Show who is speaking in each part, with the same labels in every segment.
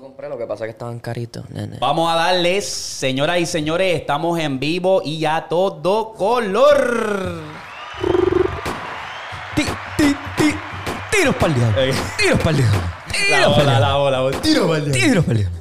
Speaker 1: compré, lo que pasa es que estaban caritos, nene.
Speaker 2: Vamos a darles, señoras y señores, estamos en vivo y ya todo color.
Speaker 3: Ti- ti- ti- Tiros para el diablo.
Speaker 2: Ey.
Speaker 3: Tiros para el diablo.
Speaker 2: La
Speaker 3: Tiros para
Speaker 2: ola,
Speaker 3: el diablo.
Speaker 2: la ola, ola.
Speaker 3: Tiros para el diablo. Tiros pa'l diablo.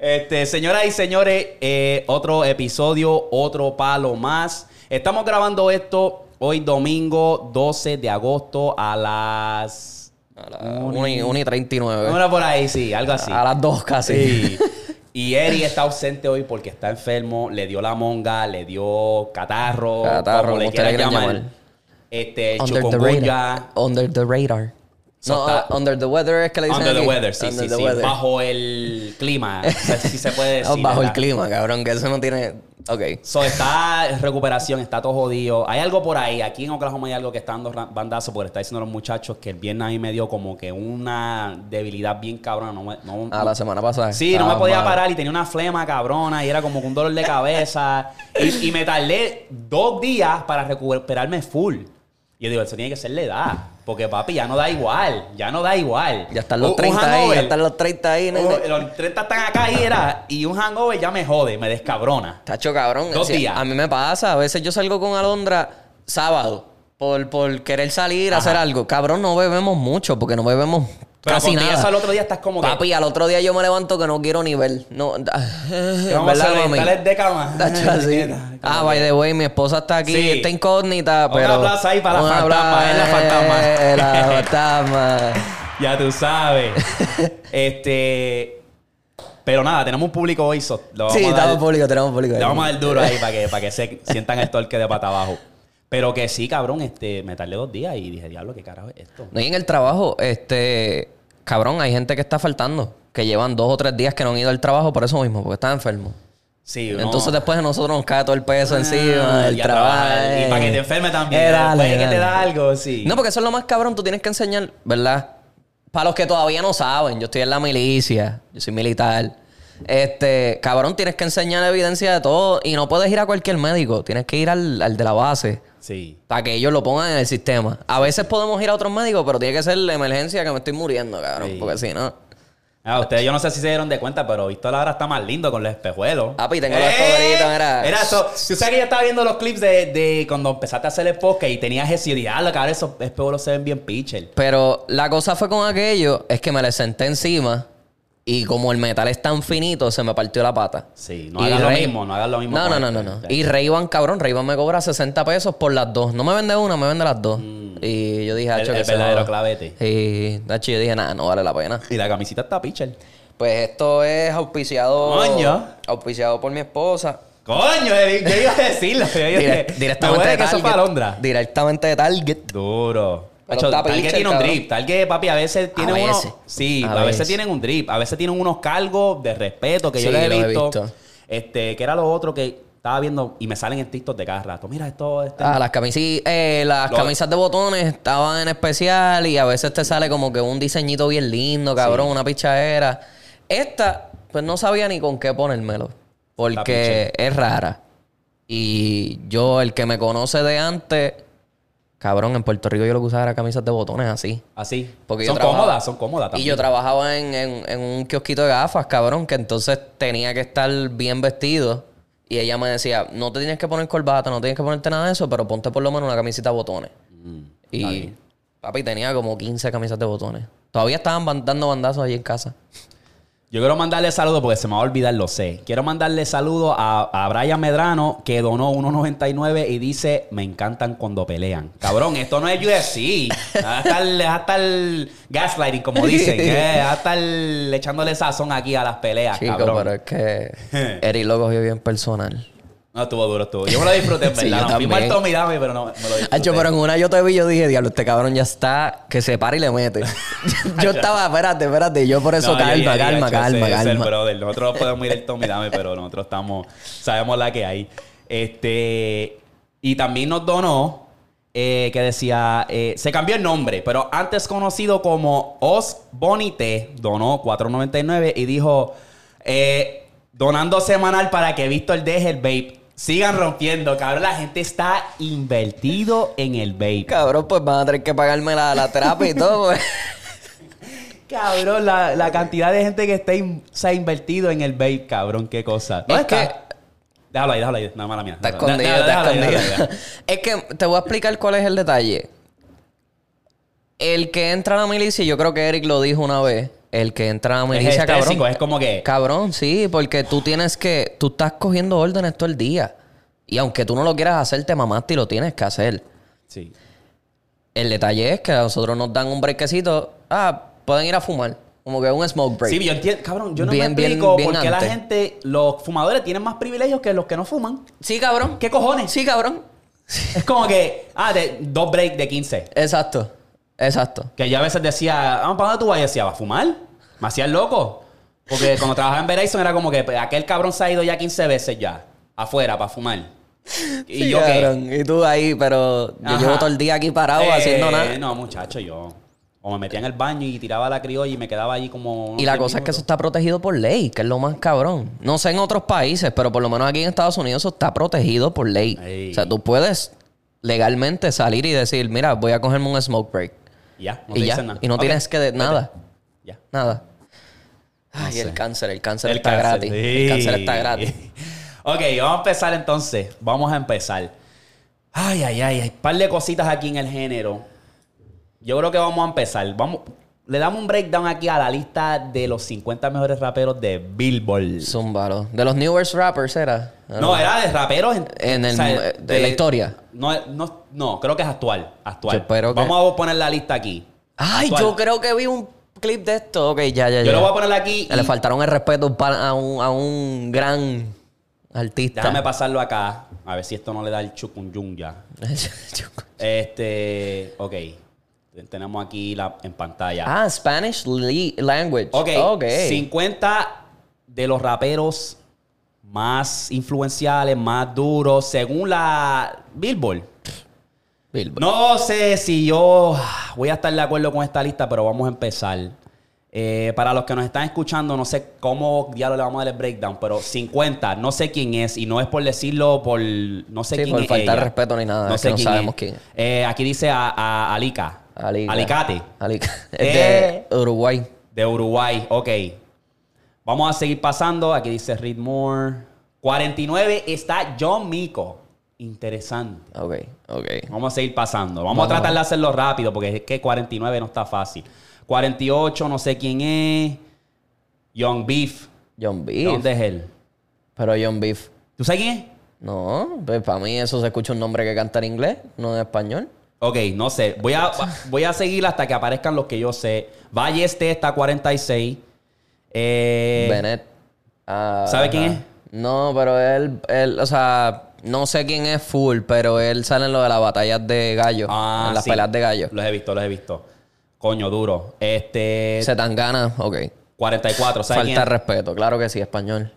Speaker 2: Este, señoras y señores, eh, otro episodio, otro palo más. Estamos grabando esto hoy domingo 12 de agosto a las...
Speaker 1: A las 1 y, 1 y 39.
Speaker 2: Una por ahí, sí, algo así.
Speaker 1: A las 2 casi.
Speaker 2: Sí. Y Eri está ausente hoy porque está enfermo, le dio la monga, le dio catarro,
Speaker 1: Catarro,
Speaker 2: como le
Speaker 1: como
Speaker 2: quieras
Speaker 1: ustedes le
Speaker 2: llamar.
Speaker 1: quieran
Speaker 2: Este,
Speaker 1: Under the
Speaker 2: chikungunya,
Speaker 1: radar. Under the radar.
Speaker 2: So
Speaker 1: no,
Speaker 2: está-
Speaker 1: uh, under the weather es que le dicen
Speaker 2: under the
Speaker 1: aquí.
Speaker 2: weather, sí,
Speaker 1: Under
Speaker 2: sí,
Speaker 1: the
Speaker 2: sí,
Speaker 1: weather.
Speaker 2: bajo el clima, o sea, si se puede
Speaker 1: No,
Speaker 2: decir.
Speaker 1: bajo el
Speaker 2: ¿verdad?
Speaker 1: clima, cabrón, que eso no tiene... Ok.
Speaker 2: So, está en recuperación, está todo jodido. Hay algo por ahí. Aquí en Oklahoma hay algo que está dando ra- bandazo porque está diciendo a los muchachos que el viernes a mí me dio como que una debilidad bien cabrona. No me- no-
Speaker 1: A la semana pasada.
Speaker 2: Sí, no me
Speaker 1: estaba
Speaker 2: podía
Speaker 1: mal.
Speaker 2: parar y tenía una flema cabrona y era como que un dolor de cabeza. y, y me tardé dos días para recuperarme full. Y yo digo, eso tiene que ser la edad. Porque papi, ya no da igual. Ya no da igual.
Speaker 1: Ya están
Speaker 2: Un-
Speaker 1: los
Speaker 2: un
Speaker 1: 30 ahí, ya
Speaker 2: hangover-
Speaker 1: están los 30 ahí, nene.
Speaker 2: un- los 30 están acá y era. Y un hangover ya me jode, me descabrona.
Speaker 1: Tacho, cabrón.
Speaker 2: Dos
Speaker 1: Sí,
Speaker 2: días.
Speaker 1: A mí me pasa. A veces yo salgo con Alondra sábado por, por querer salir a hacer algo. Cabrón, no bebemos mucho porque no bebemos
Speaker 2: Pero
Speaker 1: casi
Speaker 2: cuando te llegas
Speaker 1: nada.
Speaker 2: al otro día estás como que.
Speaker 1: Papi, al otro día yo me levanto que no quiero ni ver. No,
Speaker 2: ¿qué
Speaker 1: ¿Qué
Speaker 2: vamos a hacer? Dale de cama.
Speaker 1: Tacho, así. Ah, by the way, mi esposa está aquí,
Speaker 2: Sí.
Speaker 1: está incógnita,
Speaker 2: Un
Speaker 1: pero...
Speaker 2: abrazo ahí para la
Speaker 1: Un
Speaker 2: fantasma,
Speaker 1: abrazo,
Speaker 2: es la fantasma.
Speaker 1: eh, la fantasma.
Speaker 2: Ya tú sabes. este. Pero nada, tenemos un público hoy. so- lo
Speaker 1: Sí,
Speaker 2: vamos a dar-
Speaker 1: tenemos público, tenemos público. ahí.
Speaker 2: Le vamos a dar duro ahí para que, para que se sientan el torque de pata abajo. Pero que sí, cabrón, este, me tardé dos días y dije, diablo, qué carajo es esto.
Speaker 1: No, y en el trabajo, este, cabrón, hay gente que está faltando, que llevan dos o tres días que no han ido al trabajo por eso mismo, porque están enfermos.
Speaker 2: Sí, no.
Speaker 1: Entonces después de nosotros nos cae todo el peso
Speaker 2: Ah,
Speaker 1: encima, el
Speaker 2: y a
Speaker 1: trabajo. Eh,
Speaker 2: trabajar. Y para que te enferme también. Después que te da algo, sí.
Speaker 1: No, porque eso es lo más cabrón, tú tienes que enseñar, ¿verdad? Para los que todavía no saben, yo estoy en la milicia, yo soy militar. Este, cabrón, tienes que enseñar evidencia de todo y no puedes ir a cualquier médico, tienes que ir al, al de la base.
Speaker 2: Sí.
Speaker 1: Para que ellos lo pongan en el sistema. A veces podemos ir a otros médicos, pero tiene que ser la emergencia que me estoy muriendo, cabrón.
Speaker 2: Sí.
Speaker 1: Porque si no.
Speaker 2: Ah, ustedes yo no sé si se dieron de cuenta, pero Víctor ahora está más lindo con los espejuelos.
Speaker 1: Papi, Ah, pues, tengo los espejuelitos, mira.
Speaker 2: Era eso. Tú sabes que yo estaba viendo los clips de, de cuando empezaste a hacer el podcast y tenías ese y dije, "Ah, cabrón, esos espejuelos se ven bien pitcher.
Speaker 1: Pero la cosa fue con aquello, es que me le senté encima y como el metal es tan finito, se me partió la pata.
Speaker 2: Sí, no
Speaker 1: Y
Speaker 2: hagas lo
Speaker 1: Ray-
Speaker 2: mismo, no hagas lo mismo
Speaker 1: No, no,
Speaker 2: con
Speaker 1: no,
Speaker 2: este,
Speaker 1: no, no.
Speaker 2: este.
Speaker 1: Y Rayban, cabrón, Rayban me cobra 60 pesos por las dos. No me vende una, me vende las dos. Y yo dije,
Speaker 2: Mm. El-
Speaker 1: hacho,
Speaker 2: el
Speaker 1: que se
Speaker 2: verdadero
Speaker 1: joda".
Speaker 2: clavete.
Speaker 1: Y, hacho, yo dije, nada, no vale la pena.
Speaker 2: Y la camisita está pitcher.
Speaker 1: Pues esto es auspiciado.
Speaker 2: Coño.
Speaker 1: Auspiciado por mi esposa.
Speaker 2: Coño, Eric, yo iba a decirlo. Yo dije,
Speaker 1: Direct-
Speaker 2: me voy
Speaker 1: directamente
Speaker 2: de
Speaker 1: de
Speaker 2: queso
Speaker 1: Target.
Speaker 2: para Londra.
Speaker 1: Directamente de Target.
Speaker 2: Duro.
Speaker 1: Pero
Speaker 2: Hacho,
Speaker 1: está
Speaker 2: Target
Speaker 1: pinche el
Speaker 2: tiene un
Speaker 1: cabrón.
Speaker 2: drip. Target, papi, a veces tienen unos...
Speaker 1: veces.
Speaker 2: Sí, a,
Speaker 1: A
Speaker 2: veces.
Speaker 1: veces.
Speaker 2: tienen un drip. A veces tienen unos cargos de respeto que yo
Speaker 1: Sí,
Speaker 2: les he
Speaker 1: lo he
Speaker 2: visto.
Speaker 1: visto.
Speaker 2: Este, que era lo otro que estaba viendo y me salen en TikTok de cada rato. Mira, esto... Este,
Speaker 1: Ah, las, camisi- eh, las
Speaker 2: Lo-
Speaker 1: camisas de botones estaban en especial y a veces te sale como que un diseñito bien lindo, cabrón, una pichadera. Esta, pues no sabía ni con qué ponérmelo, porque es rara. Y yo, el que me conoce de antes, cabrón, en Puerto Rico yo lo que usaba era camisas de botones así.
Speaker 2: Así.
Speaker 1: Porque yo
Speaker 2: son
Speaker 1: trabajaba-
Speaker 2: cómodas, son cómodas
Speaker 1: Y
Speaker 2: también.
Speaker 1: yo trabajaba en, en- en un kiosquito de gafas, cabrón, que entonces tenía que estar bien vestido. Y ella me decía, no te tienes que poner corbata, no tienes que ponerte nada de eso, pero ponte por lo menos una camisita de botones. y papi tenía como 15 camisas de botones. Todavía estaban ban- dando bandazos allí en casa.
Speaker 2: Yo quiero mandarle saludos porque se me va a olvidar, lo sé. Quiero mandarle saludos a, a Brian Medrano que donó 1.99 y dice, me encantan cuando pelean. Cabrón, esto no es UFC. Hasta el, hasta el gaslighting, como dicen. eh, Hasta el echándole sazón aquí a las peleas,
Speaker 1: Chico,
Speaker 2: Ah, cabrón.
Speaker 1: pero es que Eric lo cogió bien personal.
Speaker 2: No, estuvo duro, estuvo. Yo me lo disfruté, en
Speaker 1: Sí,
Speaker 2: verdad.
Speaker 1: yo
Speaker 2: Nos fuimos al
Speaker 1: también. Ah,
Speaker 2: Tommy Dame, pero no, me lo disfruté.
Speaker 1: Hacho, pero en una yo te vi, yo dije, diablo, este cabrón ya está, que se para y le mete. yo estaba, espérate, espérate, yo por eso,
Speaker 2: No, yo
Speaker 1: calma,
Speaker 2: dije, dije,
Speaker 1: calma,
Speaker 2: "Hacho,
Speaker 1: calma,
Speaker 2: ese es el
Speaker 1: calma.
Speaker 2: brother. Nosotros no podemos ir al Tommy Dame, pero nosotros estamos, sabemos la que hay. Este, y también nos donó eh, que decía, eh, se cambió el nombre, pero antes conocido como Os Bonite, donó 4.99 y dijo, eh, donando semanal para que Víctor deje el vape. Sigan rompiendo, cabrón. La gente está invertido en el vape.
Speaker 1: Cabrón, pues van a tener que pagarme la, la terapia y todo. pues.
Speaker 2: Cabrón, la, la cantidad de gente que está in- se ha invertido en el vape, cabrón, qué cosa. ¿Dónde
Speaker 1: Es que-
Speaker 2: está? Déjalo ahí, déjalo ahí. Nada mala mía.
Speaker 1: Está
Speaker 2: Déjalo-
Speaker 1: escondido,
Speaker 2: déjalo-
Speaker 1: está
Speaker 2: déjalo ahí,
Speaker 1: escondido.
Speaker 2: déjalo ahí, déjalo
Speaker 1: es que te voy a explicar cuál es el detalle. El que entra a la milicia, yo creo que Eric lo dijo una vez. El que entra a la
Speaker 2: ahí.
Speaker 1: milicia,
Speaker 2: es
Speaker 1: cabrón.
Speaker 2: estésico, es este. como que...
Speaker 1: Cabrón, sí, porque tú tienes que. Tú estás cogiendo órdenes todo el día. Y aunque tú no lo quieras hacer, te mamaste y lo tienes que hacer.
Speaker 2: Sí.
Speaker 1: El detalle es que a nosotros nos dan un brequecito. Ah, pueden ir a fumar. Como que un smoke break.
Speaker 2: Sí, yo entiendo, cabrón, yo no
Speaker 1: Bien,
Speaker 2: me
Speaker 1: bien,
Speaker 2: explico
Speaker 1: bien
Speaker 2: por qué la
Speaker 1: antes.
Speaker 2: gente, los fumadores tienen más privilegios que los que no fuman.
Speaker 1: Sí, cabrón.
Speaker 2: ¿Qué cojones?
Speaker 1: Sí, cabrón.
Speaker 2: Es como que, ah, de, dos breaks de 15.
Speaker 1: Exacto. Exacto.
Speaker 2: Que yo a veces decía, ah, ¿para dónde tú vas? Y decía, ¿va a fumar? Me hacía el loco. Porque cuando trabajaba en Verizon era como que pues, aquel cabrón se ha ido ya 15 veces ya, afuera, para fumar. Y
Speaker 1: Sí,
Speaker 2: yo que...
Speaker 1: cabrón. Y tú ahí, pero yo
Speaker 2: Ajá.
Speaker 1: llevo todo el día aquí parado
Speaker 2: Eh,
Speaker 1: haciendo nada.
Speaker 2: No, muchacho, yo... O me metía en el baño y tiraba la criolla y me quedaba allí como... unos
Speaker 1: Y la
Speaker 2: 10
Speaker 1: cosa es que eso
Speaker 2: minutos.
Speaker 1: está protegido por ley, que es lo más cabrón. No sé en otros países, pero por lo menos aquí en Estados Unidos eso está protegido por ley.
Speaker 2: Ey.
Speaker 1: O sea, tú puedes legalmente salir y decir, mira, voy a cogerme un smoke break.
Speaker 2: Ya, no te
Speaker 1: y ya.
Speaker 2: dicen nada.
Speaker 1: Y no
Speaker 2: Ok,
Speaker 1: tienes que... de- nada,
Speaker 2: Ya.
Speaker 1: nada. Ay, el
Speaker 2: sé.
Speaker 1: cáncer, el cáncer
Speaker 2: El
Speaker 1: está
Speaker 2: cáncer,
Speaker 1: gratis.
Speaker 2: sí.
Speaker 1: El cáncer está gratis.
Speaker 2: Ok, vamos a empezar entonces. Vamos a empezar. Ay, ay, ay, hay un par de cositas aquí en el género. Yo creo que vamos a empezar. Vamos, le damos un breakdown aquí a la lista de los 50 mejores raperos de Billboard.
Speaker 1: Zúmbalo. De los New World Rappers era.
Speaker 2: No, era de raperos en,
Speaker 1: Ah. En el- de la historia.
Speaker 2: No, no, no, creo que es actual.
Speaker 1: Yo
Speaker 2: Actual.
Speaker 1: espero que-
Speaker 2: Vamos a poner la lista aquí.
Speaker 1: Ay,
Speaker 2: Actual.
Speaker 1: yo creo que vi un clip de esto. Ok, ya, ya, ya.
Speaker 2: Yo lo voy a poner aquí.
Speaker 1: Le
Speaker 2: y-
Speaker 1: faltaron el respeto pa- a un, a un gran artista.
Speaker 2: Déjame pasarlo acá. A ver si esto no le da el chucunyun ya. Este, ok. Tenemos aquí la, en pantalla.
Speaker 1: ah, Spanish li- language.
Speaker 2: ok,
Speaker 1: Ok.
Speaker 2: 50 de los raperos más influenciales, más duros, según la Billboard.
Speaker 1: Billboard.
Speaker 2: No sé si yo ah, voy a estar de acuerdo con esta lista, pero vamos a empezar. Eh, para los que nos están escuchando, no sé cómo diablo le vamos a dar el breakdown, pero 50, no sé quién es, y no es por decirlo por. No sé
Speaker 1: Sí,
Speaker 2: quién
Speaker 1: por
Speaker 2: es
Speaker 1: faltar
Speaker 2: ella.
Speaker 1: respeto ni nada, Ah, es que no sabemos quién es.
Speaker 2: Eh, aquí dice a, a- Alica.
Speaker 1: Alica.
Speaker 2: Alicate,
Speaker 1: Alica. Es
Speaker 2: Eh.
Speaker 1: de Uruguay.
Speaker 2: de Uruguay. Ok. Vamos a seguir pasando. Aquí dice Reed Moore. 49 está John Mico. Interesante.
Speaker 1: Ok, ok.
Speaker 2: Vamos a seguir pasando. Vamos,
Speaker 1: Vamos
Speaker 2: a tratar
Speaker 1: a
Speaker 2: de hacerlo rápido porque es que 49 no está fácil. 48, no sé quién es. Young Beef.
Speaker 1: John Beef.
Speaker 2: ¿Dónde es él?
Speaker 1: Pero John Beef.
Speaker 2: ¿Tú sabes quién es?
Speaker 1: No, pues para mí eso se escucha un nombre que canta en inglés, no en español.
Speaker 2: Ok, no sé. Voy a, voy a seguir hasta que aparezcan los que yo sé. Valle este está 46. Eh,
Speaker 1: Bennett. Ah,
Speaker 2: ¿Sabe
Speaker 1: ajá.
Speaker 2: quién es?
Speaker 1: No, pero él, él, o sea, no sé quién es full, pero él sale en lo de las batallas de gallo.
Speaker 2: ah,
Speaker 1: en las
Speaker 2: sí.
Speaker 1: peleas de gallo.
Speaker 2: Los he visto, los he visto. Coño, duro. Este.
Speaker 1: Se tan gana, ok.
Speaker 2: 44, ¿sabes
Speaker 1: Falta
Speaker 2: quién? es?
Speaker 1: respeto, claro que sí, español.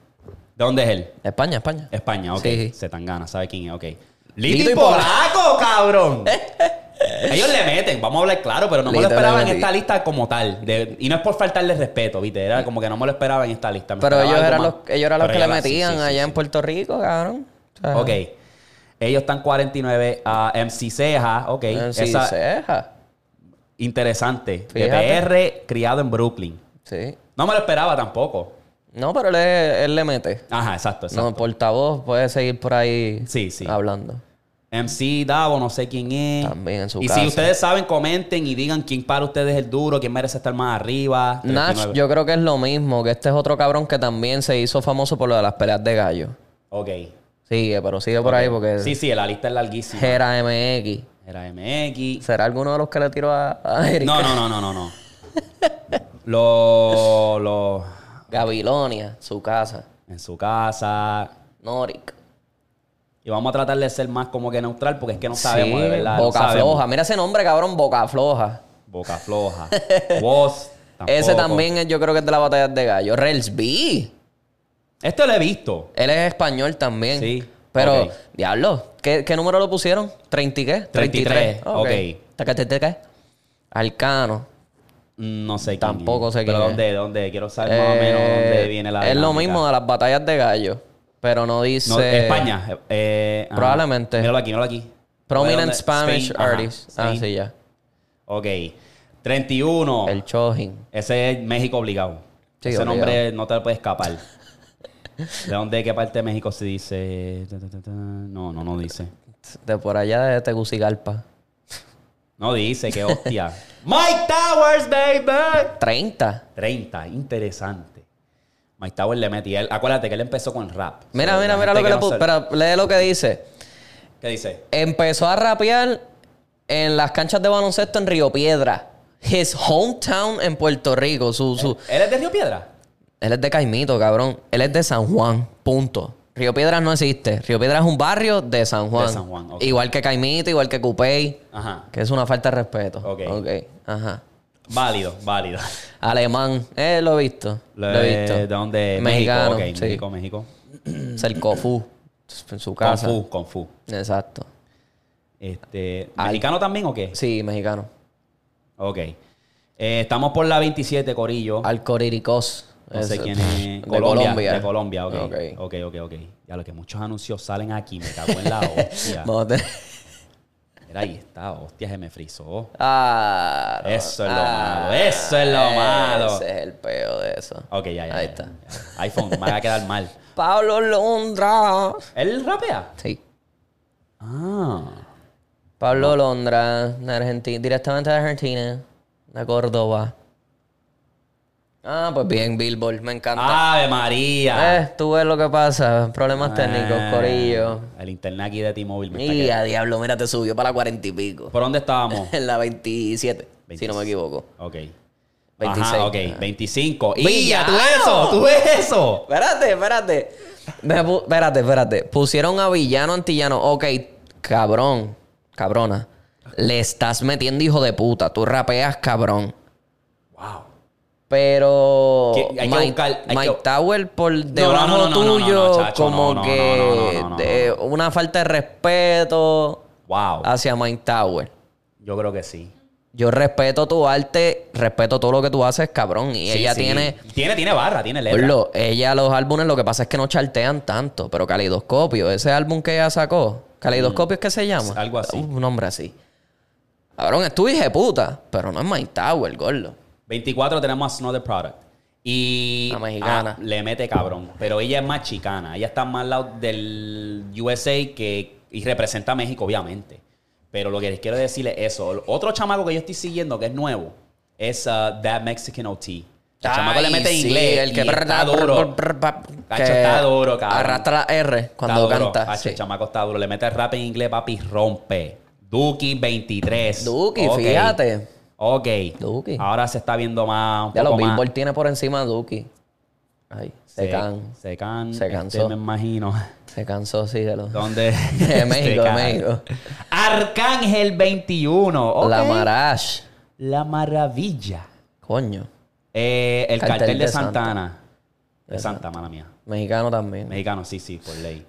Speaker 2: ¿De dónde es él?
Speaker 1: España, España.
Speaker 2: España, ok.
Speaker 1: Sí.
Speaker 2: Se tan gana, ¿sabe quién es? Ok.
Speaker 1: Lito
Speaker 2: Lito y
Speaker 1: y
Speaker 2: Polaco, cabrón. Ellos le meten, vamos a hablar claro, pero no me lo
Speaker 1: Lito le
Speaker 2: esperaban en
Speaker 1: metí.
Speaker 2: esta lista como tal. De- y no es por faltarle respeto, ¿viste? Era como que no me lo esperaba en esta lista. me
Speaker 1: Pero
Speaker 2: esperaba
Speaker 1: ellos
Speaker 2: algo
Speaker 1: eran,
Speaker 2: más.
Speaker 1: los, ellos eran los
Speaker 2: Pero
Speaker 1: que le
Speaker 2: ella- sí,
Speaker 1: metían
Speaker 2: sí, sí,
Speaker 1: allá
Speaker 2: sí.
Speaker 1: en Puerto Rico, cabrón. O sea, eh,
Speaker 2: Ok. Ellos están 49. a MC ah, Ceja, ok.
Speaker 1: en sí,
Speaker 2: Esa-
Speaker 1: ceja.
Speaker 2: interesante.
Speaker 1: Fíjate.
Speaker 2: DPR, criado en Brooklyn.
Speaker 1: Sí.
Speaker 2: No me lo esperaba tampoco.
Speaker 1: No, pero él, es- él le mete.
Speaker 2: Ajá, exacto,
Speaker 1: No,
Speaker 2: exacto.
Speaker 1: el portavoz puede seguir por ahí
Speaker 2: Sí, sí.
Speaker 1: hablando.
Speaker 2: MC Davo, no sé quién es.
Speaker 1: También en su
Speaker 2: Y si
Speaker 1: casa.
Speaker 2: ustedes saben, comenten y digan quién para ustedes es el duro, quién merece estar más arriba.
Speaker 1: Nach,
Speaker 2: 39.
Speaker 1: yo creo que es lo mismo, que este es otro cabrón que también se hizo famoso por lo de las peleas de gallo.
Speaker 2: Ok.
Speaker 1: Sigue, pero sigue por ahí porque
Speaker 2: Sí, sí, la lista es larguísima.
Speaker 1: Jera MX.
Speaker 2: Era MX.
Speaker 1: ¿Será alguno de los que le tiró a, a Erika?
Speaker 2: No, no, no, no, no, no. Los. Los.
Speaker 1: Gabilonia, su casa.
Speaker 2: En su casa.
Speaker 1: Noric.
Speaker 2: Y vamos a tratar de ser más como que neutral porque es que no sabemos de
Speaker 1: Sí,
Speaker 2: verdad. no
Speaker 1: Boca
Speaker 2: sabemos.
Speaker 1: Floja. Mira ese nombre, cabrón, Boca Floja.
Speaker 2: Boca floja. Voz.
Speaker 1: Ese
Speaker 2: tampoco.
Speaker 1: también es- yo creo que es de la batalla de gallo. Rels B.
Speaker 2: Este lo he visto.
Speaker 1: Él es español también.
Speaker 2: Sí,
Speaker 1: Pero,
Speaker 2: ok.
Speaker 1: diablo, ¿qué, qué número lo pusieron? ¿30 y qué?
Speaker 2: 33,
Speaker 1: Ok. Taca, taca, taca. Alcano.
Speaker 2: Mm, No sé quién.
Speaker 1: Tampoco
Speaker 2: es.
Speaker 1: sé
Speaker 2: Pero
Speaker 1: quién
Speaker 2: dónde, dónde. Quiero saber más o menos
Speaker 1: Eh,
Speaker 2: dónde viene la.
Speaker 1: Es lo
Speaker 2: dinámica.
Speaker 1: mismo de las batallas de gallo. Pero no dice.
Speaker 2: No, España. eh, ah,
Speaker 1: Probablemente.
Speaker 2: míralo aquí, míralo aquí.
Speaker 1: Prominent
Speaker 2: ¿Dónde?
Speaker 1: Spanish Ah,
Speaker 2: Spain, ajá,
Speaker 1: artist. Ah,
Speaker 2: Spain.
Speaker 1: sí, ya.
Speaker 2: Ok. 31.
Speaker 1: El Chojin.
Speaker 2: Ese es México obligado.
Speaker 1: Sí,
Speaker 2: Ese
Speaker 1: obligado.
Speaker 2: nombre no te lo puede escapar. ¿De dónde, de qué parte de México se dice? Ta, ta, ta, ta. No, no, no dice.
Speaker 1: De por allá de Tegucigalpa.
Speaker 2: No dice, qué hostia. Mike Towers, baby.
Speaker 1: 30.
Speaker 2: 30, interesante. Mike Towers le metí. Él, acuérdate que él empezó con rap.
Speaker 1: Mira,
Speaker 2: So,
Speaker 1: mira,
Speaker 2: la
Speaker 1: mira
Speaker 2: gente
Speaker 1: lo que le
Speaker 2: no
Speaker 1: puse.
Speaker 2: sabe-
Speaker 1: Espera, lee lo que dice.
Speaker 2: ¿Qué dice?
Speaker 1: Empezó a rapear en las canchas de baloncesto en Río Piedra. His hometown en Puerto Rico. Su, su...
Speaker 2: ¿Él es de Río Piedra?
Speaker 1: Él es de Caimito, cabrón. Él es de San Juan. Punto. Río Piedras no existe. Río Piedras es un barrio de San Juan.
Speaker 2: San Juan, ok.
Speaker 1: Igual que Caimito, igual que Cupey.
Speaker 2: Ajá.
Speaker 1: Que es una falta de respeto.
Speaker 2: Ok.
Speaker 1: Ok. Ajá.
Speaker 2: Válido, válido. Eh,
Speaker 1: Alemán. Eh, lo he visto. Lo, he visto.
Speaker 2: ¿De dónde?
Speaker 1: Mexicano.
Speaker 2: México, ok.
Speaker 1: sí.
Speaker 2: México, México.
Speaker 1: Ser Cofú. En su
Speaker 2: Kung
Speaker 1: casa.
Speaker 2: Fu, Kung Fu.
Speaker 1: Exacto.
Speaker 2: Este,
Speaker 1: Al-
Speaker 2: ¿Mexicano también o qué?
Speaker 1: Sí, mexicano.
Speaker 2: Ok. Eh, estamos por la 27, Corillo.
Speaker 1: Alcoriricos.
Speaker 2: No sé
Speaker 1: Es-
Speaker 2: quién es.
Speaker 1: De Colombia.
Speaker 2: De Colombia, ok.
Speaker 1: Ok.
Speaker 2: Ok, ok, ok. Ya lo que muchos anuncios salen aquí, me cago en la hostia.
Speaker 1: Vamos a tener-
Speaker 2: Mira, ahí está, hostia, se me frizó.
Speaker 1: Ah, no.
Speaker 2: Eso es lo
Speaker 1: Ah,
Speaker 2: malo, eso es lo malo.
Speaker 1: Ese es el peo de eso.
Speaker 2: Ok, ya, ya.
Speaker 1: Ahí
Speaker 2: ya,
Speaker 1: está.
Speaker 2: ya. iPhone, me va a quedar mal.
Speaker 1: Pablo Londra.
Speaker 2: ¿Él rapea?
Speaker 1: Sí.
Speaker 2: Ah.
Speaker 1: Pablo Londra, de Argentina, directamente de Argentina, de Córdoba. Ah, pues bien, Billboard, me encanta.
Speaker 2: Ah. ¡Ave María!
Speaker 1: Eh, tú ves lo que pasa, problemas técnicos,
Speaker 2: Ah,
Speaker 1: corillo.
Speaker 2: El internet aquí de T-Mobile me está
Speaker 1: Y
Speaker 2: quedando.
Speaker 1: a diablo, mira, te subió para la cuarenta y pico.
Speaker 2: ¿Por dónde estábamos?
Speaker 1: En la 27, si no me
Speaker 2: 26.
Speaker 1: equivoco.
Speaker 2: Ok.
Speaker 1: 26.
Speaker 2: Ajá, ok,
Speaker 1: Ah.
Speaker 2: 25. ¡Y ya,
Speaker 1: ¡Villano!
Speaker 2: tú eso! ¡Tú eso!
Speaker 1: Espérate, espérate. Me pu- espérate, espérate. Pusieron a villano antillano. Ok, cabrón. Cabrona. Le estás metiendo hijo de puta. Tú rapeas, cabrón.
Speaker 2: ¡Wow!
Speaker 1: Pero
Speaker 2: Que- hay que
Speaker 1: Mike,
Speaker 2: buscar- hay
Speaker 1: Mike
Speaker 2: que-
Speaker 1: Tower por debajo
Speaker 2: no, no, no, no,
Speaker 1: tuyo,
Speaker 2: no, chacho,
Speaker 1: como
Speaker 2: no, no,
Speaker 1: que
Speaker 2: no, no, no, no,
Speaker 1: de- una falta de respeto
Speaker 2: ¡Wow!
Speaker 1: hacia Mike Tower.
Speaker 2: Yo creo que sí.
Speaker 1: Yo respeto tu arte, respeto todo lo que tú haces, cabrón. Y
Speaker 2: Sí,
Speaker 1: ella
Speaker 2: sí.
Speaker 1: tiene
Speaker 2: Tiene, tiene barra, tiene letra.
Speaker 1: Gordo, ella los álbumes lo que pasa es que no chartean tanto, pero Caleidoscopio, ese álbum que ella sacó, Caleidoscopio es que se llama.
Speaker 2: Algo así.
Speaker 1: Un nombre así. Cabrón, es tu hija puta, pero no es Mike Tower, gordo.
Speaker 2: 24 tenemos a Snow the Product. Y.
Speaker 1: La mexicana.
Speaker 2: ah, le mete cabrón. Pero ella es más chicana. Ella está más al lado del USA que. Y representa a México, obviamente. Pero lo que les quiero decir es eso. El Otro chamaco que yo estoy siguiendo, que es nuevo, es ah, That Mexican OT. El chamaco le
Speaker 1: Ay,
Speaker 2: mete en
Speaker 1: sí,
Speaker 2: inglés.
Speaker 1: El que,
Speaker 2: y está duro. Cacho, está duro, cabrón.
Speaker 1: Arrastra la R cuando
Speaker 2: Está duro.
Speaker 1: canta.
Speaker 2: Hacho,
Speaker 1: sí.
Speaker 2: El chamaco está duro. Le mete rap en inglés, papi, rompe. Duki 23.
Speaker 1: Duki,
Speaker 2: Ok.
Speaker 1: fíjate.
Speaker 2: Ok.
Speaker 1: Duki.
Speaker 2: Ahora se está viendo más. un
Speaker 1: Ya los
Speaker 2: poco más.
Speaker 1: Billboard tiene por encima a Duki. Ay, se, can-
Speaker 2: Se can.
Speaker 1: Se
Speaker 2: este,
Speaker 1: cansó.
Speaker 2: me imagino.
Speaker 1: se cansó, sí, de los.
Speaker 2: ¿Dónde?
Speaker 1: De México, de
Speaker 2: Se can.
Speaker 1: México.
Speaker 2: Arcángel 21. ok.
Speaker 1: La Marash.
Speaker 2: La maravilla.
Speaker 1: Coño.
Speaker 2: Eh, el cartel,
Speaker 1: Cartel
Speaker 2: de,
Speaker 1: de Santa.
Speaker 2: Santana. De Santa, mala mía.
Speaker 1: Mexicano también.
Speaker 2: Mexicano, sí, sí, por ley.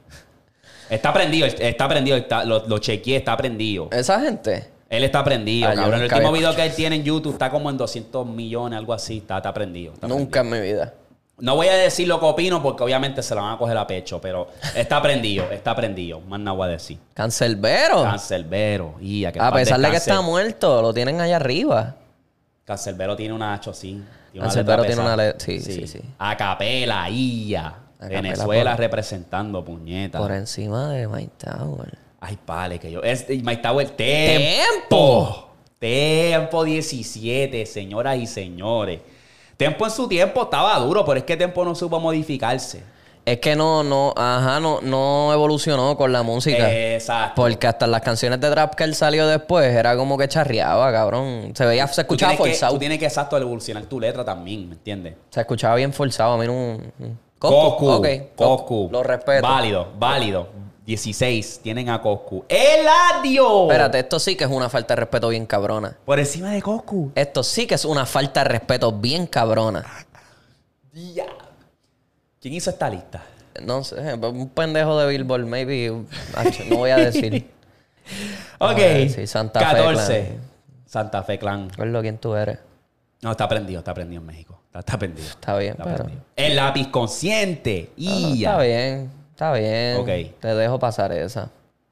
Speaker 2: Está prendido, está prendido, está- lo, lo chequeé, está prendido.
Speaker 1: Esa gente.
Speaker 2: Él está prendido,
Speaker 1: Ah, yo
Speaker 2: cabrón. El
Speaker 1: nunca
Speaker 2: último
Speaker 1: había
Speaker 2: video que él tiene en YouTube está como en 200 millones, algo así. Está, está prendido. está
Speaker 1: Nunca en mi vida.
Speaker 2: No voy a decir lo que opino porque obviamente se la van a coger a pecho, pero está prendido, está prendido. Más nada voy a decir.
Speaker 1: Cancelbero.
Speaker 2: Cancelbero, y que
Speaker 1: A
Speaker 2: paz
Speaker 1: pesar de que
Speaker 2: descanse.
Speaker 1: está muerto, lo tienen allá arriba.
Speaker 2: Cancelbero tiene una hacho, sí. Tiene
Speaker 1: Cancelbero tiene
Speaker 2: pesada.
Speaker 1: una letra- sí, sí, sí.
Speaker 2: Acapela, Ia.
Speaker 1: Acapela,
Speaker 2: Venezuela
Speaker 1: por-
Speaker 2: representando, puñeta.
Speaker 1: Por encima de Mike Tower.
Speaker 2: Ay, pale, que yo. Es, y Mike Tower, tiempo.
Speaker 1: ¡Tempo!
Speaker 2: Tempo 17, señoras y señores. Tempo en su tiempo estaba duro, pero es que Tempo no supo modificarse.
Speaker 1: Es que no, no, ajá, no, no evolucionó con la música.
Speaker 2: Eh. Exacto.
Speaker 1: Porque hasta las canciones de trap que él salió después era como que charreaba, cabrón. Se veía, se
Speaker 2: Tú
Speaker 1: escuchaba
Speaker 2: tienes, que,
Speaker 1: forzado.
Speaker 2: tú tienes que, exacto, evolucionar tu letra también, ¿me entiendes?
Speaker 1: Se escuchaba bien forzado. A mí no.
Speaker 2: Coscu.
Speaker 1: Ok.
Speaker 2: Coscu.
Speaker 1: Lo respeto.
Speaker 2: Válido, válido. 16. Tienen a Coscu. ¡Eladio!
Speaker 1: Espérate, esto sí que es una falta de respeto bien cabrona.
Speaker 2: Por encima de Coscu.
Speaker 1: Esto sí que es una falta de respeto bien cabrona.
Speaker 2: Ya. ¿Quién hizo esta lista?
Speaker 1: No sé, pues, un pendejo de Billboard, maybe. Ach, No voy a decir.
Speaker 2: Ok.
Speaker 1: ver, sí, Santa Fe
Speaker 2: 14.
Speaker 1: Clan.
Speaker 2: Santa Fe Clan.
Speaker 1: Recuerdo quién tú eres.
Speaker 2: No, está prendido, está prendido en México. Está, está prendido.
Speaker 1: Está bien,
Speaker 2: Está
Speaker 1: pero.
Speaker 2: prendido. El lápiz consciente.
Speaker 1: Ah, No,
Speaker 2: Y
Speaker 1: Está
Speaker 2: ya.
Speaker 1: bien, está bien.
Speaker 2: Ok.
Speaker 1: Te dejo pasar esa.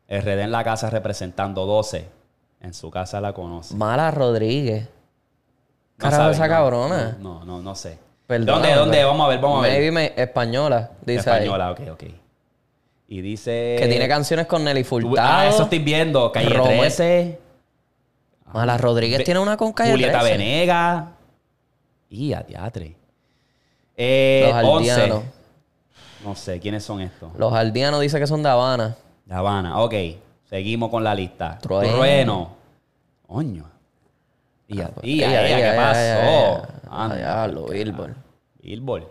Speaker 2: RD en la casa representando 12. En su casa la conoce.
Speaker 1: Mala Rodríguez. Carajo,
Speaker 2: saben,
Speaker 1: esa
Speaker 2: no.
Speaker 1: cabrona.
Speaker 2: No, no, no sé.
Speaker 1: Perdón.
Speaker 2: ¿Dónde, dónde? Vamos a ver, vamos a ver.
Speaker 1: Maybe me- española, dice ahí.
Speaker 2: Española, ok, ok. Y dice...
Speaker 1: Que tiene canciones con Nelly
Speaker 2: Tú-
Speaker 1: Furtado.
Speaker 2: Ah, eso estoy viendo. Calle
Speaker 1: Romeo.
Speaker 2: 13.
Speaker 1: Mala Rodríguez
Speaker 2: Ve-
Speaker 1: tiene una con Calle
Speaker 2: Julieta
Speaker 1: 13.
Speaker 2: Venegas. Y a teatre. Eh,
Speaker 1: Los
Speaker 2: 11.
Speaker 1: aldeanos.
Speaker 2: No sé, ¿quiénes son estos?
Speaker 1: Los aldeanos dice que son de Habana.
Speaker 2: La Habana, ok. Seguimos con la lista.
Speaker 1: Trueno.
Speaker 2: Trueno. Coño. Y a,
Speaker 1: Ah, pues,
Speaker 2: y a
Speaker 1: ella,
Speaker 2: ella, ¿qué
Speaker 1: ella, ella,
Speaker 2: pasó?
Speaker 1: ella.
Speaker 2: Anda,
Speaker 1: Diablo,
Speaker 2: cara.
Speaker 1: Billboard.
Speaker 2: Billboard.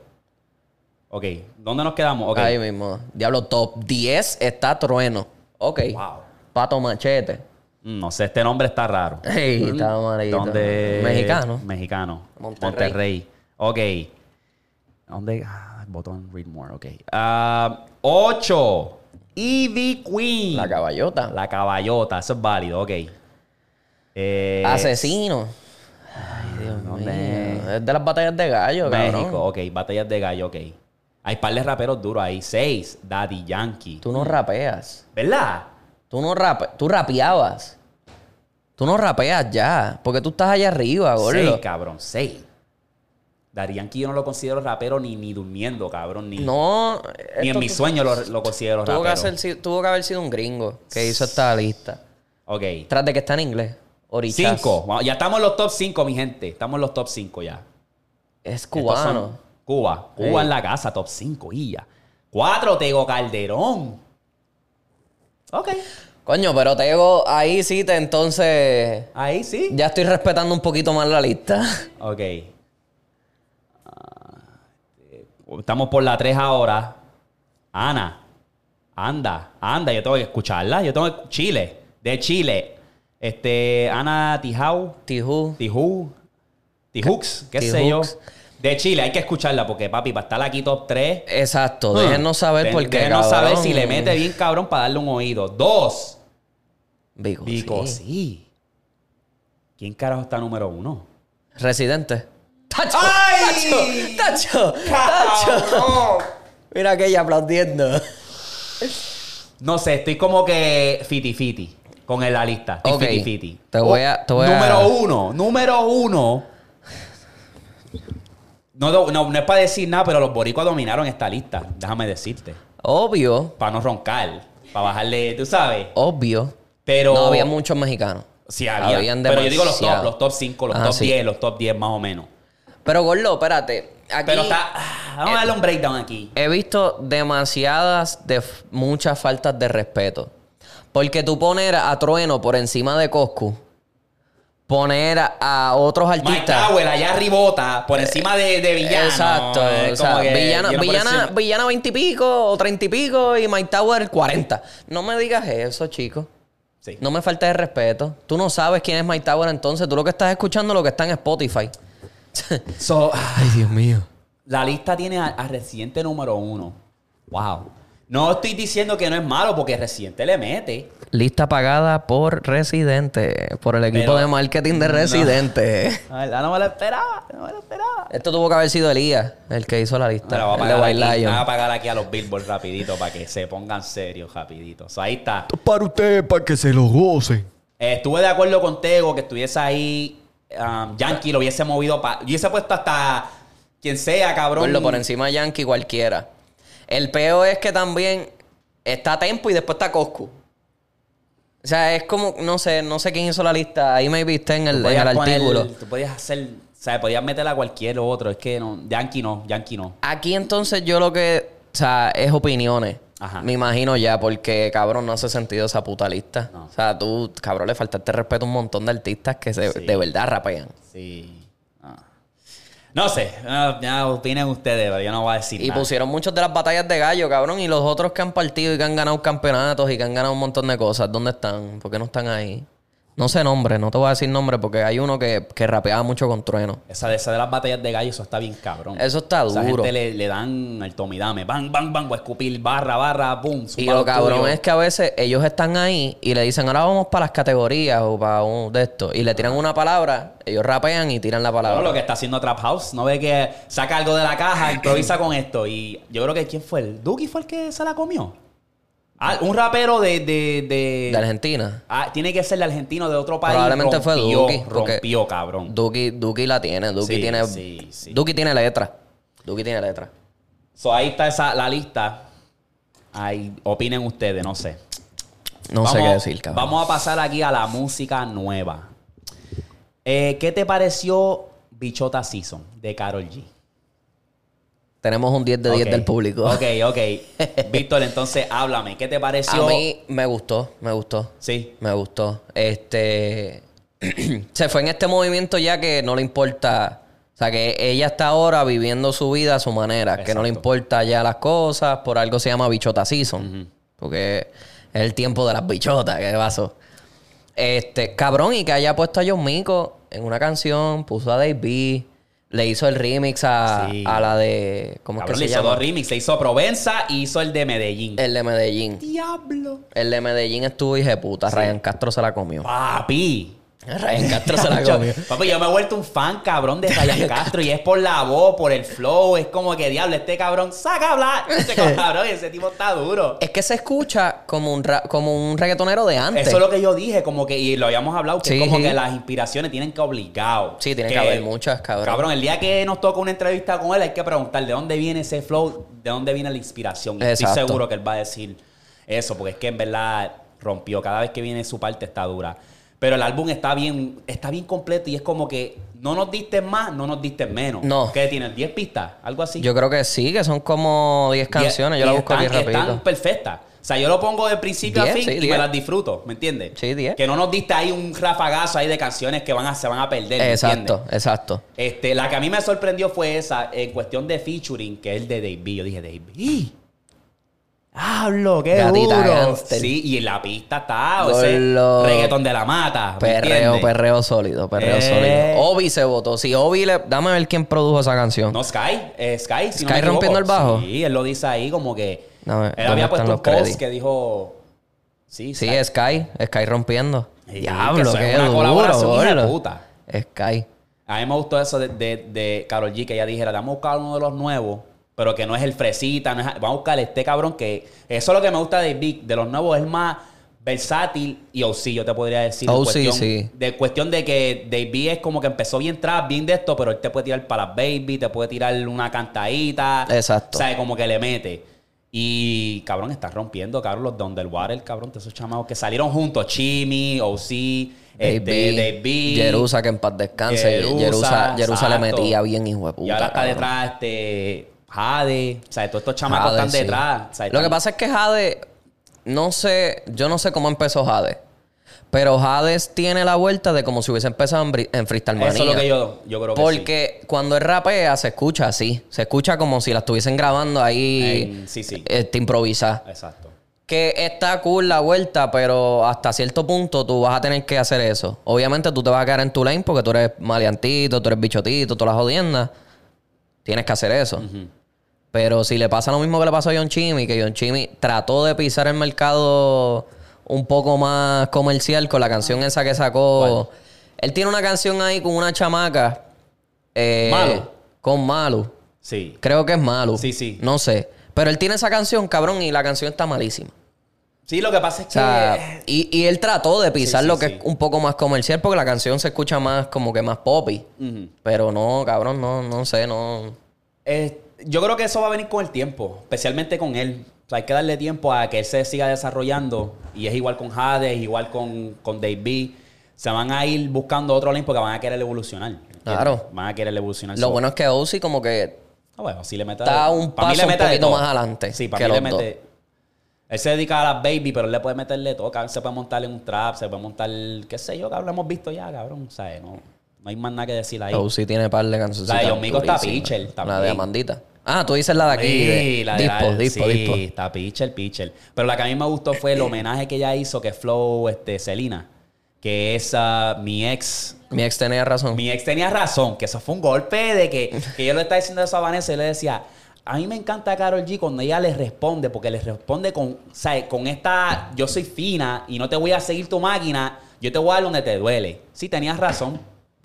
Speaker 2: Ok, ¿dónde nos quedamos? Ok.
Speaker 1: Ahí mismo. Diablo, top 10 está Trueno. Ok.
Speaker 2: Wow.
Speaker 1: Pato Machete.
Speaker 2: Mm, No sé, este nombre está raro.
Speaker 1: Ey, está malito.
Speaker 2: ¿Dónde?
Speaker 1: Mexicano.
Speaker 2: Mexicano.
Speaker 1: Monterrey.
Speaker 2: Monterrey. Ok. ¿Dónde? Ah, el botón Read More, ok. Ah, ocho. Evie Queen.
Speaker 1: La caballota.
Speaker 2: La caballota, eso es válido, ok. Eh,
Speaker 1: Asesino. Ay, Dios
Speaker 2: ¿dónde
Speaker 1: mío. Es de las batallas de gallo,
Speaker 2: México,
Speaker 1: cabrón.
Speaker 2: ok. Batallas de gallo, ok. Hay par de raperos duros ahí. Seis. Daddy Yankee.
Speaker 1: Tú no rapeas.
Speaker 2: ¿Verdad?
Speaker 1: Tú no rape... Tú rapeabas. Tú no rapeas ya. Porque tú estás allá arriba,
Speaker 2: Seis,
Speaker 1: gordo.
Speaker 2: cabrón. Seis. Daddy Yankee yo no lo considero rapero ni, ni durmiendo, cabrón. Ni,
Speaker 1: No.
Speaker 2: ni en
Speaker 1: esto
Speaker 2: mis
Speaker 1: tú-
Speaker 2: sueños lo, lo considero
Speaker 1: tuvo
Speaker 2: rapero.
Speaker 1: que, hacer si- tuvo que haber sido un gringo que hizo esta lista.
Speaker 2: Ok.
Speaker 1: Tras de que está en inglés. Orichas.
Speaker 2: Cinco. Vamos, Ya estamos en los top cinco, mi gente. Estamos en los top cinco ya.
Speaker 1: Es
Speaker 2: Estos son-
Speaker 1: cubano.
Speaker 2: Cuba. Cuba
Speaker 1: Sí.
Speaker 2: en la casa, top cinco, y ya. Cuatro, Tego Calderón. Ok.
Speaker 1: Coño, pero Tego, ahí sí te entonces.
Speaker 2: Ahí sí.
Speaker 1: Ya estoy respetando un poquito más la lista.
Speaker 2: Ok. Ah, eh, Estamos por la 3 ahora. Ana. Anda, anda, yo tengo que escucharla. Yo tengo que- Chile, de Chile. Este, Ana Tijau,
Speaker 1: Tijú.
Speaker 2: Tijú, Tijux, qué sé yo.
Speaker 1: Tijux.
Speaker 2: De Chile, hay que escucharla porque, papi, para estar aquí top 3.
Speaker 1: Exacto. Déjenos saber por qué.
Speaker 2: Déjenos saber
Speaker 1: cabrón.
Speaker 2: si le mete bien cabrón para darle un oído. Dos.
Speaker 1: Vico.
Speaker 2: Vico,
Speaker 1: Pues sí.
Speaker 2: sí. ¿Quién carajo está número uno?
Speaker 1: Residente. ¡Tacho!
Speaker 2: ¡Ay!
Speaker 1: ¡Tacho! ¡Tacho! ¡Tacho! Mira aquella aplaudiendo.
Speaker 2: No sé, estoy como que fiti fiti con el- la lista. Estoy
Speaker 1: Ok,
Speaker 2: fiti fiti.
Speaker 1: te voy a- te voy a-
Speaker 2: número uno, número uno. No, no, no, no es para decir nada, pero los boricuas dominaron esta lista. Déjame decirte.
Speaker 1: Obvio.
Speaker 2: Para no roncar. Para bajarle, tú sabes.
Speaker 1: Obvio.
Speaker 2: Pero.
Speaker 1: No había muchos mexicanos.
Speaker 2: Sí, había.
Speaker 1: Habían
Speaker 2: pero yo digo los top,
Speaker 1: demasiado.
Speaker 2: los top 5, los
Speaker 1: Ajá,
Speaker 2: top
Speaker 1: sí.
Speaker 2: 10, los top 10 más o menos.
Speaker 1: Pero, Gordo, espérate. Aquí
Speaker 2: Pero está. ah, Vamos a darle un breakdown aquí.
Speaker 1: he visto demasiadas, de f- muchas faltas de respeto. Porque tú poner a Trueno por encima de Coscu, poner a- a otros
Speaker 2: Mike
Speaker 1: artistas.
Speaker 2: Tower allá arribota, por encima de, de Villano.
Speaker 1: Eh, Exacto.
Speaker 2: Es
Speaker 1: o
Speaker 2: como
Speaker 1: sea,
Speaker 2: que
Speaker 1: villana,
Speaker 2: yo no por
Speaker 1: villana,
Speaker 2: encima-
Speaker 1: villana 20 y pico o 30 y pico y Mike Tower 40. No me digas eso, chico.
Speaker 2: Sí.
Speaker 1: No me falta de respeto. Tú no sabes quién es Mike Tower entonces. Tú lo que estás escuchando es lo que está en Spotify.
Speaker 2: So, ah,
Speaker 3: Ay, Dios mío.
Speaker 2: La lista tiene a, a Residente número uno. Wow. No estoy diciendo que no es malo porque Residente le mete.
Speaker 1: Lista pagada por Residente, por el equipo
Speaker 2: Pero-
Speaker 1: de marketing de
Speaker 2: No.
Speaker 1: Residente.
Speaker 2: La verdad no me lo esperaba, no me lo esperaba.
Speaker 1: Esto tuvo que haber sido Elías, el que hizo la
Speaker 2: Te la voy
Speaker 1: lista.
Speaker 2: a
Speaker 1: el de
Speaker 2: pagar,
Speaker 1: Ah, White
Speaker 2: aquí, Ah, te la voy a
Speaker 1: Lion.
Speaker 2: pagar aquí a los Billboard rapidito para que se pongan serios rapidito. So, ahí está.
Speaker 3: Para ustedes, para que se lo gocen.
Speaker 2: Eh, Estuve de acuerdo con Tego que estuviese ahí. um, Yankee lo hubiese movido para... Hubiese puesto hasta quien sea, cabrón.
Speaker 1: Ponlo por encima de Yankee cualquiera. El peo es que también está Tempo y después está Coscu. O sea, es como, no sé, no sé quién hizo la lista. Ahí me viste en el, en
Speaker 2: Podías
Speaker 1: el
Speaker 2: poner-
Speaker 1: artículo.
Speaker 2: Tú podías hacer... O sea, podías meterla a cualquier otro. Es que no... Yankee no, Yankee no.
Speaker 1: Aquí entonces yo lo que, o sea, es opiniones.
Speaker 2: Ajá.
Speaker 1: Me imagino ya, porque cabrón, no hace sentido esa puta lista.
Speaker 2: No.
Speaker 1: O sea, tú, cabrón, le faltaste respeto a un montón de artistas que se-
Speaker 2: Sí.
Speaker 1: de verdad rapean.
Speaker 2: Sí. Ah. No sé, ah, ya opinen ustedes, pero yo no voy a decir
Speaker 1: Y
Speaker 2: nada.
Speaker 1: pusieron muchas de las batallas de gallo, cabrón. Y los otros que han partido y que han ganado campeonatos y que han ganado un montón de cosas, ¿dónde están? ¿Por qué no están ahí? No sé nombre, no te voy a decir nombre porque hay uno que, que rapeaba mucho con trueno.
Speaker 2: Esa de, esa de las batallas de gallo, eso está bien cabrón.
Speaker 1: Eso está
Speaker 2: Esa
Speaker 1: duro.
Speaker 2: gente le, le dan el tomidame. Bang, bang, bang. Voy a escupir barra, barra, boom.
Speaker 1: Y lo cabrón es que a veces ellos están ahí y le dicen, ahora vamos para las categorías o para un de esto. Y le tiran una palabra, ellos rapean y tiran la palabra.
Speaker 2: lo que está haciendo Trap House. No ve que saca algo de la caja, improvisa con esto. Y yo creo que ¿quién fue? ¿El Duki fue el que se la comió? Ah, un rapero de. de, de-
Speaker 1: De Argentina.
Speaker 2: Ah, tiene que ser de argentino de otro país.
Speaker 1: Probablemente fue
Speaker 2: rompió,
Speaker 1: Duki. porque
Speaker 2: Rompió, cabrón.
Speaker 1: Duki, Duki la tiene. Duki
Speaker 2: Sí,
Speaker 1: tiene.
Speaker 2: sí, sí.
Speaker 1: Duki tiene letra. Duki tiene letra.
Speaker 2: So, ahí está esa, la lista. Ahí opinen ustedes, no sé.
Speaker 1: No sé qué decir, cabrón.
Speaker 2: Vamos a pasar aquí a la música nueva. Eh, ¿Qué te pareció Bichota Season de Carol G?
Speaker 1: Tenemos un 10 de 10
Speaker 2: Ok.
Speaker 1: del público.
Speaker 2: Ok, ok. Víctor, entonces háblame. ¿Qué te
Speaker 1: A
Speaker 2: pareció?
Speaker 1: mí me gustó, me gustó.
Speaker 2: Sí.
Speaker 1: Me gustó. Este. se fue en este movimiento ya que no le importa. O sea, que ella está ahora viviendo su vida a su manera. Que no le
Speaker 2: Exacto.
Speaker 1: importa ya las cosas. Por algo se llama bichota season. Porque es el tiempo de las bichotas. ¿Qué pasó? Este, cabrón, y que haya puesto a John Mico en una canción. Puso a Dave B. Le hizo el remix a,
Speaker 2: Sí.
Speaker 1: a la de. ¿Cómo
Speaker 2: Cabrón,
Speaker 1: es
Speaker 2: le
Speaker 1: que se
Speaker 2: hizo dos
Speaker 1: llama? Eh.
Speaker 2: remix. Se hizo Provenza y hizo el de Medellín.
Speaker 1: El de Medellín.
Speaker 2: Diablo.
Speaker 1: El de Medellín estuvo hija de puta. Ryan Castro se la comió.
Speaker 2: Ah, Papi.
Speaker 1: Ryan Castro se la
Speaker 2: Yo-
Speaker 1: comió.
Speaker 2: Papi, yo me he vuelto un fan, cabrón, de Ryan Castro. Y es por la voz, por el flow. Es como que, diablo, este cabrón saca a hablar. Este cabrón, ese tipo está duro.
Speaker 1: Es que se escucha como un, ra- como un reggaetonero de antes.
Speaker 2: Eso es lo que yo dije, como que, y lo habíamos hablado, que
Speaker 1: Sí,
Speaker 2: es como
Speaker 1: sí.
Speaker 2: que las inspiraciones tienen que obligado.
Speaker 1: Sí, tiene que haber muchas, cabrón.
Speaker 2: Cabrón, el día que nos toca una entrevista con él, hay que preguntar de dónde viene ese flow, de dónde viene la inspiración. Y estoy
Speaker 1: Exacto.
Speaker 2: seguro que él va a decir eso, porque es que en verdad rompió. Cada vez que viene su parte está dura. Pero el álbum está bien, está bien completo y es como que no nos diste más, no nos diste menos.
Speaker 1: No.
Speaker 2: Que tiene 10 pistas, algo así.
Speaker 1: Yo creo que sí, que son como 10 canciones. Yo
Speaker 2: Y-
Speaker 1: la
Speaker 2: y
Speaker 1: busco aquí
Speaker 2: están,
Speaker 1: rapidito.
Speaker 2: Están perfectas. O sea, yo lo pongo de principio a
Speaker 1: Diez,
Speaker 2: fin
Speaker 1: sí,
Speaker 2: y
Speaker 1: diez.
Speaker 2: me las disfruto, ¿me entiendes?
Speaker 1: Sí, diez.
Speaker 2: Que no nos diste ahí un rafagazo ahí de canciones que van a, se van a perder, ¿me
Speaker 1: Exacto,
Speaker 2: entiendes?
Speaker 1: exacto.
Speaker 2: Este, la que a mí me sorprendió fue esa, en cuestión de featuring, que es el de David. Yo dije, David. ¡Hablo! ¡Qué
Speaker 1: Gatita
Speaker 2: duro!
Speaker 1: gangster.
Speaker 2: Sí, y la pista está, o sea,
Speaker 1: Gordo.
Speaker 2: reggaetón de la mata. ¿me
Speaker 1: Perreo,
Speaker 2: entiendes?
Speaker 1: perreo sólido, perreo
Speaker 2: Eh.
Speaker 1: sólido. Obi se votó. Si Obi le. Dame ver quién produjo esa canción.
Speaker 2: No, Sky. eh, Sky, si no
Speaker 1: Sky
Speaker 2: me equivoco.
Speaker 1: rompiendo el bajo.
Speaker 2: Sí, él lo dice ahí como que...
Speaker 1: No, ¿dónde
Speaker 2: él había
Speaker 1: están
Speaker 2: puesto
Speaker 1: los
Speaker 2: un post
Speaker 1: credits?
Speaker 2: que dijo... Sí,
Speaker 1: sí,
Speaker 2: Sky.
Speaker 1: Sky. Sky rompiendo.
Speaker 2: Sí, que
Speaker 1: Diablo,
Speaker 2: eso es
Speaker 1: qué
Speaker 2: una
Speaker 1: duro,
Speaker 2: colaboración, hija de
Speaker 1: boludo.
Speaker 2: puta.
Speaker 1: Sky.
Speaker 2: A mí me gustó eso de, de, de Karol G, que ella dijera, vamos a buscar uno de los nuevos, pero que no es el fresita, no es- vamos a buscar este cabrón que... Eso es lo que me gusta de Big, de los nuevos, es más versátil y OC, yo te podría decir. en
Speaker 1: OC,
Speaker 2: cuestión-
Speaker 1: sí.
Speaker 2: De cuestión de que David es como que empezó bien trap, bien de esto, pero él te puede tirar para las baby, te puede tirar una cantadita.
Speaker 1: Exacto.
Speaker 2: O sea, como que le mete. Y cabrón, está rompiendo, cabrón, los Don del Water, cabrón, de esos chamacos que salieron juntos, Chimi, OC,
Speaker 1: Baby,
Speaker 2: este, David.
Speaker 1: Jerusa, que en paz descanse.
Speaker 2: Jerusa,
Speaker 1: Jerusa, Jerusa le
Speaker 2: exacto.
Speaker 1: metía bien, hijo de puta.
Speaker 2: Y ahora está
Speaker 1: cabrón.
Speaker 2: detrás este Jade. O sea, todos estos chamacos
Speaker 1: Jade,
Speaker 2: están
Speaker 1: sí.
Speaker 2: detrás. O sea,
Speaker 1: Lo que
Speaker 2: están-
Speaker 1: pasa es que Jade, no sé, yo no sé cómo empezó Jade. Pero Hades tiene la vuelta de como si hubiese empezado en, bri- en Freestyle Manía.
Speaker 2: Eso es lo que yo, yo creo que sí.
Speaker 1: Porque cuando él rapea se escucha así. Se escucha como si la estuviesen grabando ahí.
Speaker 2: En- sí, sí.
Speaker 1: Este, improvisa.
Speaker 2: Exacto.
Speaker 1: Que está cool la vuelta, pero hasta cierto punto tú vas a tener que hacer eso. Obviamente tú te vas a quedar en tu lane porque tú eres maleantito, tú eres bichotito, todas las jodiendas. Tienes que hacer eso. Pero si le pasa lo mismo que le pasó a John Chimmy, que John Chimmy trató de pisar el mercado un poco más comercial con la canción esa que sacó. Él tiene una canción ahí con una chamaca. eh,
Speaker 2: Malu.
Speaker 1: Con Malu.
Speaker 2: Sí.
Speaker 1: Creo que es Malu.
Speaker 2: Sí, sí.
Speaker 1: No sé. Pero él tiene esa canción, cabrón, y la canción está malísima.
Speaker 2: Sí, lo que pasa es
Speaker 1: O
Speaker 2: que.
Speaker 1: sea, y, y él trató de pisar
Speaker 2: Eh, Sí, sí,
Speaker 1: lo que
Speaker 2: sí.
Speaker 1: es un poco más comercial porque la canción se escucha más como que más poppy.
Speaker 2: Ujú.
Speaker 1: Pero no, cabrón, no, no sé, no.
Speaker 2: Eh, yo creo que eso va a venir con el tiempo, especialmente con él. O sea, hay que darle tiempo a que él se siga desarrollando. Y es igual con Jade, es igual con, con Dave Se van a ir buscando otro link porque van a querer evolucionar. ¿entiendes?
Speaker 1: Claro.
Speaker 2: Van a querer evolucionar.
Speaker 1: Lo
Speaker 2: So,
Speaker 1: bueno es que Ozzy como que
Speaker 2: Ah, bueno, sí le mete
Speaker 1: Está un
Speaker 2: pa' mí
Speaker 1: paso un
Speaker 2: mete de
Speaker 1: poquito
Speaker 2: todo.
Speaker 1: más adelante
Speaker 2: Sí, para
Speaker 1: que
Speaker 2: mí le
Speaker 1: los dos.
Speaker 2: mete. Él se dedica a las baby, pero él le puede meterle todo. cabrón. Se puede montar en un trap, se puede montar, qué sé yo, cabrón. Lo hemos visto ya, cabrón. O sea, no, no hay más nada que decir ahí.
Speaker 1: Ozzy tiene par de canciones.
Speaker 2: La de John Mico está pitcher
Speaker 1: La de
Speaker 2: también.
Speaker 1: Amandita. Ah, tú dices la de aquí.
Speaker 2: Sí,
Speaker 1: de-
Speaker 2: la de la-
Speaker 1: Dispo, dispo,
Speaker 2: sí,
Speaker 1: dispo.
Speaker 2: está pitcher, pitcher. Pero la que a mí me gustó fue el homenaje que ella hizo, que Flow, este, Selena, que es ah, mi ex.
Speaker 1: Mi ex tenía razón.
Speaker 2: Mi ex tenía razón, que eso fue un golpe de que, que yo le estaba diciendo eso a Vanessa y le decía, a mí me encanta a Carol G cuando ella le responde, porque le responde con, ¿sabes? Con esta, yo soy fina y no te voy a seguir tu máquina, yo te voy a dar donde te duele. Sí, tenías razón,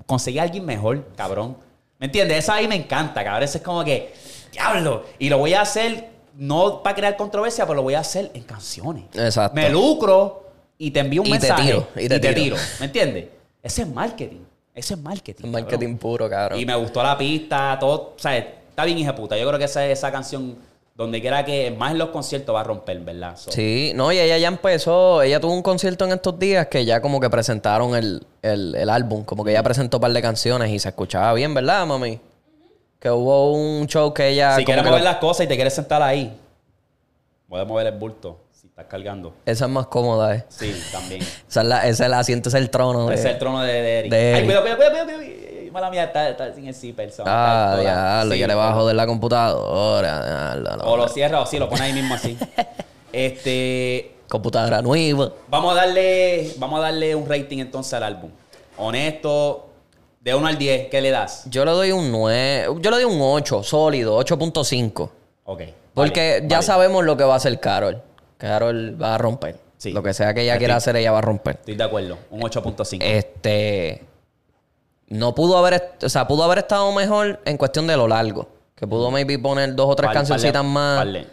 Speaker 2: conseguí a alguien mejor, cabrón. ¿Me entiendes? Eso a mí me encanta, cabrón. Eso es como que, diablo, y lo voy a hacer no para crear controversia, pero lo voy a hacer en canciones.
Speaker 1: Exacto.
Speaker 2: Me lucro y te envío un
Speaker 1: Y te
Speaker 2: mensaje.
Speaker 1: tiro, y te tiro.
Speaker 2: ¿Me entiendes? Ese es marketing. Ese es marketing. cabrón.
Speaker 1: Marketing puro, cabrón.
Speaker 2: Y me gustó la pista, todo. O sea, está bien, hija puta. Yo creo que esa, esa canción, donde quiera que, más en los conciertos, va a romper, ¿verdad? So,
Speaker 1: Sí, no, y ella ya empezó, ella tuvo un concierto en estos días que ya como que presentaron el, el- el álbum, como que ella presentó un par de canciones y se escuchaba bien, ¿verdad, mami? Que hubo un show que ella...
Speaker 2: Si
Speaker 1: como
Speaker 2: quieres
Speaker 1: que
Speaker 2: mover
Speaker 1: lo-
Speaker 2: las cosas y te quieres sentar ahí, puedes mover el bulto si estás cargando.
Speaker 1: Esa es más cómoda, ¿eh?
Speaker 2: Sí, también.
Speaker 1: Esa es la- ese es el asiento, ese es el trono. de-
Speaker 2: Ese es el trono de, de Eric.
Speaker 1: Eh, de
Speaker 2: Ay,
Speaker 1: Eric.
Speaker 2: cuidado, cuidado, cuidado, cuidado, cuidado. Mala mía, está, está sin el zipper. el sound,
Speaker 1: Ah,
Speaker 2: está toda-
Speaker 1: diablo,
Speaker 2: sí,
Speaker 1: ya le va a joder la computadora. diablo, la
Speaker 2: O lo cierra o sí, lo pone ahí mismo así. este,
Speaker 1: Computadora nueva.
Speaker 2: vamos a darle, vamos a darle un rating entonces al álbum. Honesto, de 1 al 10, ¿qué le das?
Speaker 1: Yo le doy un 9, yo le doy un 8, sólido, 8.5.
Speaker 2: Ok.
Speaker 1: Porque
Speaker 2: vale,
Speaker 1: ya
Speaker 2: vale.
Speaker 1: sabemos lo que va a hacer Carol. Carol va a romper.
Speaker 2: Sí.
Speaker 1: Lo que sea que ella quiera hacer, ella va a romper.
Speaker 2: Estoy de acuerdo, un 8.5.
Speaker 1: Este. No pudo haber. est- O sea, pudo haber estado mejor en cuestión de lo largo. Que pudo maybe poner dos o tres
Speaker 2: Mm. Par-
Speaker 1: cancioncitas
Speaker 2: parle-
Speaker 1: más.
Speaker 2: parle.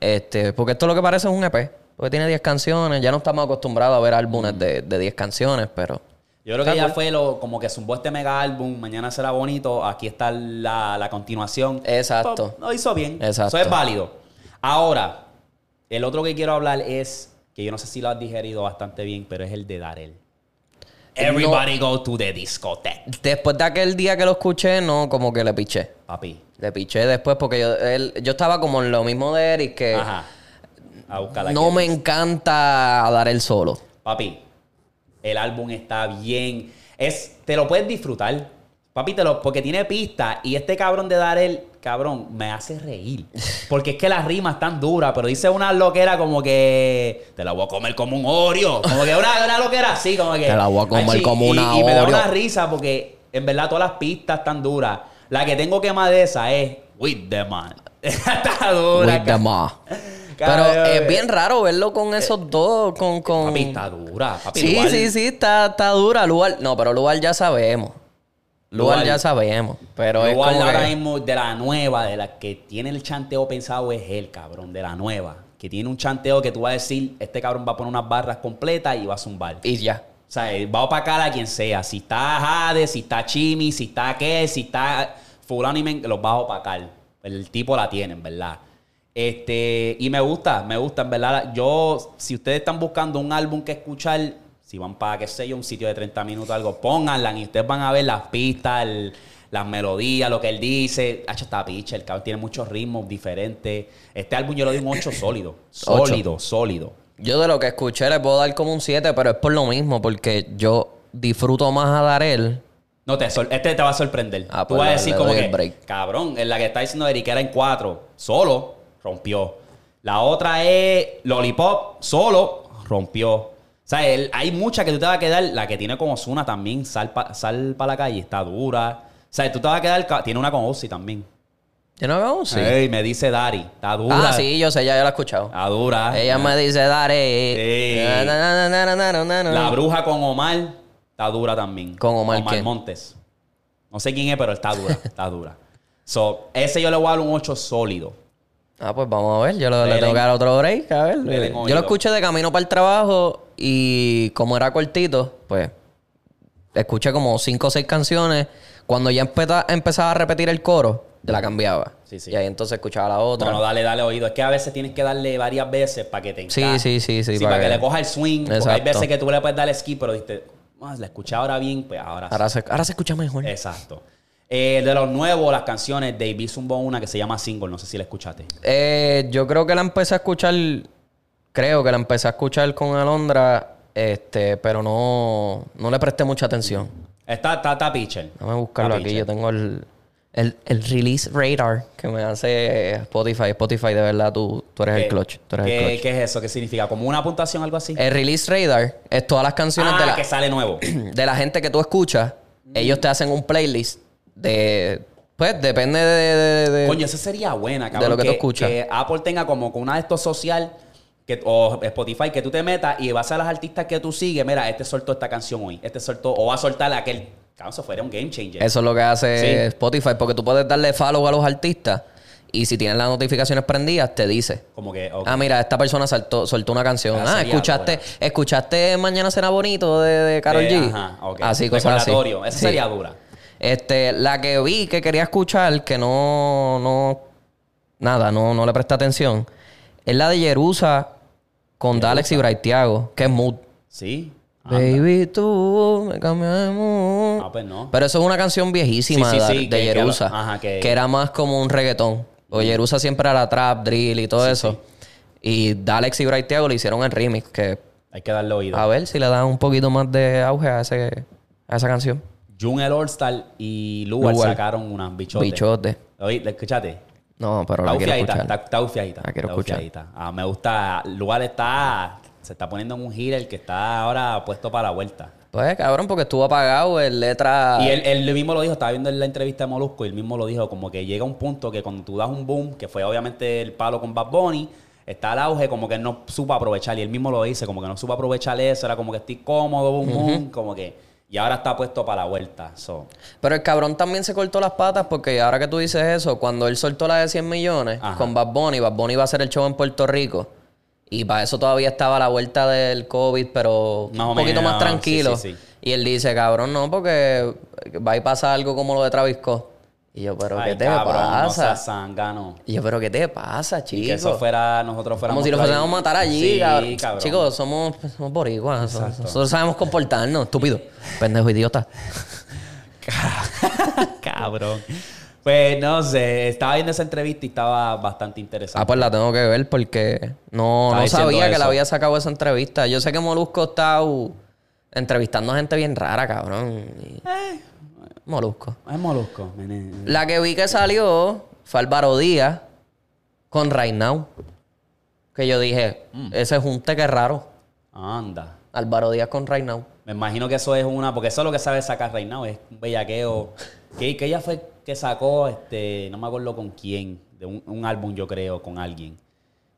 Speaker 1: Este, porque esto lo que parece es un EP. Porque tiene 10 canciones. Ya no estamos acostumbrados a ver
Speaker 2: Mm.
Speaker 1: álbumes de de 10 canciones, pero.
Speaker 2: Yo creo que ya fue lo, como que zumbó este mega álbum, mañana será bonito, aquí está la, la continuación. Pues,
Speaker 1: Exacto.
Speaker 2: Lo hizo bien.
Speaker 1: Exacto.
Speaker 2: Eso es válido. Ahora, el otro que quiero hablar es, que yo no sé si lo has digerido bastante bien, pero es el de Darel. Everybody go to the discotheque.
Speaker 1: Después de aquel día que lo escuché, no, como que le piché.
Speaker 2: Papi.
Speaker 1: Le piché después porque yo, él- yo estaba como en lo mismo de Eric que.
Speaker 2: Ajá. A buscarla
Speaker 1: Eh, No
Speaker 2: aquí.
Speaker 1: me encanta dar el solo.
Speaker 2: Papi, el álbum está bien. Es, te lo puedes disfrutar. Papi, te lo, porque tiene pista. Y este cabrón de dar el cabrón, me hace reír. Porque es que las rimas están duras, pero dice una loquera como que te la voy a comer como un Oreo. Como que una, una loquera así, como que.
Speaker 1: Te la voy a comer
Speaker 2: Achi,
Speaker 1: como
Speaker 2: y-
Speaker 1: una
Speaker 2: Y me da
Speaker 1: Oreo.
Speaker 2: una risa porque en verdad todas las pistas están duras. La que tengo que más de esa es With the Man. está dura.
Speaker 1: With the
Speaker 2: ca-
Speaker 1: ma. Pero
Speaker 2: Cabrón,
Speaker 1: es
Speaker 2: eh.
Speaker 1: bien raro verlo con esos dos, con... con...
Speaker 2: Papi, está dura. Papi,
Speaker 1: sí,
Speaker 2: igual.
Speaker 1: sí, sí, está, está dura. Lugar... No, pero lugar ya sabemos. Lugar,
Speaker 2: Lugar-
Speaker 1: ya sabemos. Pero es
Speaker 2: Igual
Speaker 1: como
Speaker 2: ahora
Speaker 1: que-
Speaker 2: mismo de la nueva, de la que tiene el chanteo pensado es el cabrón, de la nueva. Que tiene un chanteo que tú vas a decir, este cabrón va a poner unas barras completas y va a zumbar.
Speaker 1: Y ya.
Speaker 2: O sea, eh, él va a opacar a quien sea. Si está Jade, si está Chimi, si está qué, si está fulano y men- los va a opacar. El tipo la tiene, en verdad. Este, y me gusta, me gusta, en verdad. Yo, si ustedes están buscando un álbum que escuchar, si van para, qué sé yo, un sitio de 30 minutos o algo, pónganla y ustedes van a ver las pistas, el- las melodías, lo que él dice. Hacho, está picha, el cabrón tiene muchos ritmos diferentes. Este álbum yo le doy un 8 sólido.
Speaker 1: Ocho.
Speaker 2: Sólido, sólido.
Speaker 1: Yo de lo que escuché le puedo dar como un 7, pero es por lo mismo, porque yo disfruto más a Darel.
Speaker 2: No, te sor- este te va a sorprender.
Speaker 1: Ah,
Speaker 2: Tú
Speaker 1: pues
Speaker 2: vas a
Speaker 1: le-
Speaker 2: decir
Speaker 1: le
Speaker 2: como
Speaker 1: doy
Speaker 2: que,
Speaker 1: el break.
Speaker 2: cabrón, en la que está diciendo Eric era en cuatro, solo, rompió. La otra es Lollipop, solo, rompió. O sea, él- hay muchas que tú te vas a quedar, la que tiene con Osuna también, sal para la calle, está dura. O sea, tú te vas a quedar, ca- tiene una con Ozzy también.
Speaker 1: Yo no veo un sí.
Speaker 2: Ey, me dice Dari, está Eh, dura.
Speaker 1: Ah, sí, yo sé, ya yo la he escuchado.
Speaker 2: Está dura.
Speaker 1: Ella me dice Darel.
Speaker 2: Sí.
Speaker 1: Na, na, na, na, na, na, na, na.
Speaker 2: La bruja con Omar está dura también.
Speaker 1: Ah. ¿Con Omar quién?
Speaker 2: Montes. No sé quién es, pero está dura, está dura. So, ese yo le voy a dar un 8 sólido.
Speaker 1: Ah, pues vamos a ver. Yo lo-
Speaker 2: Le
Speaker 1: le tengo
Speaker 2: den-
Speaker 1: que dar otro break. A ver.
Speaker 2: le den
Speaker 1: Yo
Speaker 2: oído.
Speaker 1: lo escuché de camino para el trabajo y como era cortito, pues escuché como cinco o seis canciones. Cuando ya empeza- empezaba a repetir el coro, te la cambiaba.
Speaker 2: Sí, sí.
Speaker 1: Y ahí entonces escuchaba la otra.
Speaker 2: No, no, dale, dale oído. Es que a veces tienes que darle varias veces para que te
Speaker 1: Sí,
Speaker 2: encaje.
Speaker 1: sí, sí, sí,
Speaker 2: para,
Speaker 1: para
Speaker 2: que,
Speaker 1: que-
Speaker 2: le coja el swing. Porque hay
Speaker 1: Exacto.
Speaker 2: veces que tú le puedes dar skip, pero dijiste, "Ah, la escuché ahora bien, pues ahora sí".
Speaker 1: ahora, se, ahora se escucha mejor.
Speaker 2: Exacto. Eh, de los nuevos, las canciones, David zumbó una que se llama Single. No sé si la escuchaste.
Speaker 1: Eh, yo creo que la empecé a escuchar. Creo que la empecé a escuchar con Alondra. Este, pero no, no le presté mucha atención.
Speaker 2: Está, está, está pitcher.
Speaker 1: Déjame buscarlo
Speaker 2: Está
Speaker 1: aquí.
Speaker 2: pitcher.
Speaker 1: Yo tengo el, el, el release radar que me hace Spotify. Spotify, de verdad, tú, tú eres el clutch. Tú eres el
Speaker 2: ¿Qué,
Speaker 1: clutch.
Speaker 2: ¿Qué es eso? ¿Qué significa? ¿Como una puntuación algo así?
Speaker 1: El release radar es todas las canciones
Speaker 2: Ah,
Speaker 1: de, la, Eh,
Speaker 2: que sale nuevo.
Speaker 1: de la gente que tú escuchas. Ellos te hacen un playlist de. Pues depende de. de- de-
Speaker 2: Coño, esa sería buena, cabrón.
Speaker 1: lo que tú escuchas.
Speaker 2: Que Apple tenga como que una de estos social que, o Spotify que tú te metas y vas a las artistas que tú sigues. Mira, este soltó esta canción hoy. Este soltó o va a soltar aquel. Cabrón, eso fuera un game changer.
Speaker 1: Eso es lo que hace
Speaker 2: Sí.
Speaker 1: Spotify, porque tú puedes darle follow a los artistas Y si tienes las notificaciones prendidas, te dice.
Speaker 2: Como que, ok.
Speaker 1: Ah, mira, esta persona saltó, soltó una canción.
Speaker 2: Ah,
Speaker 1: Ah,
Speaker 2: sería
Speaker 1: escuchaste,
Speaker 2: dura.
Speaker 1: escuchaste Mañana será bonito de, de Karol
Speaker 2: Eh,
Speaker 1: G.
Speaker 2: Ajá, ok.
Speaker 1: Así, cosas así.
Speaker 2: Recordatorio. Esa
Speaker 1: Sí.
Speaker 2: sería dura.
Speaker 1: Este, la que vi que quería escuchar, que no, no, nada, no, no le presté atención, es la de Jerusa con Dalex y Braithiago, que es Mood.
Speaker 2: Sí. Ah,
Speaker 1: Baby, tú me cambias de mood.
Speaker 2: Ah, pues no.
Speaker 1: Pero eso es una canción viejísima
Speaker 2: Sí, sí,
Speaker 1: de-
Speaker 2: sí,
Speaker 1: de
Speaker 2: que- que era-
Speaker 1: Jerusa,
Speaker 2: ajá, que-
Speaker 1: que, era más como un reggaetón. O Jerusa siempre era trap, drill y todo eso. Y Dalex y Braithiago le hicieron el remix, que
Speaker 2: Hay que darle oído.
Speaker 1: a ver si le dan un poquito más de auge a, ese, a esa canción.
Speaker 2: Jun el All-Star y Lugar
Speaker 1: Lugar.
Speaker 2: sacaron unas bichotes.
Speaker 1: Bichote.
Speaker 2: Oye, ¿la escuchaste?
Speaker 1: No, pero la
Speaker 2: Está
Speaker 1: quiero
Speaker 2: ufiadita,
Speaker 1: escuchar.
Speaker 2: está, está ufiadita.
Speaker 1: La quiero
Speaker 2: está
Speaker 1: escuchar.
Speaker 2: ufiadita. Ah, me gusta. Lugar está. Se está poniendo en un gira el que está ahora puesto para la vuelta.
Speaker 1: Pues cabrón, porque estuvo apagado el letra.
Speaker 2: Y él, él mismo lo dijo, estaba viendo en la entrevista de Molusco y él mismo lo dijo, como que llega un punto que cuando tú das un boom, que fue obviamente el palo con Bad Bunny, está el auge, como que él no supo aprovechar, y él mismo lo dice, como que no supo aprovechar eso, era como que estoy cómodo, boom, boom, como que, y ahora está puesto para la vuelta. So,
Speaker 1: Pero el cabrón también se cortó las patas porque ahora que tú dices eso, cuando él soltó la de 100 millones
Speaker 2: Ajá.
Speaker 1: con Bad Bunny, Bad Bunny iba a hacer el show en Puerto Rico. Y para eso todavía estaba la vuelta del COVID, pero
Speaker 2: Más o
Speaker 1: un poquito
Speaker 2: menos,
Speaker 1: más tranquilo.
Speaker 2: sí, sí, sí.
Speaker 1: Y él dice, cabrón, no, porque va y pasa algo como lo de Travis Scott. Y yo, pero
Speaker 2: ay,
Speaker 1: ¿qué te
Speaker 2: cabrón, no
Speaker 1: pasa?
Speaker 2: seas zángano.
Speaker 1: y yo, pero ¿qué te pasa,
Speaker 2: Y que
Speaker 1: chico?
Speaker 2: eso fuera, nosotros fuéramos...
Speaker 1: Como si lo fuéramos a matar allí,
Speaker 2: Sí,
Speaker 1: cabrón.
Speaker 2: cabrón.
Speaker 1: Chicos, somos, somos boricuas. Nosotros sabemos comportarnos, estúpido. Pendejo idiota.
Speaker 2: Cabrón. Pues no sé, estaba viendo esa entrevista y estaba bastante interesante.
Speaker 1: Ah, pues la tengo que ver porque no,
Speaker 2: Estaba
Speaker 1: no
Speaker 2: diciendo
Speaker 1: sabía que
Speaker 2: eso.
Speaker 1: la había sacado esa entrevista. Yo sé que Molusco está uh, entrevistando a gente bien rara, cabrón. Y-
Speaker 2: Eh.
Speaker 1: Ah. Molusco.
Speaker 2: Es molusco. nene.
Speaker 1: La que vi que salió fue Álvaro Díaz con Right Now. Que yo dije,
Speaker 2: Mm.
Speaker 1: ese junte que raro.
Speaker 2: Anda.
Speaker 1: Álvaro Díaz con Right Now.
Speaker 2: Me imagino que eso es una, porque eso es lo que sabe sacar Reinao, es un bellaqueo. Que, que ella fue que sacó, este, no me acuerdo con quién, de un, un álbum, yo creo, con alguien.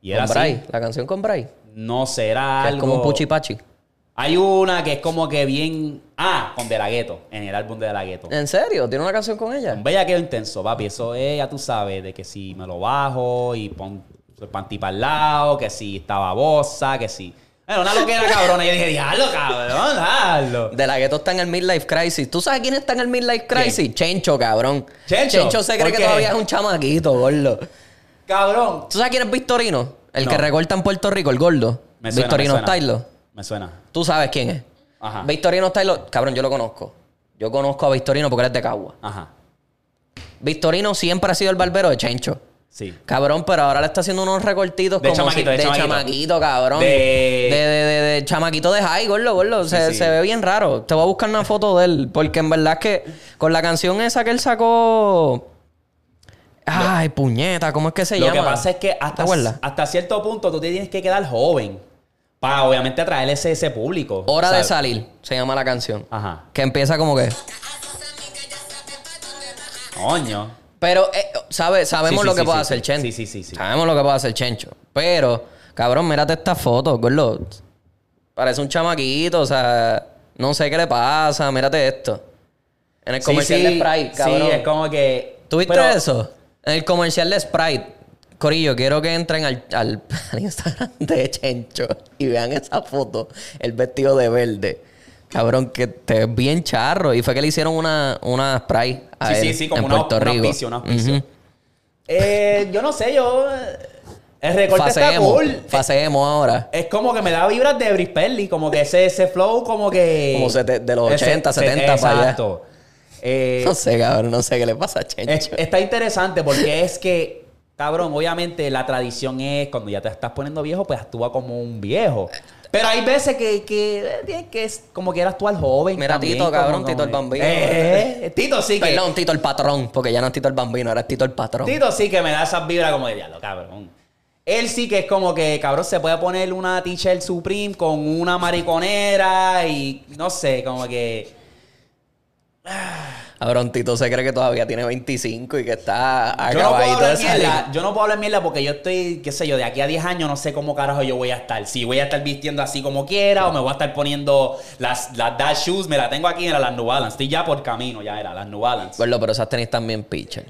Speaker 2: Y era
Speaker 1: Con
Speaker 2: así.
Speaker 1: Bray. La canción con Bray. que
Speaker 2: No será
Speaker 1: Es
Speaker 2: algo.
Speaker 1: como un puchipachi.
Speaker 2: Hay una que es como que bien. Ah, con De La Ghetto, en el álbum de De La Ghetto.
Speaker 1: ¿En serio? ¿Tiene una canción con ella?
Speaker 2: Un bellaqueo intenso, papi. Eso es, ya tú sabes, de que si me lo bajo y pon el panty para el lado, que si estaba bosa, que si. Bueno, una loquera cabrona. Yo dije, diablo, cabrón, diablo.
Speaker 1: De la gueto está en el Midlife Crisis. ¿Tú sabes quién está en el Midlife Crisis? Chencho, cabrón.
Speaker 2: ¿Chencho?
Speaker 1: se
Speaker 2: ¿Por
Speaker 1: cree que
Speaker 2: qué?
Speaker 1: todavía es un chamaquito, gordo.
Speaker 2: Cabrón.
Speaker 1: ¿Tú sabes quién es Victorino? El
Speaker 2: No.
Speaker 1: que recorta en Puerto Rico, el gordo.
Speaker 2: Me suena,
Speaker 1: Victorino
Speaker 2: me suena.
Speaker 1: Stylo.
Speaker 2: Me suena.
Speaker 1: Tú sabes quién es.
Speaker 2: Ajá.
Speaker 1: Victorino Stylo, cabrón, yo lo conozco. Yo conozco a Victorino porque él es de Cagua.
Speaker 2: Ajá.
Speaker 1: Victorino siempre ha sido el barbero de Chencho.
Speaker 2: Sí.
Speaker 1: Cabrón, pero ahora le está haciendo unos recortitos
Speaker 2: De
Speaker 1: como
Speaker 2: chamaquito,
Speaker 1: si-
Speaker 2: de chamaquito.
Speaker 1: chamaquito, cabrón.
Speaker 2: De-
Speaker 1: De... De, de- de chamaquito de high, gordo, gordo. se,
Speaker 2: sí.
Speaker 1: se ve bien raro. Te voy a buscar una foto de él. Porque en verdad es que con la canción esa que él sacó. Ay, puñeta, ¿cómo es que se
Speaker 2: Lo
Speaker 1: llama?
Speaker 2: que pasa es que
Speaker 1: ¿Te
Speaker 2: hasta,
Speaker 1: acuerdas?
Speaker 2: hasta cierto punto tú te tienes que quedar joven para obviamente atraer ese, ese público.
Speaker 1: Hora de
Speaker 2: ¿sabes?
Speaker 1: salir, se llama la canción.
Speaker 2: Ajá.
Speaker 1: Que empieza como que.
Speaker 2: Coño.
Speaker 1: Pero, eh, sabe, sabemos
Speaker 2: Sí, sí,
Speaker 1: lo que
Speaker 2: sí,
Speaker 1: puede
Speaker 2: sí,
Speaker 1: hacer
Speaker 2: sí.
Speaker 1: Chencho.
Speaker 2: Sí, sí, sí, sí.
Speaker 1: Sabemos lo que puede hacer Chencho. Pero, cabrón, mírate esta foto, gordo. Parece un chamaquito, o sea, no sé qué le pasa. Mírate esto. En el
Speaker 2: Sí,
Speaker 1: comercial
Speaker 2: sí,
Speaker 1: de Sprite, cabrón.
Speaker 2: Sí, es como que.
Speaker 1: ¿Tuviste
Speaker 2: pero-
Speaker 1: eso? En el comercial de Sprite. Corillo, quiero que entren al, al- al Instagram de Chencho y vean esa foto. El vestido de verde. Cabrón, que te ves bien charro. Y fue que le hicieron una, una Sprite a
Speaker 2: Sí,
Speaker 1: él
Speaker 2: sí, sí, como
Speaker 1: en
Speaker 2: una-
Speaker 1: Puerto
Speaker 2: un
Speaker 1: Rico.
Speaker 2: auspicio, un auspicio.
Speaker 1: Ujú.
Speaker 2: Eh, yo no sé, yo. eh, El recorte está
Speaker 1: Faseemos.
Speaker 2: cool.
Speaker 1: Faseemos ahora.
Speaker 2: Es como que me da vibras de Bris Perly, como que ese, ese flow, como que.
Speaker 1: Como sete- de los 80, 70 para allá.
Speaker 2: Exacto. Eh,
Speaker 1: No sé, cabrón. No sé qué le pasa a
Speaker 2: Es-
Speaker 1: Chencho.
Speaker 2: está interesante porque es que, cabrón, obviamente la tradición es cuando ya te estás poniendo viejo, pues actúa como un viejo. Pero hay veces que, que, eh, tienes que es como quieras actuar joven.
Speaker 1: Mira,
Speaker 2: también,
Speaker 1: Tito,
Speaker 2: como-
Speaker 1: cabrón,
Speaker 2: como-
Speaker 1: Tito el Bambino.
Speaker 2: Eh, eh, Tito sí que.
Speaker 1: Perdón, Tito el patrón. Porque ya no es Tito el bambino, ahora es Tito el patrón.
Speaker 2: Tito sí que me da esas vibras como de diablo, cabrón. Él sí que es como que, cabrón, se puede poner una t-shirt Supreme con una mariconera y no sé, como que.
Speaker 1: Cabrón, Tito se cree que todavía tiene 25 y que está
Speaker 2: Yo no, puedo
Speaker 1: acabadito Ah,
Speaker 2: hablar
Speaker 1: de salir.
Speaker 2: mierda, yo no puedo hablar mierda porque yo estoy, qué sé yo, de aquí a 10 años no sé cómo carajo yo voy a estar. Si voy a estar vistiendo así como quiera o me voy a estar poniendo las, las Dad Shoes, me la tengo aquí, mira, las New Balance. Estoy ya por camino, ya era, las New Balance.
Speaker 1: Gordo, pero esas tenis están bien pitcher.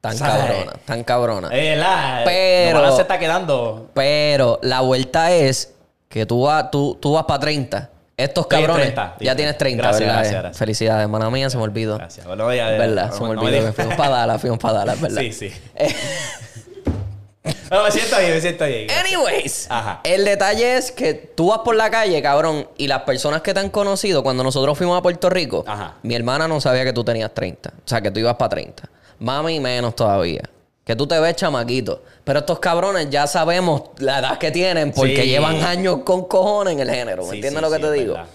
Speaker 1: Tan
Speaker 2: ¿Sabes?
Speaker 1: cabrona, tan cabrona.
Speaker 2: Eh, la,
Speaker 1: Pero-
Speaker 2: Novalán se está quedando.
Speaker 1: Pero la vuelta es que tú, vas- tú, tú vas para 30. Estos
Speaker 2: Estoy en
Speaker 1: cabrones.
Speaker 2: 30, estoy
Speaker 1: ya
Speaker 2: en
Speaker 1: tienes
Speaker 2: 30.
Speaker 1: 30,
Speaker 2: Gracias,
Speaker 1: ¿verdad?
Speaker 2: gracias,
Speaker 1: Eh,
Speaker 2: gracias.
Speaker 1: Felicidades, hermana mía, se me olvidó.
Speaker 2: Gracias. Bueno, ya-
Speaker 1: ¿Verdad? se
Speaker 2: no
Speaker 1: me
Speaker 2: me
Speaker 1: olvidó
Speaker 2: digas.
Speaker 1: que fuimos para Dallas, fuimos para Dallas, ¿verdad? Eh,
Speaker 2: Sí, sí. No, me siento bien, me siento bien.
Speaker 1: Eh, Anyways,
Speaker 2: Ajá.
Speaker 1: el detalle es que tú vas por la calle, cabrón, y las personas que te han conocido, cuando nosotros fuimos a Puerto Rico,
Speaker 2: Ajá.
Speaker 1: mi hermana no sabía que tú tenías 30. O sea, que tú ibas para 30. Mami, menos todavía. Que tú te ves chamaquito. Pero estos cabrones ya sabemos la edad que tienen porque
Speaker 2: Sí.
Speaker 1: llevan años con cojones en el género. ¿Me
Speaker 2: Sí,
Speaker 1: entiendes
Speaker 2: sí,
Speaker 1: lo que
Speaker 2: sí,
Speaker 1: te
Speaker 2: es
Speaker 1: digo?
Speaker 2: verdad.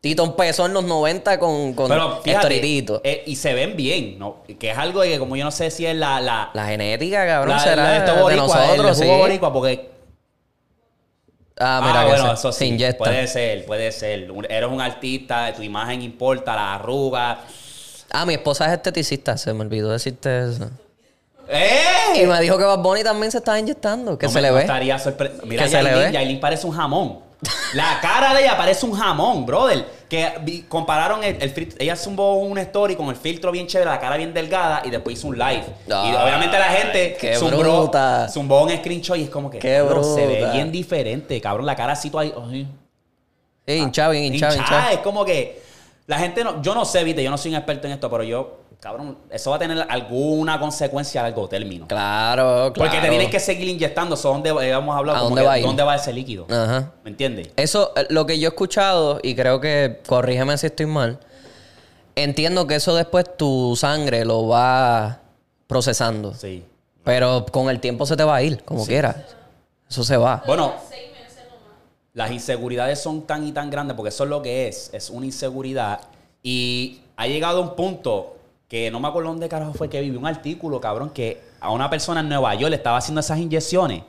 Speaker 1: Tito empezó en los 90 con, con
Speaker 2: Pero
Speaker 1: historitito.
Speaker 2: fíjate, eh, y se ven bien, ¿no? Que es algo de que como yo no sé si es la... La,
Speaker 1: la genética, cabrón,
Speaker 2: la-
Speaker 1: será
Speaker 2: la de estos
Speaker 1: de
Speaker 2: boricuas, el
Speaker 1: nosotros.
Speaker 2: jugo
Speaker 1: sí.
Speaker 2: boricua, porque...
Speaker 1: Ah,
Speaker 2: Ah,
Speaker 1: mira, que
Speaker 2: bueno,
Speaker 1: se-
Speaker 2: eso
Speaker 1: se
Speaker 2: sí,
Speaker 1: inyectan.
Speaker 2: puede ser, puede ser. Un- eres un artista, tu imagen importa, las arrugas...
Speaker 1: Ah, mi esposa es esteticista, se me olvidó decirte eso. Y
Speaker 2: ¡Eh!
Speaker 1: me dijo que Bad Bunny también se está inyectando, que
Speaker 2: No
Speaker 1: se
Speaker 2: me-
Speaker 1: le
Speaker 2: no
Speaker 1: ve.
Speaker 2: Estaría sorpre- Mira,
Speaker 1: Que se le
Speaker 2: Yailin,
Speaker 1: ve.
Speaker 2: Yailin parece un jamón. La cara de ella parece un jamón, brother. Que vi- compararon el, el fil- Ella zumbó una story con el filtro bien chévere, la cara bien delgada, y después hizo un live. y
Speaker 1: Ah,
Speaker 2: obviamente la gente
Speaker 1: qué
Speaker 2: zumbó,
Speaker 1: bruta.
Speaker 2: zumbó un screenshot y es como que
Speaker 1: Qué
Speaker 2: "Cabrón, se ve
Speaker 1: bruta.
Speaker 2: bien diferente, cabrón. La cara así tú ahí. ay,
Speaker 1: Sí, hinchado, bien hinchado,
Speaker 2: hinchada,
Speaker 1: hinchado.
Speaker 2: Es como que la gente no. Yo no sé, viste, yo no soy un experto en esto, pero yo, cabrón, eso va a tener alguna consecuencia a largo término.
Speaker 1: Claro, claro.
Speaker 2: Porque te tienes que seguir inyectando. So, ¿dónde va- eh, hemos hablado?
Speaker 1: ¿A
Speaker 2: como
Speaker 1: dónde
Speaker 2: que
Speaker 1: va a ir? Ah.
Speaker 2: ¿Dónde va ese líquido?
Speaker 1: Ajá.
Speaker 2: ¿Me entiendes?
Speaker 1: Eso, eh, lo que yo he escuchado, y creo que, corrígeme si estoy mal, entiendo que eso después tu sangre lo va procesando.
Speaker 2: Sí.
Speaker 1: Pero con el tiempo se te va a ir, como quieras. Eso se va.
Speaker 2: Bueno, las inseguridades son tan y tan grandes porque eso es lo que es. Es una inseguridad. Y ha llegado un punto que no me acuerdo dónde carajo fue que viví un artículo, cabrón, que a una persona en Nueva York le estaba haciendo esas inyecciones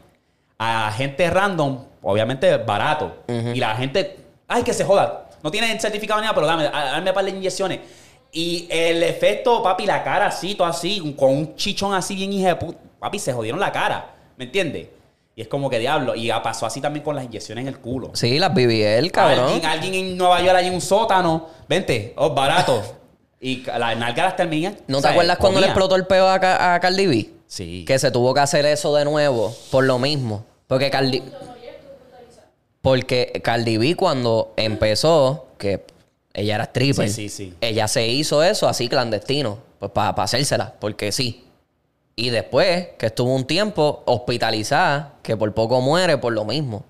Speaker 2: a gente random, obviamente barato. Y la gente, ay, que se joda. No tiene certificado ni nada, pero dame, a- dame para las inyecciones. Y el efecto, papi, la cara así, todo así, con un chichón así bien hija de pu- Papi, se jodieron la cara. ¿Me entiendes? Y es como que diablo. Y ah, pasó así también con las inyecciones en el culo.
Speaker 1: Sí, las BBL, cabrón.
Speaker 2: Alguien, alguien en Nueva York, hay un sótano. Vente, oh, barato. y ca- las nalgas las terminan.
Speaker 1: ¿No te acuerdas cuando le explotó el peo a, Ca- a Cardi B?
Speaker 2: Sí.
Speaker 1: que se tuvo que hacer eso de nuevo por lo mismo. Porque Cardi... Porque Cardi B cuando empezó, que ella era stripper,
Speaker 2: Sí, sí, sí.
Speaker 1: ella se hizo eso así clandestino, pues para hacérsela, porque sí. Y después, que estuvo un tiempo hospitalizada, que por poco muere por lo mismo.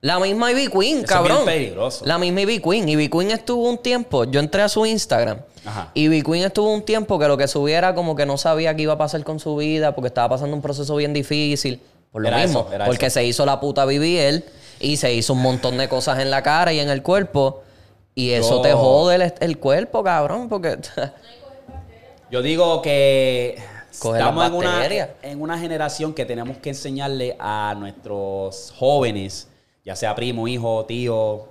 Speaker 1: La misma Ivy Queen,
Speaker 2: es
Speaker 1: cabrón.
Speaker 2: bien peligroso.
Speaker 1: La misma Ivy Queen. Ivy Queen estuvo un tiempo, yo entré a su Instagram.
Speaker 2: Ajá.
Speaker 1: Y B Queen estuvo un tiempo que lo que subiera como que no sabía qué iba a pasar con su vida porque estaba pasando un proceso bien difícil. Por lo
Speaker 2: Era
Speaker 1: mismo,
Speaker 2: eso, era
Speaker 1: porque se hizo la puta BBL y se hizo un montón de cosas en la cara y en el cuerpo. Y eso
Speaker 2: Yo-
Speaker 1: te jode el, el cuerpo, cabrón, porque...
Speaker 2: Yo digo que
Speaker 1: Coge
Speaker 2: estamos
Speaker 1: las
Speaker 2: en una,
Speaker 1: bacterias.
Speaker 2: en una generación que tenemos que enseñarle a nuestros jóvenes, ya sea primo, hijo, tío,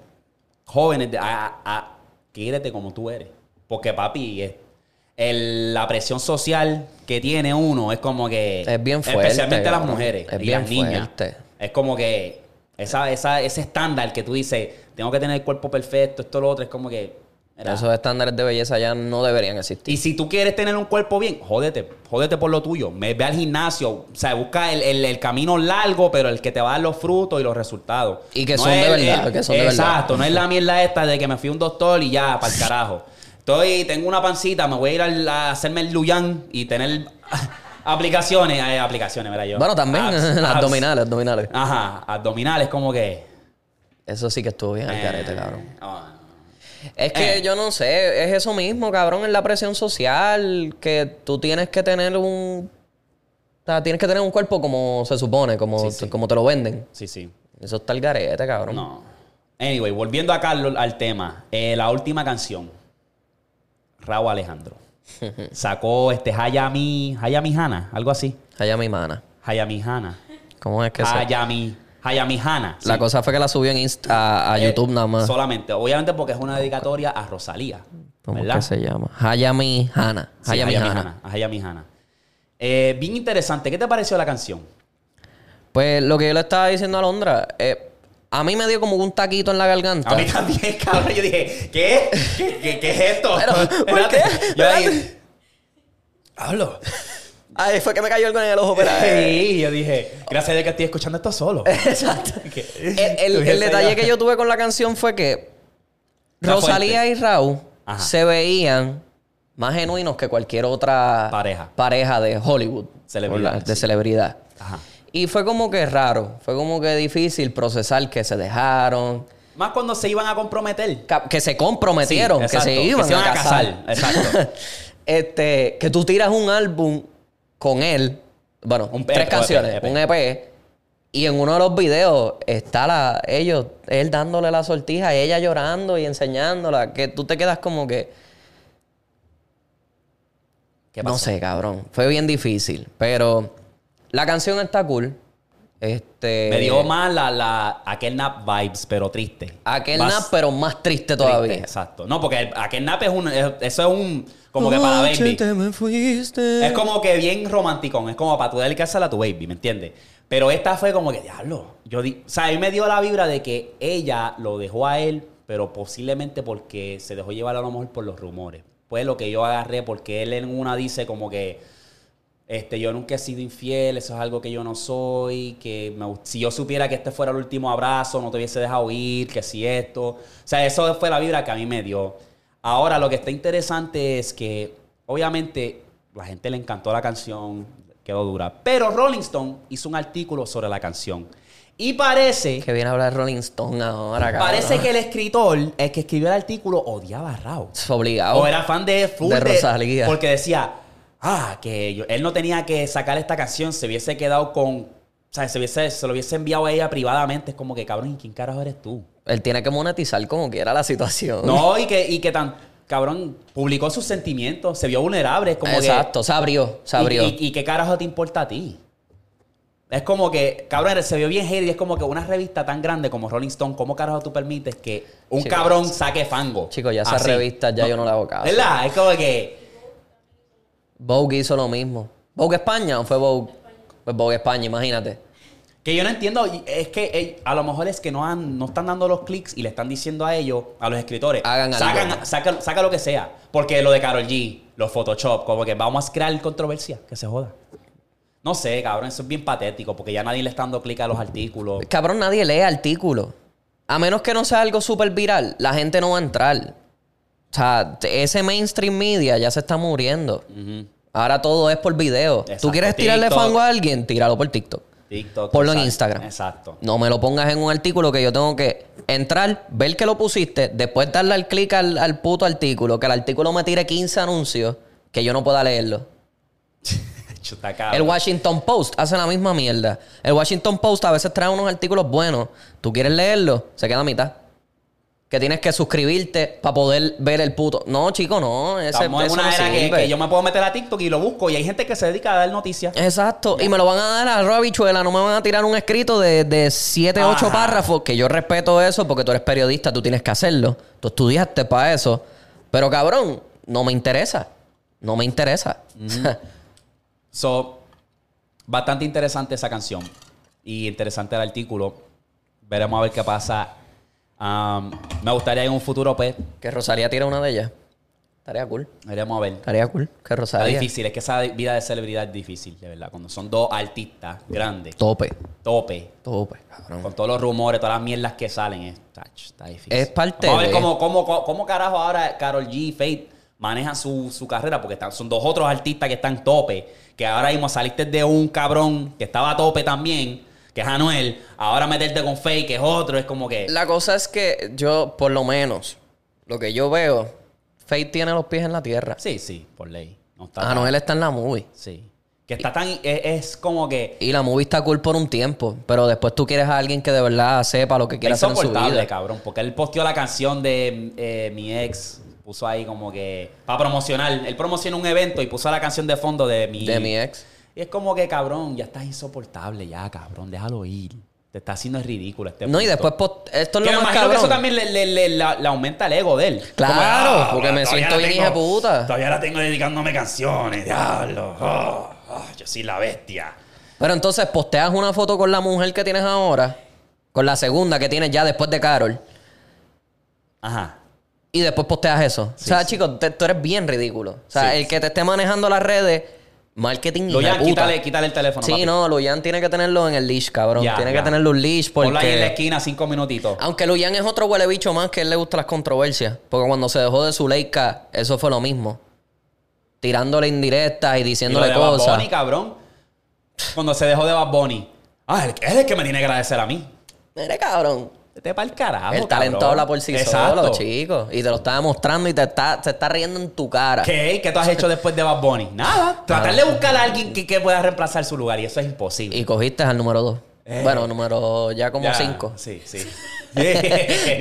Speaker 2: jóvenes, de- a, a- a- quédate como tú eres. Porque papi, es- el- la presión social que tiene uno es como que...
Speaker 1: Es bien fuerte,
Speaker 2: Especialmente las
Speaker 1: cabrón.
Speaker 2: mujeres
Speaker 1: Es
Speaker 2: y
Speaker 1: bien
Speaker 2: las niñas.
Speaker 1: fuerte.
Speaker 2: Es como que esa, esa- ese estándar que tú dices, tengo que tener el cuerpo perfecto, esto, lo otro, es como que... mira,
Speaker 1: Esos estándares de belleza ya no deberían existir.
Speaker 2: y si tú quieres tener un cuerpo bien, jódete, jódete por lo tuyo. Me- Ve al gimnasio, o sea, busca el, el- el camino largo, pero el que te va a dar los frutos y los resultados.
Speaker 1: Y que son de verdad, que son de verdad.
Speaker 2: Exacto, no es la mierda esta de que me fui a un doctor y ya, para el carajo. Estoy, tengo una pancita, me voy a ir al- a, hacerme el Luyan y tener aplicaciones, eh, aplicaciones, ¿verdad? Yo.
Speaker 1: Bueno, también
Speaker 2: Abs,
Speaker 1: las
Speaker 2: abs.
Speaker 1: abdominales, abdominales.
Speaker 2: Ajá, abdominales, como que.
Speaker 1: Eso sí que estuvo bien al
Speaker 2: eh,
Speaker 1: carete, cabrón.
Speaker 2: ah,
Speaker 1: Es
Speaker 2: Eh.
Speaker 1: que yo no sé, es eso mismo, cabrón, es la presión social, que tú tienes que tener un... O sea, tienes que tener un cuerpo como se supone, como,
Speaker 2: Sí, sí.
Speaker 1: como te lo venden.
Speaker 2: sí, sí.
Speaker 1: Eso está el garete, cabrón.
Speaker 2: No. Anyway, volviendo a Carlos al tema. eh, la última canción. Raúl Alejandro. Sacó este Hayami. Hayami Hana, algo así.
Speaker 1: Allá mi mana.
Speaker 2: Hayami Hana.
Speaker 1: ¿Cómo es que
Speaker 2: Ah,
Speaker 1: se...?
Speaker 2: Hayami. Hayami Hana.
Speaker 1: La cosa fue que la subió en Insta- a,
Speaker 2: Eh,
Speaker 1: a YouTube nada más.
Speaker 2: Solamente. Obviamente porque es una dedicatoria a Rosalía.
Speaker 1: ¿Cómo es
Speaker 2: ¿Verdad?
Speaker 1: que se llama? Hayami Hana.
Speaker 2: Sí,
Speaker 1: Hayami
Speaker 2: Hayami
Speaker 1: Hana.
Speaker 2: Hana, Hayami Hana. Eh, bien interesante. ¿Qué te pareció la canción?
Speaker 1: Pues lo que yo le estaba diciendo a Londra, eh, a mí me dio como un taquito en la garganta.
Speaker 2: A mí también, cabrón. Yo dije, ¿qué? ¿Qué, qué- qué es esto?
Speaker 1: Pero, ¿por
Speaker 2: Espérate.
Speaker 1: qué?
Speaker 2: Yo ahí-
Speaker 1: Espérate.
Speaker 2: Hablo.
Speaker 1: Ahí fue que me cayó algo en el ojo, pero...
Speaker 2: Sí, yo dije, gracias a Dios que estoy escuchando esto solo.
Speaker 1: Exacto.
Speaker 2: Que-
Speaker 1: El, el- el
Speaker 2: Tuviese
Speaker 1: detalle
Speaker 2: ya-
Speaker 1: que yo tuve con la canción fue que
Speaker 2: Está
Speaker 1: Rosalía
Speaker 2: fuerte.
Speaker 1: y Raúl
Speaker 2: Ajá.
Speaker 1: se veían más genuinos que cualquier otra
Speaker 2: Pareja.
Speaker 1: pareja de Hollywood.
Speaker 2: Celebridad,
Speaker 1: ¿verdad? De
Speaker 2: sí.
Speaker 1: celebridad.
Speaker 2: Ajá.
Speaker 1: Y fue como que raro, fue como que difícil procesar que se dejaron,
Speaker 2: Más cuando se iban a comprometer.
Speaker 1: ca- que se comprometieron,
Speaker 2: Sí,
Speaker 1: que se
Speaker 2: exacto,
Speaker 1: iban,
Speaker 2: que se iban
Speaker 1: a
Speaker 2: a
Speaker 1: casar.
Speaker 2: casar, exacto.
Speaker 1: este, que tú tiras un álbum con él, bueno,
Speaker 2: Un E
Speaker 1: tres
Speaker 2: EP,
Speaker 1: canciones,
Speaker 2: EP.
Speaker 1: un EP, y en uno de los videos está la, ellos, él dándole la sortija, ella llorando y enseñándola, que tú te quedas como que,
Speaker 2: ¿Qué
Speaker 1: no sé, cabrón, fue bien difícil, pero la canción está cool. Este,
Speaker 2: Me dio más la, la- aquel nap vibes, pero triste.
Speaker 1: Aquel
Speaker 2: Más
Speaker 1: nap, pero más triste
Speaker 2: triste,
Speaker 1: todavía.
Speaker 2: exacto. No, porque el- aquel nap es un. es- eso es un. Como que para baby.
Speaker 3: me fuiste.
Speaker 2: Es como que bien romántico. Es como para tú dedicársela a tu baby, ¿me entiendes? Pero esta fue como que, diablo. Yo di, o sea, a mí me dio la vibra de que ella lo dejó a él, pero posiblemente porque se dejó llevar a lo mejor por los rumores. Pues lo que yo agarré, porque él en una dice como que. Este, yo nunca he sido infiel, eso es algo que yo no soy, que me gust- si yo supiera que este fuera el último abrazo, no te hubiese dejado ir, que si esto. O sea, eso fue la vibra que a mí me dio. Ahora, lo que está interesante es que, obviamente, la gente le encantó la canción, quedó dura. Pero Rolling Stone hizo un artículo sobre la canción. Y parece...
Speaker 1: Que viene a hablar Rolling Stone ahora, cabrón.
Speaker 2: Parece que el escritor, el que escribió el artículo, odiaba a Rao.
Speaker 1: Es obligado.
Speaker 2: O era fan de full
Speaker 1: De Rosalía.
Speaker 2: Porque decía, ah, que yo- él no tenía que sacar esta canción, se hubiese quedado con. O sea, se, hubiese, se lo hubiese enviado a ella privadamente. Es como que, cabrón, ¿y quién carajo eres tú?
Speaker 1: Él tiene que monetizar como quiera la situación.
Speaker 2: No, y que, y que tan. Cabrón, publicó sus sentimientos, se vio vulnerable. Es como que-
Speaker 1: Eh, Exacto, se abrió, se abrió.
Speaker 2: Y, y- y qué carajo te importa a ti? Es como que, cabrón, se vio bien heavy. Es como que una revista tan grande como Rolling Stone, ¿cómo carajo tú permites que un
Speaker 1: Chicos,
Speaker 2: cabrón saque fango?
Speaker 1: Chicos, ya esas
Speaker 2: Así.
Speaker 1: revistas ya yo no le hago caso.
Speaker 2: ¿Verdad? Es como que.
Speaker 1: Vogue hizo lo mismo. ¿Vogue España o fue Vogue? Pues Vogue España, imagínate.
Speaker 2: Que yo no entiendo. y Es que eh, a lo mejor es que no, han, no están dando los clics y le están diciendo a ellos, a los escritores,
Speaker 1: Hagan algo.
Speaker 2: sacan- saca, saca lo que sea. Porque lo de Carol G, los Photoshop, como que vamos a crear controversia, que se joda. No sé, cabrón, eso es bien patético porque ya nadie le está dando clic a los artículos.
Speaker 1: Cabrón, nadie lee artículos. A menos que no sea algo súper viral, la gente no va a entrar. O sea, t- ese mainstream media ya se está muriendo. Ahora todo es por video.
Speaker 2: Exacto,
Speaker 1: ¿Tú quieres tirarle
Speaker 2: TikTok.
Speaker 1: fango a alguien? Tíralo por TikTok.
Speaker 2: TikTok.
Speaker 1: Ponlo en
Speaker 2: exacto.
Speaker 1: Instagram.
Speaker 2: Exacto.
Speaker 1: No me lo pongas en un artículo que yo tengo que entrar, ver que lo pusiste, después darle al clic al, al puto artículo, que el artículo me tire 15 anuncios que yo no pueda leerlo.
Speaker 2: Chuta, cabrón.
Speaker 1: El Washington Post hace la misma mierda. El Washington Post a veces trae unos artículos buenos. Tú quieres leerlo, se queda a mitad. Que tienes que suscribirte para poder ver el puto. No, chico, no. Ese,
Speaker 2: Estamos en
Speaker 1: eso no
Speaker 2: una era que,
Speaker 1: sirve.
Speaker 2: que yo me puedo meter a TikTok y lo busco y hay gente que se dedica a dar noticias.
Speaker 1: Exacto. Y me lo van a dar a Robichuela. No me van a tirar un escrito de, de siete, ocho
Speaker 2: Ajá.
Speaker 1: párrafos. Que yo respeto eso porque tú eres periodista, tú tienes que hacerlo. Tú estudiaste para eso. Pero cabrón, no me interesa. No me interesa.
Speaker 2: Mm. So, bastante interesante esa canción. Y interesante el artículo. Veremos a ver qué pasa. Um, me gustaría en un futuro, pues.
Speaker 1: que Rosalía tira una de ellas. Estaría cool.
Speaker 2: Veremos a ver.
Speaker 1: Estaría cool. Que
Speaker 2: Está
Speaker 1: Rosalía.
Speaker 2: difícil. Es que esa vida de celebridad es difícil, de verdad. Cuando son dos artistas grandes,
Speaker 1: Tope.
Speaker 2: tope,
Speaker 1: Tope, cabrón.
Speaker 2: con todos los rumores, todas las mierdas que salen, es, tach, está difícil.
Speaker 1: Es parte
Speaker 2: Vamos a ver
Speaker 1: de-
Speaker 2: cómo, cómo, cómo, cómo carajo ahora Carol G y Faith manejan su, su carrera, porque están, son dos otros artistas que están tope, que ahora mismo saliste de un cabrón que estaba a tope también, que es Anuel, ahora meterte con Faith, que es otro, es como que...
Speaker 1: La cosa es que yo, por lo menos, lo que yo veo, Faith tiene los pies en la tierra.
Speaker 2: Sí, sí, por ley. No está
Speaker 1: Anuel está en la movie.
Speaker 2: Sí. Que está tan... Es, es como que...
Speaker 1: Y la movie está cool por un tiempo, pero después tú quieres a alguien que de verdad sepa lo que quiere
Speaker 2: Es
Speaker 1: hacer en su
Speaker 2: insoportable,
Speaker 1: vida.
Speaker 2: cabrón, porque él posteó la canción de eh, mi ex, puso ahí como que... Para promocionar, él promocionó un evento y puso la canción de fondo de mi...
Speaker 1: De mi ex.
Speaker 2: Y es como que, cabrón, ya estás insoportable, ya, cabrón, déjalo ir. Te está haciendo el ridículo este
Speaker 1: No, y
Speaker 2: punto.
Speaker 1: después post- esto
Speaker 2: Que
Speaker 1: es
Speaker 2: me
Speaker 1: lo más
Speaker 2: imagino que
Speaker 1: cabrón.
Speaker 2: eso también le, le- le- la- le aumenta el ego de él.
Speaker 1: Claro,
Speaker 2: Como, "Ah,
Speaker 1: porque me
Speaker 2: todavía
Speaker 1: siento
Speaker 2: la
Speaker 1: bien
Speaker 2: tengo-
Speaker 1: hija puta.
Speaker 2: Todavía la tengo dedicándome canciones, diablo. oh, oh, yo soy la bestia.
Speaker 1: Pero entonces posteas una foto con la mujer que tienes ahora, con la segunda que tienes ya después de Carol,
Speaker 2: Ajá.
Speaker 1: y después posteas eso. o sea, chicos, te- tú eres bien ridículo. O sea,
Speaker 2: Sí,
Speaker 1: el que te esté manejando las redes Marketing y
Speaker 2: Loyan,
Speaker 1: puta.
Speaker 2: quítale, quítale el teléfono.
Speaker 1: Sí,
Speaker 2: papi.
Speaker 1: no, Luyan tiene que tenerlo en el leash, cabrón.
Speaker 2: Ya,
Speaker 1: tiene
Speaker 2: ya.
Speaker 1: que tenerlo en leash porque...
Speaker 2: Ponlo ahí en la esquina cinco minutitos.
Speaker 1: Aunque Luyan es otro huele bicho más que él le gusta las controversias. Porque cuando se dejó de Zuleika, eso fue lo mismo. Tirándole indirectas y
Speaker 2: Y lo
Speaker 1: diciéndole
Speaker 2: de Bad
Speaker 1: cosas.
Speaker 2: Bunny, cabrón. Cuando se dejó de Bad Bunny. Ah, él es el que me tiene que agradecer a mí.
Speaker 1: Mire, cabrón.
Speaker 2: Vete para el carajo.
Speaker 1: el talento
Speaker 2: cabrón.
Speaker 1: habla por sí
Speaker 2: Exacto.
Speaker 1: solo, chicos. Y te lo está demostrando y te está, te está riendo en tu cara.
Speaker 2: ¿Qué? ¿Qué tú has hecho después de Bad Bunny? Nada. Tratar de buscar a alguien que, que pueda reemplazar su lugar y eso es imposible.
Speaker 1: Y cogiste al número dos.
Speaker 2: Eh.
Speaker 1: Bueno, número ya como
Speaker 2: Ya,
Speaker 1: cinco.
Speaker 2: Sí, sí.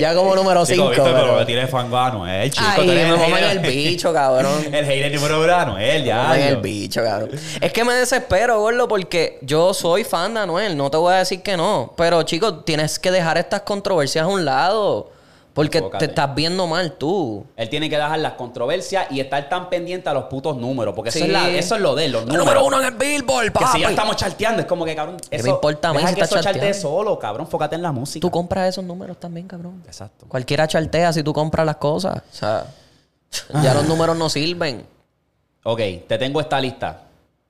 Speaker 1: Ya como número cinco,
Speaker 2: Chico, viste,
Speaker 1: pero-
Speaker 2: pero me tiré fango a Noel, chico.
Speaker 1: Ay,
Speaker 2: tú eres
Speaker 1: me comen el
Speaker 2: hater.
Speaker 1: bicho, cabrón.
Speaker 2: El hater número uno a Noel, ya.
Speaker 1: Comen el
Speaker 2: yo.
Speaker 1: bicho, cabrón. Es que me desespero, gordo, porque yo soy fan de Anuel. No te voy a decir que no. Pero, chicos, tienes que dejar estas controversias a un lado. Porque
Speaker 2: Enfócate.
Speaker 1: te estás viendo mal tú.
Speaker 2: Él tiene que dejar las controversias y estar tan pendiente a los putos números, porque eso,
Speaker 1: Sí.
Speaker 2: es, la- eso es lo de él, los números.
Speaker 1: uno en el Billboard,
Speaker 2: Que si ya estamos charteando, es como que, cabrón,
Speaker 1: Ah, pues. me
Speaker 2: eso,
Speaker 1: importa a mí
Speaker 2: deja
Speaker 1: si
Speaker 2: que
Speaker 1: está
Speaker 2: eso chartee
Speaker 1: charteando?
Speaker 2: solo, cabrón, fócate en la música.
Speaker 1: Tú compras esos números también, cabrón.
Speaker 2: Exacto.
Speaker 1: Cualquiera chartea si tú compras las cosas. O sea, ya los números no sirven.
Speaker 2: Ok, te tengo esta lista.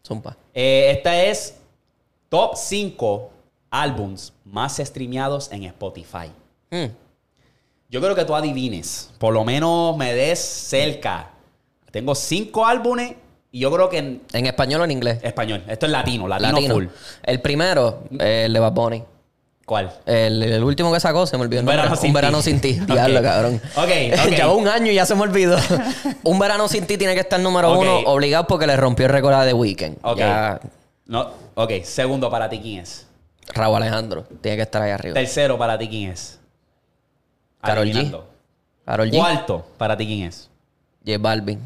Speaker 1: Zumpa.
Speaker 2: Eh, esta es top 5 álbums más streameados en Spotify.
Speaker 1: Mm.
Speaker 2: Yo creo que tú adivines, por lo menos me des cerca. Tengo 5 álbumes y yo creo que en
Speaker 1: ¿En español o en inglés?
Speaker 2: español. Esto es latino, latino,
Speaker 1: Latino.
Speaker 2: full.
Speaker 1: El primero, eh, el de Bad Bunny.
Speaker 2: ¿Cuál?
Speaker 1: El, el último que sacó, se me olvidó. el
Speaker 2: Un
Speaker 1: nombre.
Speaker 2: verano sin
Speaker 1: Un verano
Speaker 2: ti.
Speaker 1: sin ti.
Speaker 2: Ok.
Speaker 1: Diablo, cabrón.
Speaker 2: Ok, ok.
Speaker 1: Lleva un año y ya se me olvidó. un verano sin ti tiene que estar número
Speaker 2: Ok.
Speaker 1: uno, obligado porque le rompió el récord de Weekend.
Speaker 2: Ok.
Speaker 1: Ya,
Speaker 2: No, ok, segundo para ti, ¿quién es?
Speaker 1: Raúl Alejandro tiene que estar ahí arriba.
Speaker 2: Tercero para ti, ¿quién es?
Speaker 1: Karol G.
Speaker 2: Adivinando.
Speaker 1: Karol G.
Speaker 2: Cuarto para ti, ¿quién es?
Speaker 1: J Balvin.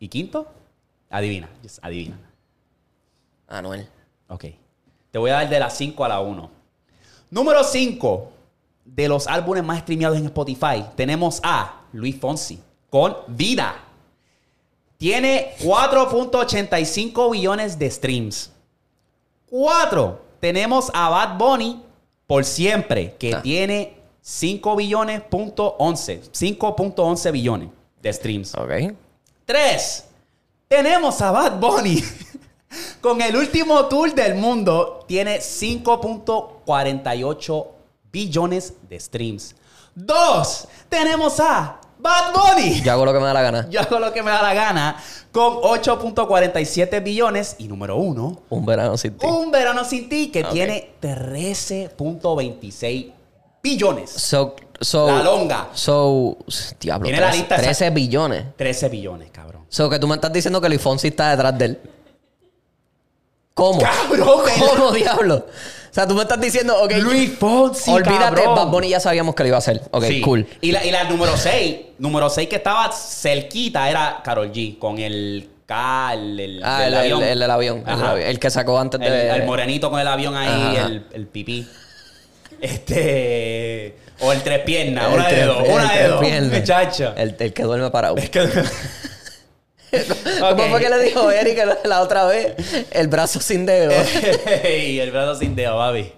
Speaker 2: ¿Y quinto? Adivina, yes, adivina.
Speaker 1: Anuel.
Speaker 2: Ok. Te voy a dar de la 5 a la 1. Número 5 de los álbumes más streameados en Spotify tenemos a Luis Fonsi con Vida. Tiene 4.85 billones de streams. 4. Tenemos a Bad Bunny por siempre, que
Speaker 1: Ah.
Speaker 2: tiene 5 billones, punto 11. 5.11 billones de streams.
Speaker 1: Ok.
Speaker 2: Tres, tenemos a Bad Bunny. Con el último tour del mundo, tiene 5.48 billones de streams. Dos, tenemos a Bad Bunny.
Speaker 1: Yo hago lo que me da la gana.
Speaker 2: Yo hago lo que me da la gana. Con 8.47 billones. Y número uno,
Speaker 1: Un verano sin ti.
Speaker 2: Un Verano Sin Ti, que
Speaker 1: Ok.
Speaker 2: tiene 13.26 billones.
Speaker 1: So, so,
Speaker 2: La longa.
Speaker 1: So, diablo.
Speaker 2: Tiene la
Speaker 1: 13,
Speaker 2: lista esa-
Speaker 1: 13 billones.
Speaker 2: 13 billones, cabrón.
Speaker 1: So, que tú me estás diciendo que Luis Fonsi está detrás de él. ¿Cómo?
Speaker 2: Cabrón,
Speaker 1: ¿Cómo, diablo? O sea, tú me estás diciendo, ok.
Speaker 2: Luis Fonsi,
Speaker 1: Olvídate,
Speaker 2: cabrón.
Speaker 1: Bad Bunny ya sabíamos que lo iba a hacer. Ok,
Speaker 2: Sí.
Speaker 1: cool.
Speaker 2: Y la, y la número 6, número 6 que estaba cerquita era Carol G con el K, el, el-
Speaker 1: Ah, el,
Speaker 2: del
Speaker 1: el-
Speaker 2: avión.
Speaker 1: el del avión. el del
Speaker 2: Ajá.
Speaker 1: avión. El que sacó antes
Speaker 2: El-
Speaker 1: de.
Speaker 2: el morenito con el avión ahí,
Speaker 1: Ajá.
Speaker 2: el, el pipí. Este. O el tres piernas,
Speaker 1: el
Speaker 2: una de
Speaker 1: tres-
Speaker 2: dos,
Speaker 1: el
Speaker 2: una de
Speaker 1: tres
Speaker 2: dos,
Speaker 1: piernas.
Speaker 2: muchacho.
Speaker 1: El, el que duerme parado.
Speaker 2: Es que-
Speaker 1: ¿Cómo
Speaker 2: Ok.
Speaker 1: fue que le dijo Erika la- la otra vez? El brazo sin dedo.
Speaker 2: y el brazo sin dedo, papi.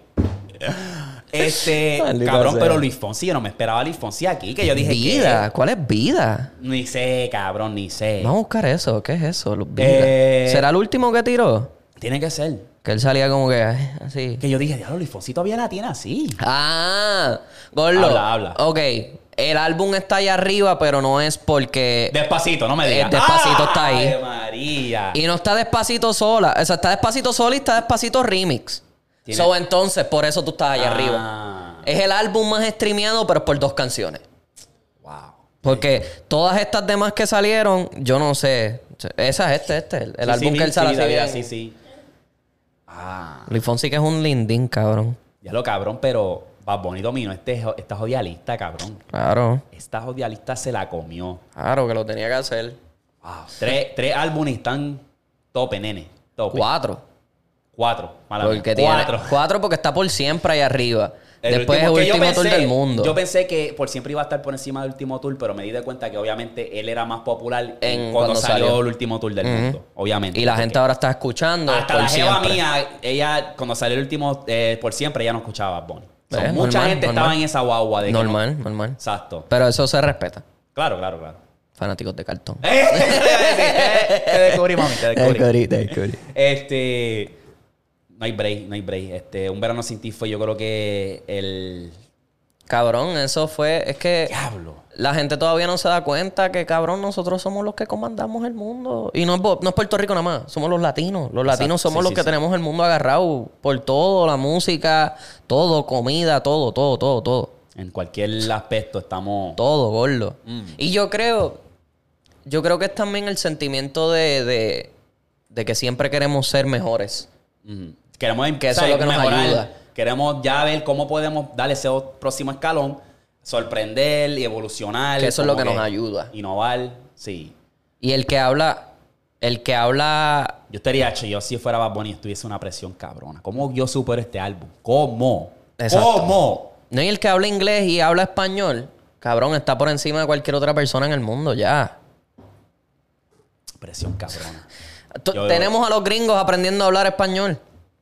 Speaker 2: Este,
Speaker 1: Maldita
Speaker 2: cabrón,
Speaker 1: sea.
Speaker 2: pero Luis Fonsi, yo no me esperaba a Luis Fonsi aquí, que yo dije
Speaker 1: vida. ¿Cuál es vida?
Speaker 2: que ni sé, cabrón, ni sé.
Speaker 1: Vamos a buscar eso. ¿Qué es eso? Lu- Vida.
Speaker 2: Eh.
Speaker 1: ¿Será el último que tiró?
Speaker 2: Tiene que ser.
Speaker 1: Que él salía como que ay, así.
Speaker 2: Que yo dije, diablo, Luis Fonsi todavía la tiene así.
Speaker 1: Ah, Gordo.
Speaker 2: Habla, habla.
Speaker 1: Ok. El álbum está ahí arriba, pero no es porque.
Speaker 2: Despacito, no me digas.
Speaker 1: Eh, Despacito está ahí.
Speaker 2: ¡Ave María.
Speaker 1: Y no está despacito sola. O sea, está despacito sola y está despacito remix.
Speaker 2: Tiene-
Speaker 1: So, entonces, por eso tú estás allá
Speaker 2: Ah,
Speaker 1: arriba. Es el álbum más streameado, pero es por dos canciones.
Speaker 2: Wow.
Speaker 1: Porque todas estas demás que salieron, yo no sé. Esa es este, este. El, el
Speaker 2: Sí,
Speaker 1: álbum
Speaker 2: sí,
Speaker 1: que él
Speaker 2: sí,
Speaker 1: sale
Speaker 2: sí,
Speaker 1: así
Speaker 2: David,
Speaker 1: bien.
Speaker 2: sí, sí. Ah.
Speaker 1: Luis Fonsi que es un lindín, cabrón.
Speaker 2: Ya lo cabrón, pero Bad Bunny dominó este, jo- esta jodida lista, cabrón.
Speaker 1: Claro.
Speaker 2: Esta jodida lista se la comió.
Speaker 1: Claro que lo tenía que hacer.
Speaker 2: Wow. Tres, tres álbumes están tope, nene. Tope.
Speaker 1: Cuatro.
Speaker 2: Cuatro. Mala mía.
Speaker 1: Porque
Speaker 2: Cuatro.
Speaker 1: Tiene, cuatro porque está por siempre ahí arriba.
Speaker 2: El
Speaker 1: Después
Speaker 2: último-
Speaker 1: es
Speaker 2: que yo
Speaker 1: último tour
Speaker 2: pensé-
Speaker 1: del mundo.
Speaker 2: Yo pensé que por siempre iba a estar por encima del último tour, pero me di de cuenta que obviamente él era más popular en,
Speaker 1: En
Speaker 2: cuando,
Speaker 1: cuando
Speaker 2: salió,
Speaker 1: salió.
Speaker 2: el último tour del mundo. Obviamente.
Speaker 1: y la
Speaker 2: Porque
Speaker 1: gente ahora está escuchando.
Speaker 2: Hasta
Speaker 1: por
Speaker 2: la jeva
Speaker 1: siempre.
Speaker 2: mía, ella, cuando salió el último eh, por siempre, ella no escuchaba a Bad Bunny. O sea,
Speaker 1: Eh,
Speaker 2: mucha
Speaker 1: normal,
Speaker 2: gente
Speaker 1: normal.
Speaker 2: estaba en esa guagua de que no-
Speaker 1: Normal, normal.
Speaker 2: Exacto.
Speaker 1: Pero eso se respeta.
Speaker 2: Claro, claro, claro.
Speaker 1: Fanáticos de cartón.
Speaker 2: Eh, eh, te descubrí, mami, te descubrí. Este. No hay break, no hay break. Este, un verano sin ti fue, yo creo que el.
Speaker 1: Cabrón, eso fue. Es que
Speaker 2: Diablo.
Speaker 1: la gente todavía no se da cuenta que, cabrón, nosotros somos los que comandamos el mundo. Y no es, Bo- no es Puerto Rico nada más, somos los latinos. Los latinos
Speaker 2: Exacto,
Speaker 1: somos
Speaker 2: sí,
Speaker 1: los
Speaker 2: sí,
Speaker 1: que
Speaker 2: sí.
Speaker 1: tenemos el mundo agarrado por todo: la música, todo, comida, todo, todo, todo, todo.
Speaker 2: En cualquier aspecto estamos.
Speaker 1: Todo, gordo.
Speaker 2: Mm.
Speaker 1: Y yo creo, yo creo que es también el sentimiento de, de, de que siempre queremos ser mejores.
Speaker 2: Mm. Queremos
Speaker 1: Que eso
Speaker 2: ¿sabes?
Speaker 1: es lo que nos
Speaker 2: mejorar.
Speaker 1: ayuda.
Speaker 2: Queremos ya ver cómo podemos darle ese ot- próximo escalón, sorprender y evolucionar.
Speaker 1: Que eso es lo
Speaker 2: como
Speaker 1: que nos ayuda.
Speaker 2: Innovar, sí.
Speaker 1: Y el que habla, el que habla
Speaker 2: Yo estaría hecho, yo si fuera Bad Bunny estuviese una presión cabrona. ¿Cómo yo supero este álbum? ¿Cómo?
Speaker 1: Exacto.
Speaker 2: ¿Cómo?
Speaker 1: No, y el que habla inglés y habla español, cabrón, está por encima de cualquier otra persona en el mundo ya.
Speaker 2: Presión cabrona.
Speaker 1: T-
Speaker 2: Yo-
Speaker 1: Tenemos a los gringos aprendiendo a hablar español.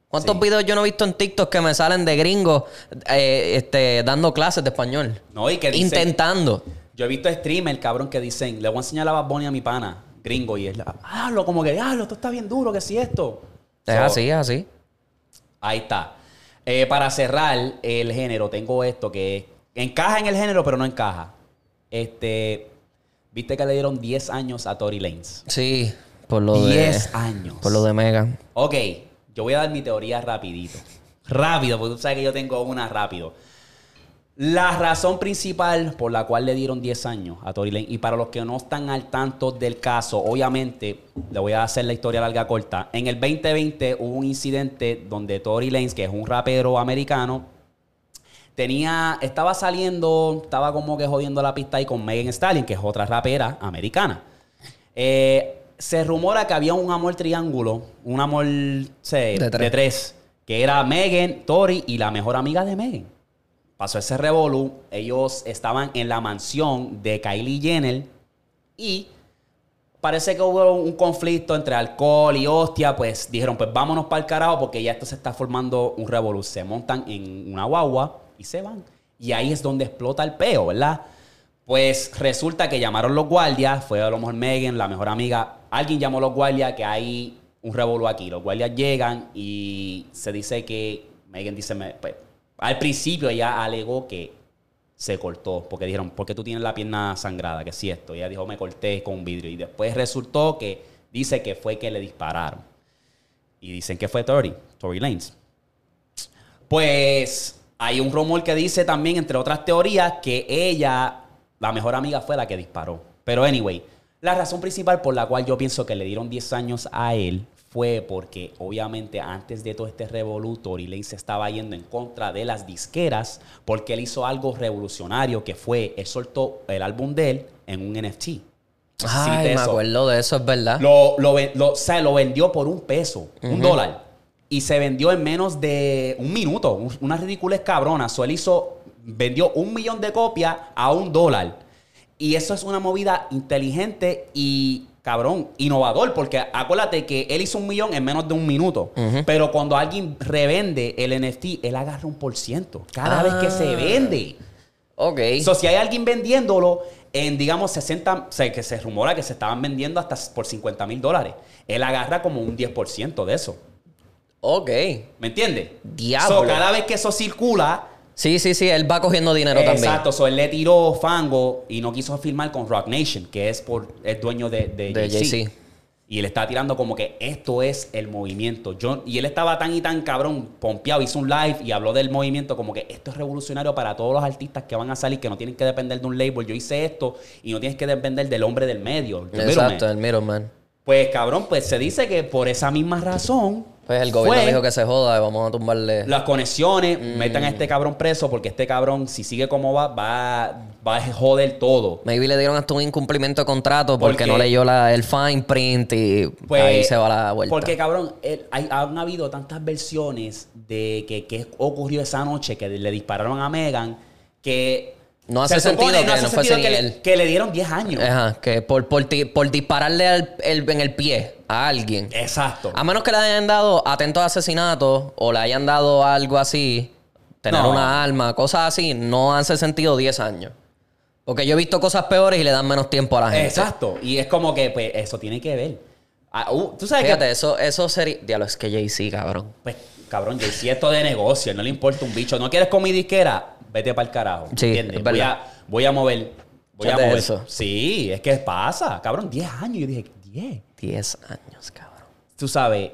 Speaker 1: ¿Cuántos
Speaker 2: Sí.
Speaker 1: videos yo no he visto en TikTok que me salen de gringos eh, este, dando clases de español?
Speaker 2: No, y que dicen-
Speaker 1: Intentando.
Speaker 2: Yo he visto streamers, cabrón, que dicen, le voy a enseñar a Bad Bunny a mi pana, gringo, y él, hablo como que, hablo, esto está bien duro, que si esto.
Speaker 1: Es
Speaker 2: So,
Speaker 1: así, es así.
Speaker 2: Ahí está. Eh, para cerrar el género, tengo esto que encaja en el género, pero no encaja. Este, viste que le dieron 10 años a Tory Lanez.
Speaker 1: Sí, por lo de...
Speaker 2: 10 años.
Speaker 1: Por lo de Megan.
Speaker 2: Ok, yo voy a dar mi teoría rapidito. Rápido, porque tú sabes que yo tengo una rápido. La razón principal por la cual le dieron 10 años a Tory Lane, y para los que no están al tanto del caso, obviamente, le voy a hacer la historia larga corta. En el 2020 hubo un incidente donde Tory Lanez, que es un rapero americano, tenía, estaba saliendo, estaba como que jodiendo la pista ahí con Megan Stalin, que es otra rapera americana. Eh, se rumora que había un amor triángulo, un amor sé, de,
Speaker 1: De
Speaker 2: tres.
Speaker 1: tres.
Speaker 2: que era Megan, Tori y la mejor amiga de Megan. Pasó ese revolú, ellos estaban en la mansión de Kylie Jenner y parece que hubo un conflicto entre alcohol y hostia, pues dijeron, pues vámonos para el carajo porque ya esto se está formando un revolú. Se montan en una guagua y se van. Y ahí es donde explota el peo, ¿verdad? Pues resulta que llamaron los guardias, fue a lo mejor Megan, la mejor amiga, alguien llamó a los guardias que hay un revolú aquí. Los guardias llegan y se dice que Megan dice, me- pues, al principio ella alegó que se cortó porque dijeron, ¿por qué tú tienes la pierna sangrada? Que si esto. Ella dijo, me corté con un vidrio. Y después resultó que dice que fue que le dispararon. Y dicen que fue Tory, Tory Lanez. Pues hay un rumor que dice también, entre otras teorías, que ella, la mejor amiga, fue la que disparó. Pero anyway, la razón principal por la cual yo pienso que le dieron 10 años a él fue porque obviamente antes de todo este revolutor y Lane se estaba yendo en contra de las disqueras porque él hizo algo revolucionario que fue, él soltó el álbum de él en un NFT. No sé si
Speaker 1: Ay,
Speaker 2: viste
Speaker 1: me
Speaker 2: eso.
Speaker 1: acuerdo de eso, es verdad.
Speaker 2: Lo, lo ve- lo- o sea, lo vendió por un peso, un dólar. Y se vendió en menos de un minuto. un- Una ridícula cabrona. So, él hizo, vendió un millón de copias a un dólar. Y eso es una movida inteligente y cabrón, innovador. Porque acuérdate que él hizo un millón en menos de un minuto. Pero cuando alguien revende el NFT, él agarra un por ciento. Cada vez que se
Speaker 1: Ah.
Speaker 2: vende.
Speaker 1: Ok.
Speaker 2: So, si hay alguien vendiéndolo en, digamos, 60, o sea, que se rumora que se estaban vendiendo hasta por 50 mil dólares, él agarra como un 10% de eso.
Speaker 1: ok.
Speaker 2: ¿Me entiendes?
Speaker 1: Diablo.
Speaker 2: So, cada vez que eso circula,
Speaker 1: Sí, sí, sí, él va cogiendo dinero también.
Speaker 2: exacto, so, él le tiró fango y no quiso firmar con Rock Nation, que es por es dueño de, de,
Speaker 1: De
Speaker 2: Jay-Z.
Speaker 1: Jay-Z.
Speaker 2: Y él estaba tirando como que esto es el movimiento. Yo, y él estaba tan y tan cabrón, pompeado, hizo un live y habló del movimiento como que esto es revolucionario para todos los artistas que van a salir, que no tienen que depender de un label. Yo hice esto y no tienes que depender del hombre del medio. del
Speaker 1: Exacto,
Speaker 2: middleman.
Speaker 1: el Middleman.
Speaker 2: Pues cabrón, pues se dice que por esa misma razón...
Speaker 1: Pues el gobierno
Speaker 2: fue
Speaker 1: dijo que se joda, vamos a tumbarle.
Speaker 2: las conexiones,
Speaker 1: Mm.
Speaker 2: metan a este cabrón preso porque este cabrón, si sigue como va, va, va a joder todo.
Speaker 1: Maybe le dieron hasta un incumplimiento de contrato porque
Speaker 2: Porque-
Speaker 1: no leyó la, el fine print y
Speaker 2: Pues,
Speaker 1: ahí se va la vuelta.
Speaker 2: Porque, cabrón, él- hay- han habido tantas versiones de que, que ocurrió esa noche que le dispararon a Megan que.
Speaker 1: No
Speaker 2: se
Speaker 1: hace sentido que no fuese
Speaker 2: que,
Speaker 1: ni
Speaker 2: le-
Speaker 1: él. Eh,
Speaker 2: que le dieron 10 años.
Speaker 1: Ajá, que por, por, ti- por dispararle al- el- en el pie a alguien.
Speaker 2: Exacto.
Speaker 1: A menos que le hayan dado atento a asesinato o le hayan dado algo así, tener
Speaker 2: No.
Speaker 1: una arma, cosas así, no hace sentido 10 años. Porque yo he visto cosas peores y le dan menos tiempo a la gente.
Speaker 2: Exacto. Y es como que, pues, eso tiene que ver. Ah, uh, Tú sabes
Speaker 1: Fíjate,
Speaker 2: que.
Speaker 1: eso, eso sería. Diablo, es que Jay-Z, cabrón.
Speaker 2: Pues, cabrón, yo hice esto de negocio, no le importa un bicho. ¿No quieres con mi disquera? Vete para el carajo.
Speaker 1: Sí,
Speaker 2: ¿entiendes?
Speaker 1: es
Speaker 2: Voy
Speaker 1: verdad.
Speaker 2: a, voy a mover. Voy a
Speaker 1: Fíjate
Speaker 2: mover.
Speaker 1: eso.
Speaker 2: Sí, es que pasa. Cabrón, 10 años. Yo dije, 10.
Speaker 1: 10 años, cabrón.
Speaker 2: Tú sabes.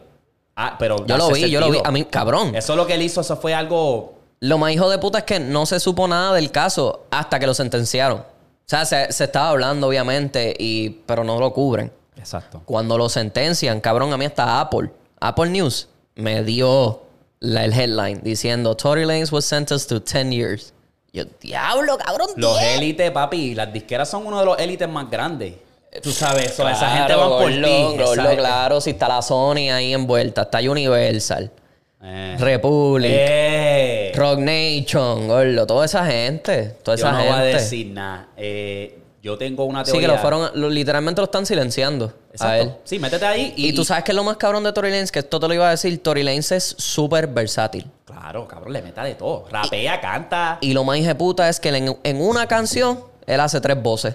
Speaker 2: Ah, pero.
Speaker 1: Yo lo
Speaker 2: hace
Speaker 1: vi, yo lo vi.
Speaker 2: sentido.
Speaker 1: A mí, mm. cabrón.
Speaker 2: Eso lo que él hizo, eso fue algo.
Speaker 1: Lo más hijo de puta es que no se supo nada del caso hasta que lo sentenciaron. O sea, se, se estaba hablando, obviamente, y, pero no lo cubren.
Speaker 2: Exacto.
Speaker 1: Cuando lo sentencian, cabrón, a mí hasta Apple. Apple News me dio la, el headline diciendo Tory Lanez was sentenced to 10 years. Yo, diablo, cabrón,
Speaker 2: Los
Speaker 1: 10.
Speaker 2: élites, papi, las disqueras son uno de los élites más grandes. Tú sabes eso, esa gente va
Speaker 1: Claro,
Speaker 2: por ti.
Speaker 1: gordo, gordo,
Speaker 2: esa-
Speaker 1: claro, si está la Sony ahí envuelta, está Universal,
Speaker 2: Eh.
Speaker 1: Republic,
Speaker 2: Eh.
Speaker 1: Rock Nation, gordo, toda esa gente, toda
Speaker 2: Yo
Speaker 1: esa
Speaker 2: no
Speaker 1: gente.
Speaker 2: voy a decir nada. Eh, yo tengo una
Speaker 1: Sí,
Speaker 2: teoría.
Speaker 1: que lo fueron, lo- literalmente lo están silenciando
Speaker 2: Exacto.
Speaker 1: a él.
Speaker 2: Sí, métete ahí y,
Speaker 1: Y, tú sabes que es lo más cabrón de Tory Lanez, que esto te lo iba a decir, Tory Lanez es súper versátil.
Speaker 2: Claro, cabrón, le meta de todo. Rapea, canta.
Speaker 1: Y lo más puta es que él en, en una canción, él hace tres voces.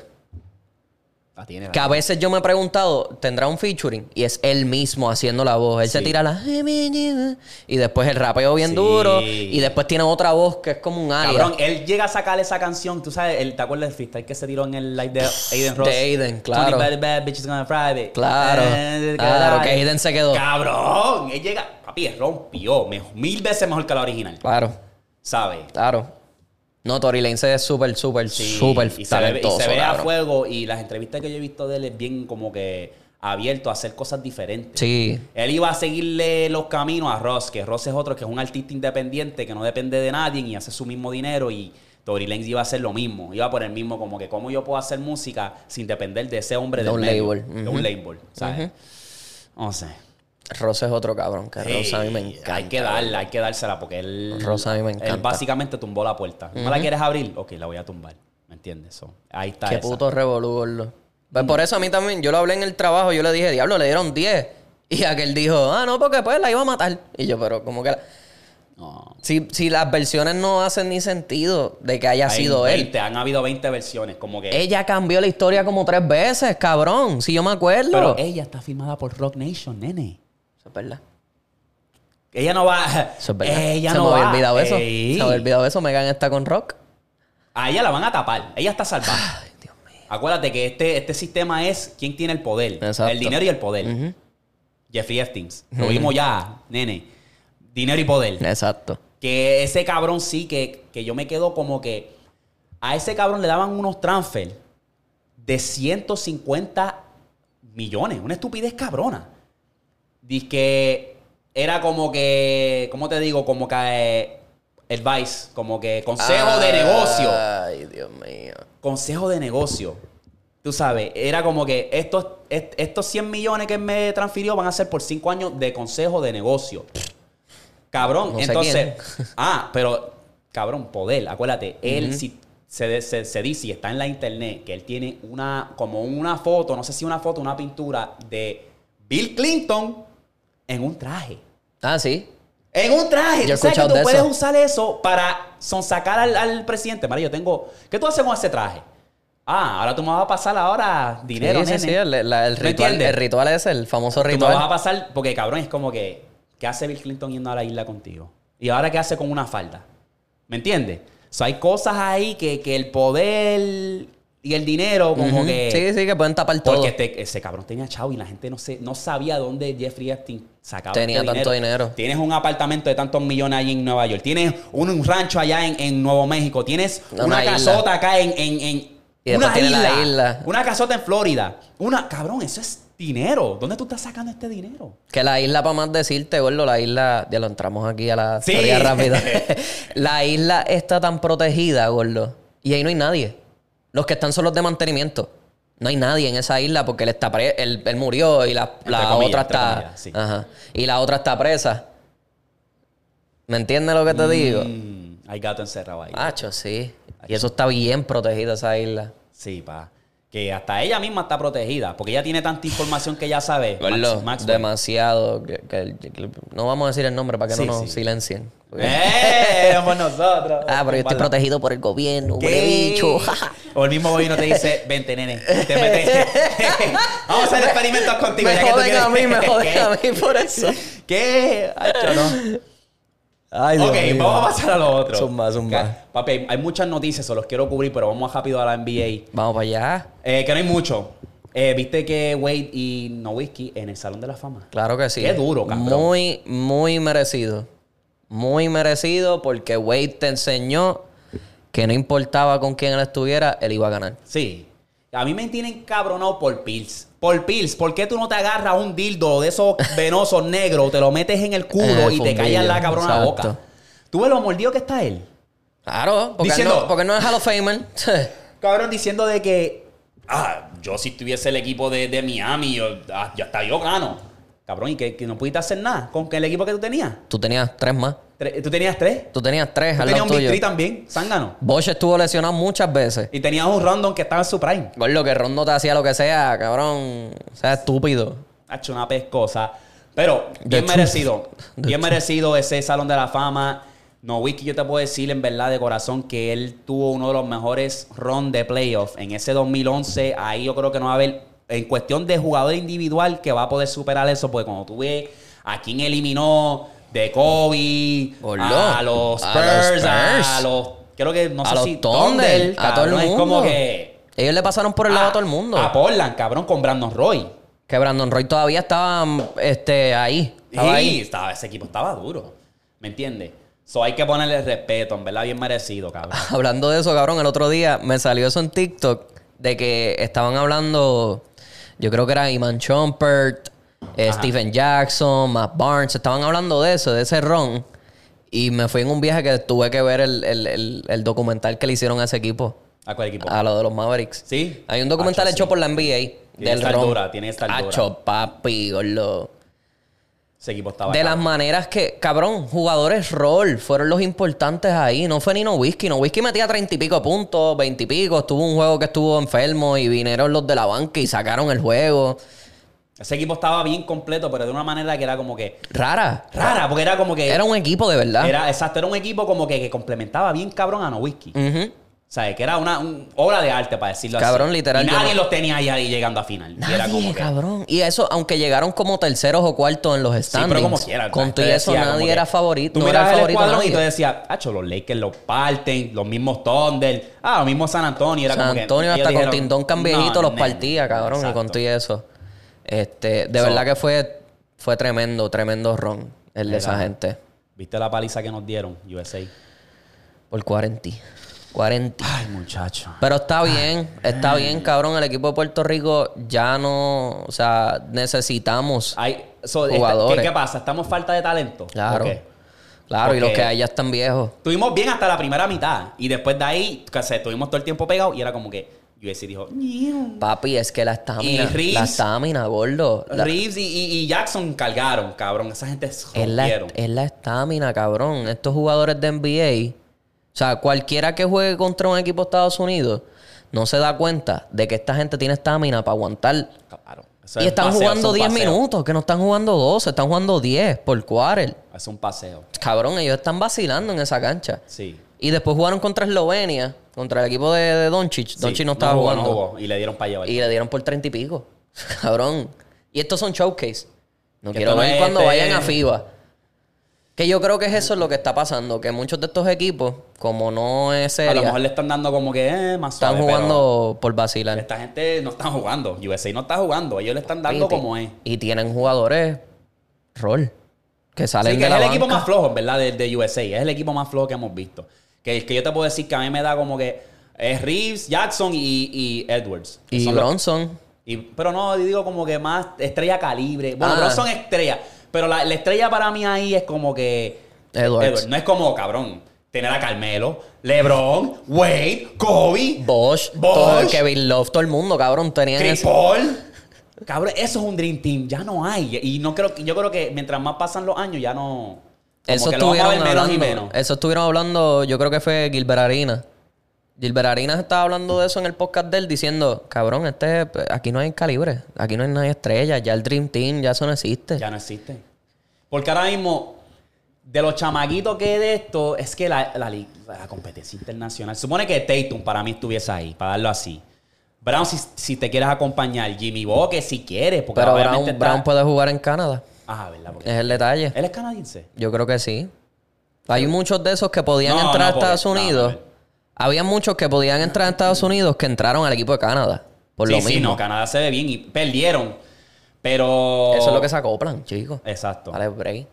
Speaker 2: La tiene, la
Speaker 1: Que a veces yo me he preguntado, ¿tendrá un featuring? Y es él mismo haciendo la voz. Él se
Speaker 2: Sí.
Speaker 1: tira la... Y después el rapeo bien
Speaker 2: Sí.
Speaker 1: duro. Y después tiene otra voz que es como un alias.
Speaker 2: Cabrón, él llega a sacar esa canción, tú sabes, el, ¿te acuerdas del freestyle que se tiró en el live de Aiden Ross?
Speaker 1: De Aiden, claro.
Speaker 2: 20 bad, bad bitches gonna Friday. Eh,
Speaker 1: Claro, claro, que Aiden se quedó.
Speaker 2: Cabrón, él llega, papi, rompió, me- mil veces mejor que la original,
Speaker 1: Claro,
Speaker 2: ¿sabes?
Speaker 1: claro. No, Tory Lanez es súper, súper,
Speaker 2: Sí,
Speaker 1: súper
Speaker 2: y se ve-
Speaker 1: talentoso,
Speaker 2: Y se ve a
Speaker 1: cabrón.
Speaker 2: fuego y las entrevistas que yo he visto de él es bien como que abierto a hacer cosas diferentes.
Speaker 1: Sí,
Speaker 2: Él iba a seguirle los caminos a Ross, que Ross es otro que es un artista independiente que no depende de nadie y hace su mismo dinero y Tory Lanez iba a hacer lo mismo, iba por el mismo como que cómo yo puedo hacer música sin depender de ese hombre
Speaker 1: De
Speaker 2: del
Speaker 1: un
Speaker 2: medio,
Speaker 1: label.
Speaker 2: de
Speaker 1: Ujú.
Speaker 2: un label, ¿sabes? No sé.
Speaker 1: Rosa es otro cabrón, que Rosa a mí me
Speaker 2: Sí,
Speaker 1: encanta.
Speaker 2: Hay que darla, hay que dársela porque él
Speaker 1: Ross a mí me
Speaker 2: Él
Speaker 1: encanta.
Speaker 2: básicamente tumbó la puerta. ¿No la quieres abrir? Ok, la voy a tumbar. ¿Me entiendes? So, ahí está
Speaker 1: Qué
Speaker 2: esa.
Speaker 1: puto revolú, gordo. Pues por eso a mí también, yo lo hablé en el trabajo, yo le dije, diablo, le dieron 10. Y aquel dijo, ah, no, porque pues la iba a matar. Y yo, pero como que... la-
Speaker 2: No.
Speaker 1: Si, si las versiones no hacen ni sentido de que haya
Speaker 2: Hay
Speaker 1: sido él.
Speaker 2: 20, Han habido 20 versiones, como que
Speaker 1: Ella cambió la historia como tres veces, cabrón. Si yo me acuerdo.
Speaker 2: pero eh, ella está firmada por Rock Nation, nene.
Speaker 1: Eso es verdad.
Speaker 2: Ella no va.
Speaker 1: Eso es verdad.
Speaker 2: Ella
Speaker 1: Se
Speaker 2: no
Speaker 1: me
Speaker 2: va.
Speaker 1: había olvidado eso.
Speaker 2: Ey.
Speaker 1: Se me había olvidado eso. Megan está con Rock.
Speaker 2: A ella la van a tapar. Ella está salvada.
Speaker 1: Ay, Dios mío.
Speaker 2: Acuérdate que este, este sistema es quién tiene el poder.
Speaker 1: Exacto.
Speaker 2: El dinero y el poder. Jeffrey Epstein's. Lo vimos ya, nene. Dinero y poder.
Speaker 1: Exacto.
Speaker 2: Que ese cabrón sí, que, que yo me quedo como que a ese cabrón le daban unos transfer de 150 millones. Una estupidez cabrona. Dice que era como que, ¿cómo te digo? Como que eh, advice, como que consejo
Speaker 1: Ah,
Speaker 2: de negocio.
Speaker 1: Ay, Dios mío.
Speaker 2: Consejo de negocio. Tú sabes, era como que estos, est- estos 100 millones que me transfirió van a ser por 5 años de consejo de negocio. Cabrón,
Speaker 1: No sé
Speaker 2: entonces. Ah, pero, cabrón, poder, acuérdate, él si se, de- se, se dice y está en la internet que él tiene una, como una foto, no sé si una foto, una pintura de Bill Clinton en un traje.
Speaker 1: Ah, sí.
Speaker 2: En un traje.
Speaker 1: Yo he
Speaker 2: ¿Tú sabes que
Speaker 1: escuchado
Speaker 2: tú
Speaker 1: de
Speaker 2: puedes
Speaker 1: eso.
Speaker 2: usar eso para sonsacar al, al presidente? María, yo tengo... ¿Qué tú haces con ese traje? Ah, ahora tú me vas a pasar ahora dinero,
Speaker 1: sí,
Speaker 2: nene.
Speaker 1: sí, sí, el, la- el
Speaker 2: ¿Me
Speaker 1: ritual,
Speaker 2: entiendes?
Speaker 1: el ritual es el famoso
Speaker 2: Tú me vas a
Speaker 1: ritual.
Speaker 2: pasar... Porque, cabrón, es como que... ¿Qué hace Bill Clinton yendo a la isla contigo? ¿Y ahora qué hace con una falda? ¿Me entiendes? O sea, hay cosas ahí que, que el poder y el dinero como
Speaker 1: Ujú.
Speaker 2: que...
Speaker 1: Sí, sí, que pueden tapar todo.
Speaker 2: Porque este- ese cabrón tenía chavo y la gente no, se, no sabía dónde Jeffrey Epstein sacaba
Speaker 1: Tenía
Speaker 2: este
Speaker 1: tanto dinero.
Speaker 2: Tienes un apartamento de tantos millones ahí en Nueva York. Tienes un, un rancho allá en, en Nuevo México. Tienes
Speaker 1: Una
Speaker 2: una,
Speaker 1: isla.
Speaker 2: casota acá en... en, en-
Speaker 1: Y después tiene la isla.
Speaker 2: Una casota en Florida. Una... Cabrón, eso es dinero. ¿Dónde tú estás sacando este dinero?
Speaker 1: Que la isla, para más decirte, gordo, la isla, ya lo entramos aquí a la
Speaker 2: Sí.
Speaker 1: teoría rápida. la isla está tan protegida, gordo. Y ahí no hay nadie. Los que están son los de mantenimiento. No hay nadie en esa isla porque él está pre- él, él murió y la, la
Speaker 2: Entre comillas,
Speaker 1: otra
Speaker 2: entre
Speaker 1: está.
Speaker 2: comillas, sí.
Speaker 1: Ajá. Y la otra está presa. ¿Me entiendes lo que te digo? Ah.
Speaker 2: Mm, hay gato encerrado ahí.
Speaker 1: Hacho, sí. Y eso está bien protegida esa isla.
Speaker 2: Sí, pa. que hasta ella misma está protegida, porque ella tiene tanta información que ya sabe. Max-
Speaker 1: Gordo,
Speaker 2: Maxwell.
Speaker 1: demasiado. que- que- que- no vamos a decir el nombre para que
Speaker 2: Sí,
Speaker 1: no nos
Speaker 2: sí.
Speaker 1: silencien. Porque-
Speaker 2: ¡Eh! Somos nosotros.
Speaker 1: Ah, pero yo estoy
Speaker 2: Bala.
Speaker 1: protegido por el gobierno,
Speaker 2: ¿Qué?
Speaker 1: huele bicho.
Speaker 2: O el mismo bovino te dice, vente, nene. Te metes. Vamos a hacer experimentos contigo.
Speaker 1: me
Speaker 2: ya que tú
Speaker 1: joden a mí,
Speaker 2: quieres-
Speaker 1: me joden
Speaker 2: ¿Qué?
Speaker 1: a mí por eso.
Speaker 2: ¿Qué? Hacho, no.
Speaker 1: Ay,
Speaker 2: ok, vamos a pasar a lo otro.
Speaker 1: Zumba, zumba.
Speaker 2: Papi, hay- hay muchas noticias, se los quiero cubrir, pero vamos rápido a la NBA.
Speaker 1: Vamos para allá.
Speaker 2: Eh, que no hay mucho. Eh, Viste que Wade y Nowitzki en el Salón de la Fama.
Speaker 1: Claro que sí.
Speaker 2: Qué duro, cabrón.
Speaker 1: Muy, muy merecido. Muy merecido porque Wade te enseñó que no importaba con quién él estuviera, él iba a ganar.
Speaker 2: Sí. A mí me tienen cabronado por Pills. Por Pills, ¿por qué tú no te agarras un dildo de esos venosos negros, te lo metes en el culo
Speaker 1: Eh,
Speaker 2: y te
Speaker 1: fundillo,
Speaker 2: callas la cabrona
Speaker 1: exacto.
Speaker 2: boca? ¿Tú ves lo mordido que está él?
Speaker 1: Claro, porque,
Speaker 2: Diciendo-
Speaker 1: él no, porque él no es Hall of Famer.
Speaker 2: Cabrón diciendo de que, ah, yo si tuviese el equipo de, de Miami, yo, ah, ya está, yo gano. Cabrón, y que, que no pudiste hacer nada con el equipo que tú tenías.
Speaker 1: Tú tenías tres más.
Speaker 2: Tre- ¿Tú tenías tres?
Speaker 1: Tú tenías tres
Speaker 2: Tú
Speaker 1: al
Speaker 2: tenías
Speaker 1: lado
Speaker 2: un Big
Speaker 1: tuyo.
Speaker 2: Three también, zángano.
Speaker 1: Bosch estuvo lesionado muchas veces.
Speaker 2: Y tenías un random que estaba en su prime.
Speaker 1: Con lo que Rondo te hacía lo que sea, cabrón. O sea, estúpido.
Speaker 2: Ha hecho una pescosa. Pero
Speaker 1: The
Speaker 2: bien
Speaker 1: truth.
Speaker 2: merecido.
Speaker 1: The
Speaker 2: Bien merecido ese Salón de la Fama. No, Wiki, yo te puedo decir en verdad de corazón que él tuvo uno de los mejores runs de playoff en ese 2011. Ahí yo creo que no va a haber, en cuestión de jugador individual, que va a poder superar eso. Porque cuando tú ves a quién eliminó de Kobe,
Speaker 1: Gordo. A
Speaker 2: a los
Speaker 1: los
Speaker 2: Spurs, a los,
Speaker 1: Spurs.
Speaker 2: creo que no
Speaker 1: a
Speaker 2: sé
Speaker 1: los
Speaker 2: si
Speaker 1: Thunder, a todo el
Speaker 2: cabrón,
Speaker 1: mundo.
Speaker 2: Es como que.
Speaker 1: Ellos le pasaron por el lado a todo el mundo.
Speaker 2: A Portland, cabrón, con Brandon Roy.
Speaker 1: Que Brandon Roy todavía estaba este, ahí. Estaba
Speaker 2: Sí,
Speaker 1: ahí.
Speaker 2: estaba- ese equipo estaba duro. ¿Me entiendes? So hay que ponerle respeto, en verdad, bien merecido, cabrón.
Speaker 1: Hablando de eso, cabrón, el otro día me salió eso en TikTok de que estaban hablando, yo creo que era Iman Chompert, eh, Stephen Jackson, Matt Barnes, estaban hablando de eso, de ese ron. Y me fui en un viaje que tuve que ver el, el- el- el documental que le hicieron a ese equipo,
Speaker 2: ¿A cuál equipo?
Speaker 1: a lo de los Mavericks.
Speaker 2: ¿Sí?
Speaker 1: Ah, Hay un documental
Speaker 2: Hacho,
Speaker 1: hecho
Speaker 2: sí.
Speaker 1: por la NBA
Speaker 2: que
Speaker 1: del
Speaker 2: estar
Speaker 1: ron.
Speaker 2: dura, tiene que estar dura.
Speaker 1: Hacho, papi, gordo.
Speaker 2: Ese equipo estaba...
Speaker 1: De las
Speaker 2: cabrón.
Speaker 1: maneras que, cabrón, jugadores rol fueron los importantes ahí. No fue ni Nowitzki. Nowitzki metía treinta y pico puntos, veinte y pico. Estuvo un juego que estuvo enfermo y vinieron los de la banca y sacaron el juego.
Speaker 2: Ese equipo estaba bien completo, pero de una manera que era como que...
Speaker 1: Rara.
Speaker 2: Rara, porque era como que...
Speaker 1: Era un equipo de verdad.
Speaker 2: era- exacto, era un equipo como que, que complementaba bien cabrón a Nowitzki.
Speaker 1: Ujú.
Speaker 2: O sea, que era una un- obra de arte, para decirlo así.
Speaker 1: Cabrón, literal,
Speaker 2: Y
Speaker 1: yo
Speaker 2: nadie
Speaker 1: no-
Speaker 2: los tenía ahí, ahí llegando a final. Y era
Speaker 1: Nadie,
Speaker 2: como que-
Speaker 1: cabrón. Y eso, aunque llegaron como terceros o cuartos en los
Speaker 2: Sí,
Speaker 1: standings.
Speaker 2: pero como quiera.
Speaker 1: Con todo y
Speaker 2: te
Speaker 1: eso,
Speaker 2: decía como
Speaker 1: nadie
Speaker 2: que-
Speaker 1: era favorito.
Speaker 2: Tú
Speaker 1: No era
Speaker 2: mirabas
Speaker 1: el favorito
Speaker 2: el cuadro y
Speaker 1: nadie.
Speaker 2: tú decías, hacho, los Lakers los parten, los mismos Thunder, ah, los mismos San Antonio. Era como
Speaker 1: San
Speaker 2: que-
Speaker 1: Antonio
Speaker 2: ellos
Speaker 1: hasta
Speaker 2: dijeron,
Speaker 1: con Tindón
Speaker 2: "No,
Speaker 1: Cambiejito los
Speaker 2: nene".
Speaker 1: partía, cabrón, y
Speaker 2: Exacto.
Speaker 1: con todo y eso. Este, de
Speaker 2: So-
Speaker 1: verdad que fue, fue tremendo, tremendo ron el de esa
Speaker 2: Era.
Speaker 1: gente.
Speaker 2: ¿Viste la paliza que nos dieron, USA?
Speaker 1: Por 40. 40.
Speaker 2: Ay, muchacho.
Speaker 1: Pero
Speaker 2: Ah.
Speaker 1: está bien, está bien, cabrón. El equipo de Puerto Rico ya no, o sea, necesitamos.
Speaker 2: Hay, so, esta-
Speaker 1: Jugadores.
Speaker 2: ¿qué, qué pasa? ¿Estamos falta de talento?
Speaker 1: Claro.
Speaker 2: Ok.
Speaker 1: Claro, y los
Speaker 2: Ok.
Speaker 1: que hay ya están viejos.
Speaker 2: Estuvimos bien hasta la primera mitad. Y después de ahí, que se estuvimos todo el tiempo pegados y era como que USA dijo, "Niu".
Speaker 1: Papi, es que la estamina,
Speaker 2: Y Reeves-
Speaker 1: la estamina, gordo. La-
Speaker 2: Reeves y, y- y Jackson cargaron, cabrón. Esa gente se
Speaker 1: Es la,
Speaker 2: rompieron.
Speaker 1: es la estamina, cabrón. Estos jugadores de NBA, o sea, cualquiera que juegue contra un equipo de Estados Unidos, no se da cuenta de que esta gente tiene estamina para aguantar.
Speaker 2: Claro. Eso
Speaker 1: y
Speaker 2: es
Speaker 1: están
Speaker 2: paseo,
Speaker 1: jugando
Speaker 2: son
Speaker 1: 10
Speaker 2: paseo.
Speaker 1: minutos, que no están jugando 12, están jugando 10 por quarter.
Speaker 2: Es un paseo.
Speaker 1: Cabrón, ellos están vacilando en esa cancha.
Speaker 2: Sí.
Speaker 1: Y después jugaron contra Eslovenia, contra el equipo de, de Doncic. Doncic
Speaker 2: Sí,
Speaker 1: no estaba
Speaker 2: jugó, no
Speaker 1: jugando.
Speaker 2: jugó, y le dieron para llevar.
Speaker 1: Y le dieron por 30 y pico. Cabrón. Y estos son showcase. No
Speaker 2: Que
Speaker 1: quiero
Speaker 2: esto no
Speaker 1: ver
Speaker 2: es
Speaker 1: cuando
Speaker 2: este-
Speaker 1: vayan a FIBA. Que yo creo que es eso lo que está pasando. Que muchos de estos equipos, como no es
Speaker 2: a
Speaker 1: seria,
Speaker 2: lo mejor le están dando como que eh, más
Speaker 1: están
Speaker 2: suave,
Speaker 1: jugando por
Speaker 2: pero
Speaker 1: vacilar.
Speaker 2: esta gente no está jugando. USA no está jugando. Ellos le están dando
Speaker 1: Fíjate.
Speaker 2: como es. Sí,
Speaker 1: Y tienen jugadores rol. Que salen
Speaker 2: que
Speaker 1: de
Speaker 2: es
Speaker 1: la
Speaker 2: el equipo
Speaker 1: banca.
Speaker 2: más flojo, en ¿verdad? De, de USA. Es el equipo más flojo que hemos visto. Que, que yo te puedo decir que a mí me da como que es Reeves, Jackson y, y Edwards. Que
Speaker 1: Y
Speaker 2: son los-
Speaker 1: Bronson.
Speaker 2: y- pero no, yo digo como que más estrella calibre. Bueno,
Speaker 1: Ah.
Speaker 2: Bronson es estrella. Pero la, la estrella para mí ahí es como que.
Speaker 1: Edwards.
Speaker 2: Edwards. No es como, cabrón, tener a Carmelo, LeBron, Wade, Kobe,
Speaker 1: Bosch,
Speaker 2: Bosch.
Speaker 1: todo, Kevin Love, todo el mundo, cabrón, tenían
Speaker 2: Chris
Speaker 1: ese-
Speaker 2: Paul. Cabrón, eso es un Dream Team. Ya no hay. Y no creo, que- yo creo que mientras más pasan los años, ya no. como
Speaker 1: Eso
Speaker 2: que lo vamos a
Speaker 1: estuvieron
Speaker 2: ver menos y
Speaker 1: hablando. Eh.
Speaker 2: menos.
Speaker 1: Eso estuvieron hablando, yo creo que fue Gilbert Arena. Gilbert Arenas estaba hablando de eso en el podcast de él, diciendo, cabrón, este, aquí no hay calibre, aquí no hay nadie estrella, ya el Dream Team, ya eso no existe.
Speaker 2: Ya no existe. Porque ahora mismo, de los chamaguitos que de esto, es que la, la li- la competencia internacional. Se supone que Tatum para mí estuviese ahí, para darlo así. Brown, si, si te quieres acompañar, Jimmy Boque, si quieres, porque
Speaker 1: Pero Brown,
Speaker 2: obviamente está-
Speaker 1: Brown eh. puede jugar en Canadá,
Speaker 2: Ajá, ¿verdad? Porque-
Speaker 1: es el detalle.
Speaker 2: Él es canadiense.
Speaker 1: Yo creo que sí. Hay muchos de esos que podían
Speaker 2: No,
Speaker 1: entrar a
Speaker 2: no, porque-
Speaker 1: Estados Unidos.
Speaker 2: no, no, no.
Speaker 1: Había muchos que podían entrar a Estados Unidos que entraron al equipo de Canadá. Por
Speaker 2: sí,
Speaker 1: lo
Speaker 2: sí, no,
Speaker 1: mismo.
Speaker 2: Canadá se ve bien y perdieron. Pero.
Speaker 1: Eso es lo que se acoplan, chicos.
Speaker 2: Exacto.
Speaker 1: Dale break.
Speaker 2: Es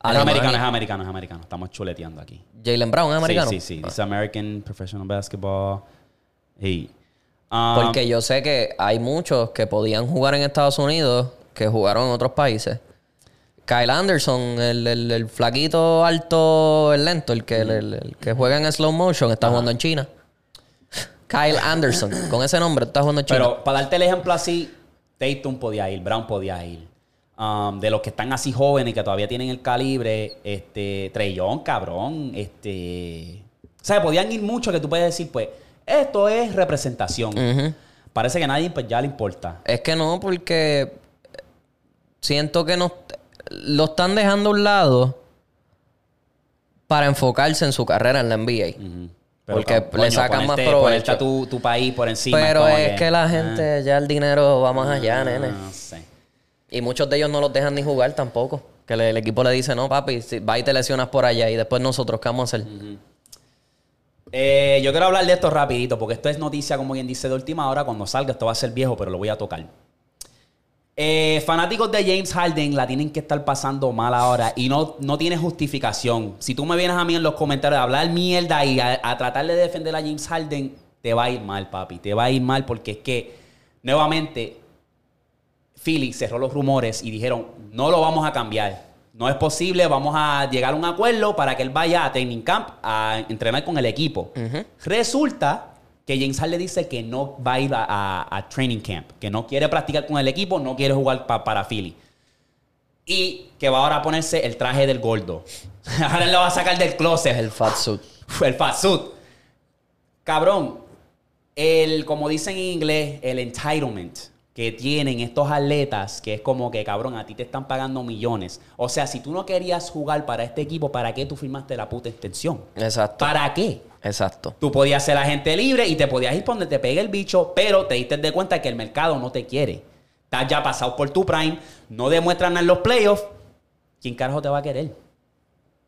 Speaker 1: Alemania.
Speaker 2: americano, es americano, es americano. Estamos chuleteando aquí.
Speaker 1: Jalen Brown es americano.
Speaker 2: Sí, sí, sí. It's American Professional Basketball. Sí. Um,
Speaker 1: Porque yo sé que hay muchos que podían jugar en Estados Unidos que jugaron en otros países. Kyle Anderson, el, el- el flaquito alto, el lento, el que, el, el- el que juega en slow motion, está jugando en China. Kyle Anderson, con ese nombre, está jugando en China.
Speaker 2: Pero para darte el ejemplo así, Tatum podía ir, Brown podía ir. Um, de los que están así jóvenes y que todavía tienen el calibre, este, Trellón, cabrón, este. O sea, podían ir mucho que tú puedes decir, pues, esto es representación. Parece que a nadie pues, ya le importa.
Speaker 1: Es que no, porque siento que nos, lo están dejando a un lado para enfocarse en su carrera en la NBA. Porque
Speaker 2: ca-
Speaker 1: le sacan más
Speaker 2: ponerte-
Speaker 1: provecho.
Speaker 2: ponerte a este, tu, tu país por encima.
Speaker 1: Pero
Speaker 2: como Ah,
Speaker 1: es que la gente, ya el dinero va más allá, nene.
Speaker 2: No sé.
Speaker 1: Y muchos de ellos no los dejan ni jugar tampoco. Que le- el equipo le dice, no, papi, si va y te lesionas por allá y después nosotros, ¿qué vamos a hacer?
Speaker 2: Eh, yo quiero hablar de esto rapidito, porque esto es noticia, como quien dice, de última hora. Cuando salga, esto va a ser viejo, pero lo voy a tocar. Eh, fanáticos de James Harden la tienen que estar pasando mal ahora y no, no tiene justificación. Si tú me vienes a mí en los comentarios a hablar mierda y a, a tratar de defender a James Harden, te va a ir mal, papi. Te va a ir mal porque es que, nuevamente, Philly cerró los rumores y dijeron, no lo vamos a cambiar. No es posible, vamos a llegar a un acuerdo para que él vaya a training camp a entrenar con el equipo. Resulta que James Harden dice que no va a ir a, a- a training camp, que no quiere practicar con el equipo, no quiere jugar pa- para Philly. Y que va ahora a ponerse el traje del gordo. Ahora él lo va a sacar del closet.
Speaker 1: Es el fat suit.
Speaker 2: Uf, El fast food. Cabrón, el, como dicen en inglés, el entitlement que tienen estos atletas, que es como que, cabrón, a ti te están pagando millones. O sea, si tú no querías jugar para este equipo, ¿para qué tú firmaste la puta extensión?
Speaker 1: Exacto.
Speaker 2: ¿Para qué?
Speaker 1: Exacto.
Speaker 2: Tú podías ser agente libre y te podías ir por donde te pegue el bicho, pero te diste de cuenta que el mercado no te quiere. Estás ya pasado por tu prime, no demuestran en los playoffs. ¿Quién carajo te va a querer?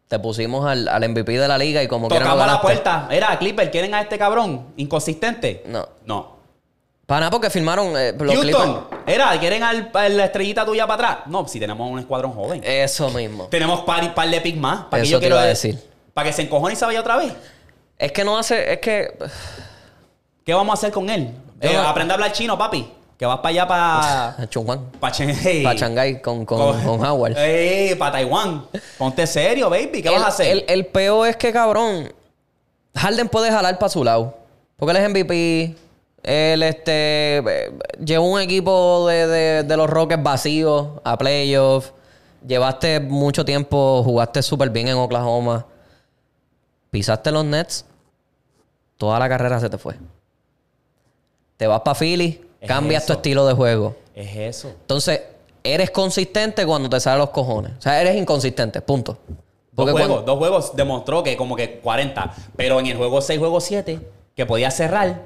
Speaker 1: Te pusimos al, al MVP de la liga y como quiera no
Speaker 2: Tocamos la
Speaker 1: ganaste.
Speaker 2: puerta. Era, Clipper, ¿quieren a este cabrón? ¿Inconsistente?
Speaker 1: No.
Speaker 2: No.
Speaker 1: Para nada, porque firmaron eh, los
Speaker 2: Houston,
Speaker 1: Clippers.
Speaker 2: era, ¿quieren al, a la estrellita tuya para atrás? No, si tenemos un escuadrón joven.
Speaker 1: Eso mismo.
Speaker 2: tenemos par, par de picks más. ¿Para que
Speaker 1: Eh. Eso
Speaker 2: yo
Speaker 1: te
Speaker 2: quiero
Speaker 1: iba a decir.
Speaker 2: ¿Para que se encojone y se vaya otra vez?
Speaker 1: Es que no hace, es que
Speaker 2: ¿Qué vamos a hacer con él?
Speaker 1: Yo
Speaker 2: Eh,
Speaker 1: no-
Speaker 2: Aprende a hablar chino, papi. Que vas para allá para...
Speaker 1: Chung Juan.
Speaker 2: Para
Speaker 1: Pa' Shanghái con, con, con
Speaker 2: Eh,
Speaker 1: Howard.
Speaker 2: para Taiwán. Ponte serio, baby. ¿Qué vas a hacer?
Speaker 1: El, el peor es que, cabrón, Harden puede jalar para su lado. Porque él es MVP. Él este, eh, llevó un equipo de, de- de los Rockets vacíos a playoffs. Llevaste mucho tiempo, jugaste súper bien en Oklahoma. Pisaste los Nets. Toda la carrera se te fue. Te vas para Philly,
Speaker 2: Es
Speaker 1: cambias tu
Speaker 2: eso.
Speaker 1: estilo de juego.
Speaker 2: Es eso.
Speaker 1: Entonces, eres consistente cuando te salen los cojones. O sea, eres inconsistente, punto. Porque
Speaker 2: dos juegos,
Speaker 1: cuando-
Speaker 2: dos juegos demostró que como que 40. Pero en el juego 6, juego 7, que podía cerrar,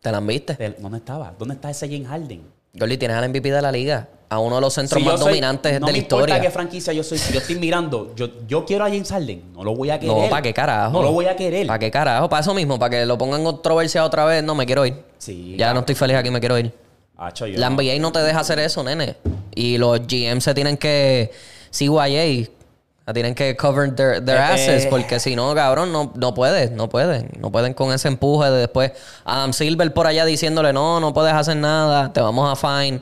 Speaker 1: te las viste.
Speaker 2: te- ¿dónde estaba? ¿Dónde está ese James Harden?
Speaker 1: Gordy, tienes al MVP de la liga, a uno de los centros
Speaker 2: Si yo
Speaker 1: más
Speaker 2: soy-
Speaker 1: dominantes
Speaker 2: no
Speaker 1: de
Speaker 2: me
Speaker 1: la
Speaker 2: importa
Speaker 1: historia.
Speaker 2: qué franquicia yo soy. Si yo estoy mirando, yo, yo quiero a James Harden. No lo voy a querer.
Speaker 1: No, ¿para qué carajo?
Speaker 2: No lo voy a querer.
Speaker 1: ¿Para qué carajo? Para eso mismo, para que lo pongan controversia otra vez. No, me quiero ir.
Speaker 2: Sí.
Speaker 1: ya no estoy feliz aquí, me quiero ir.
Speaker 2: Acho, yo
Speaker 1: La
Speaker 2: no.
Speaker 1: NBA no te deja hacer eso, nene. Y los GM se tienen que. CYA. la Tienen que cover their, their
Speaker 2: Eh,
Speaker 1: asses.
Speaker 2: eh.
Speaker 1: Porque si no, cabrón, no, no pueden, no pueden. No pueden con ese empuje de después. Adam Silver por allá diciéndole, no, no puedes hacer nada, te vamos a fine.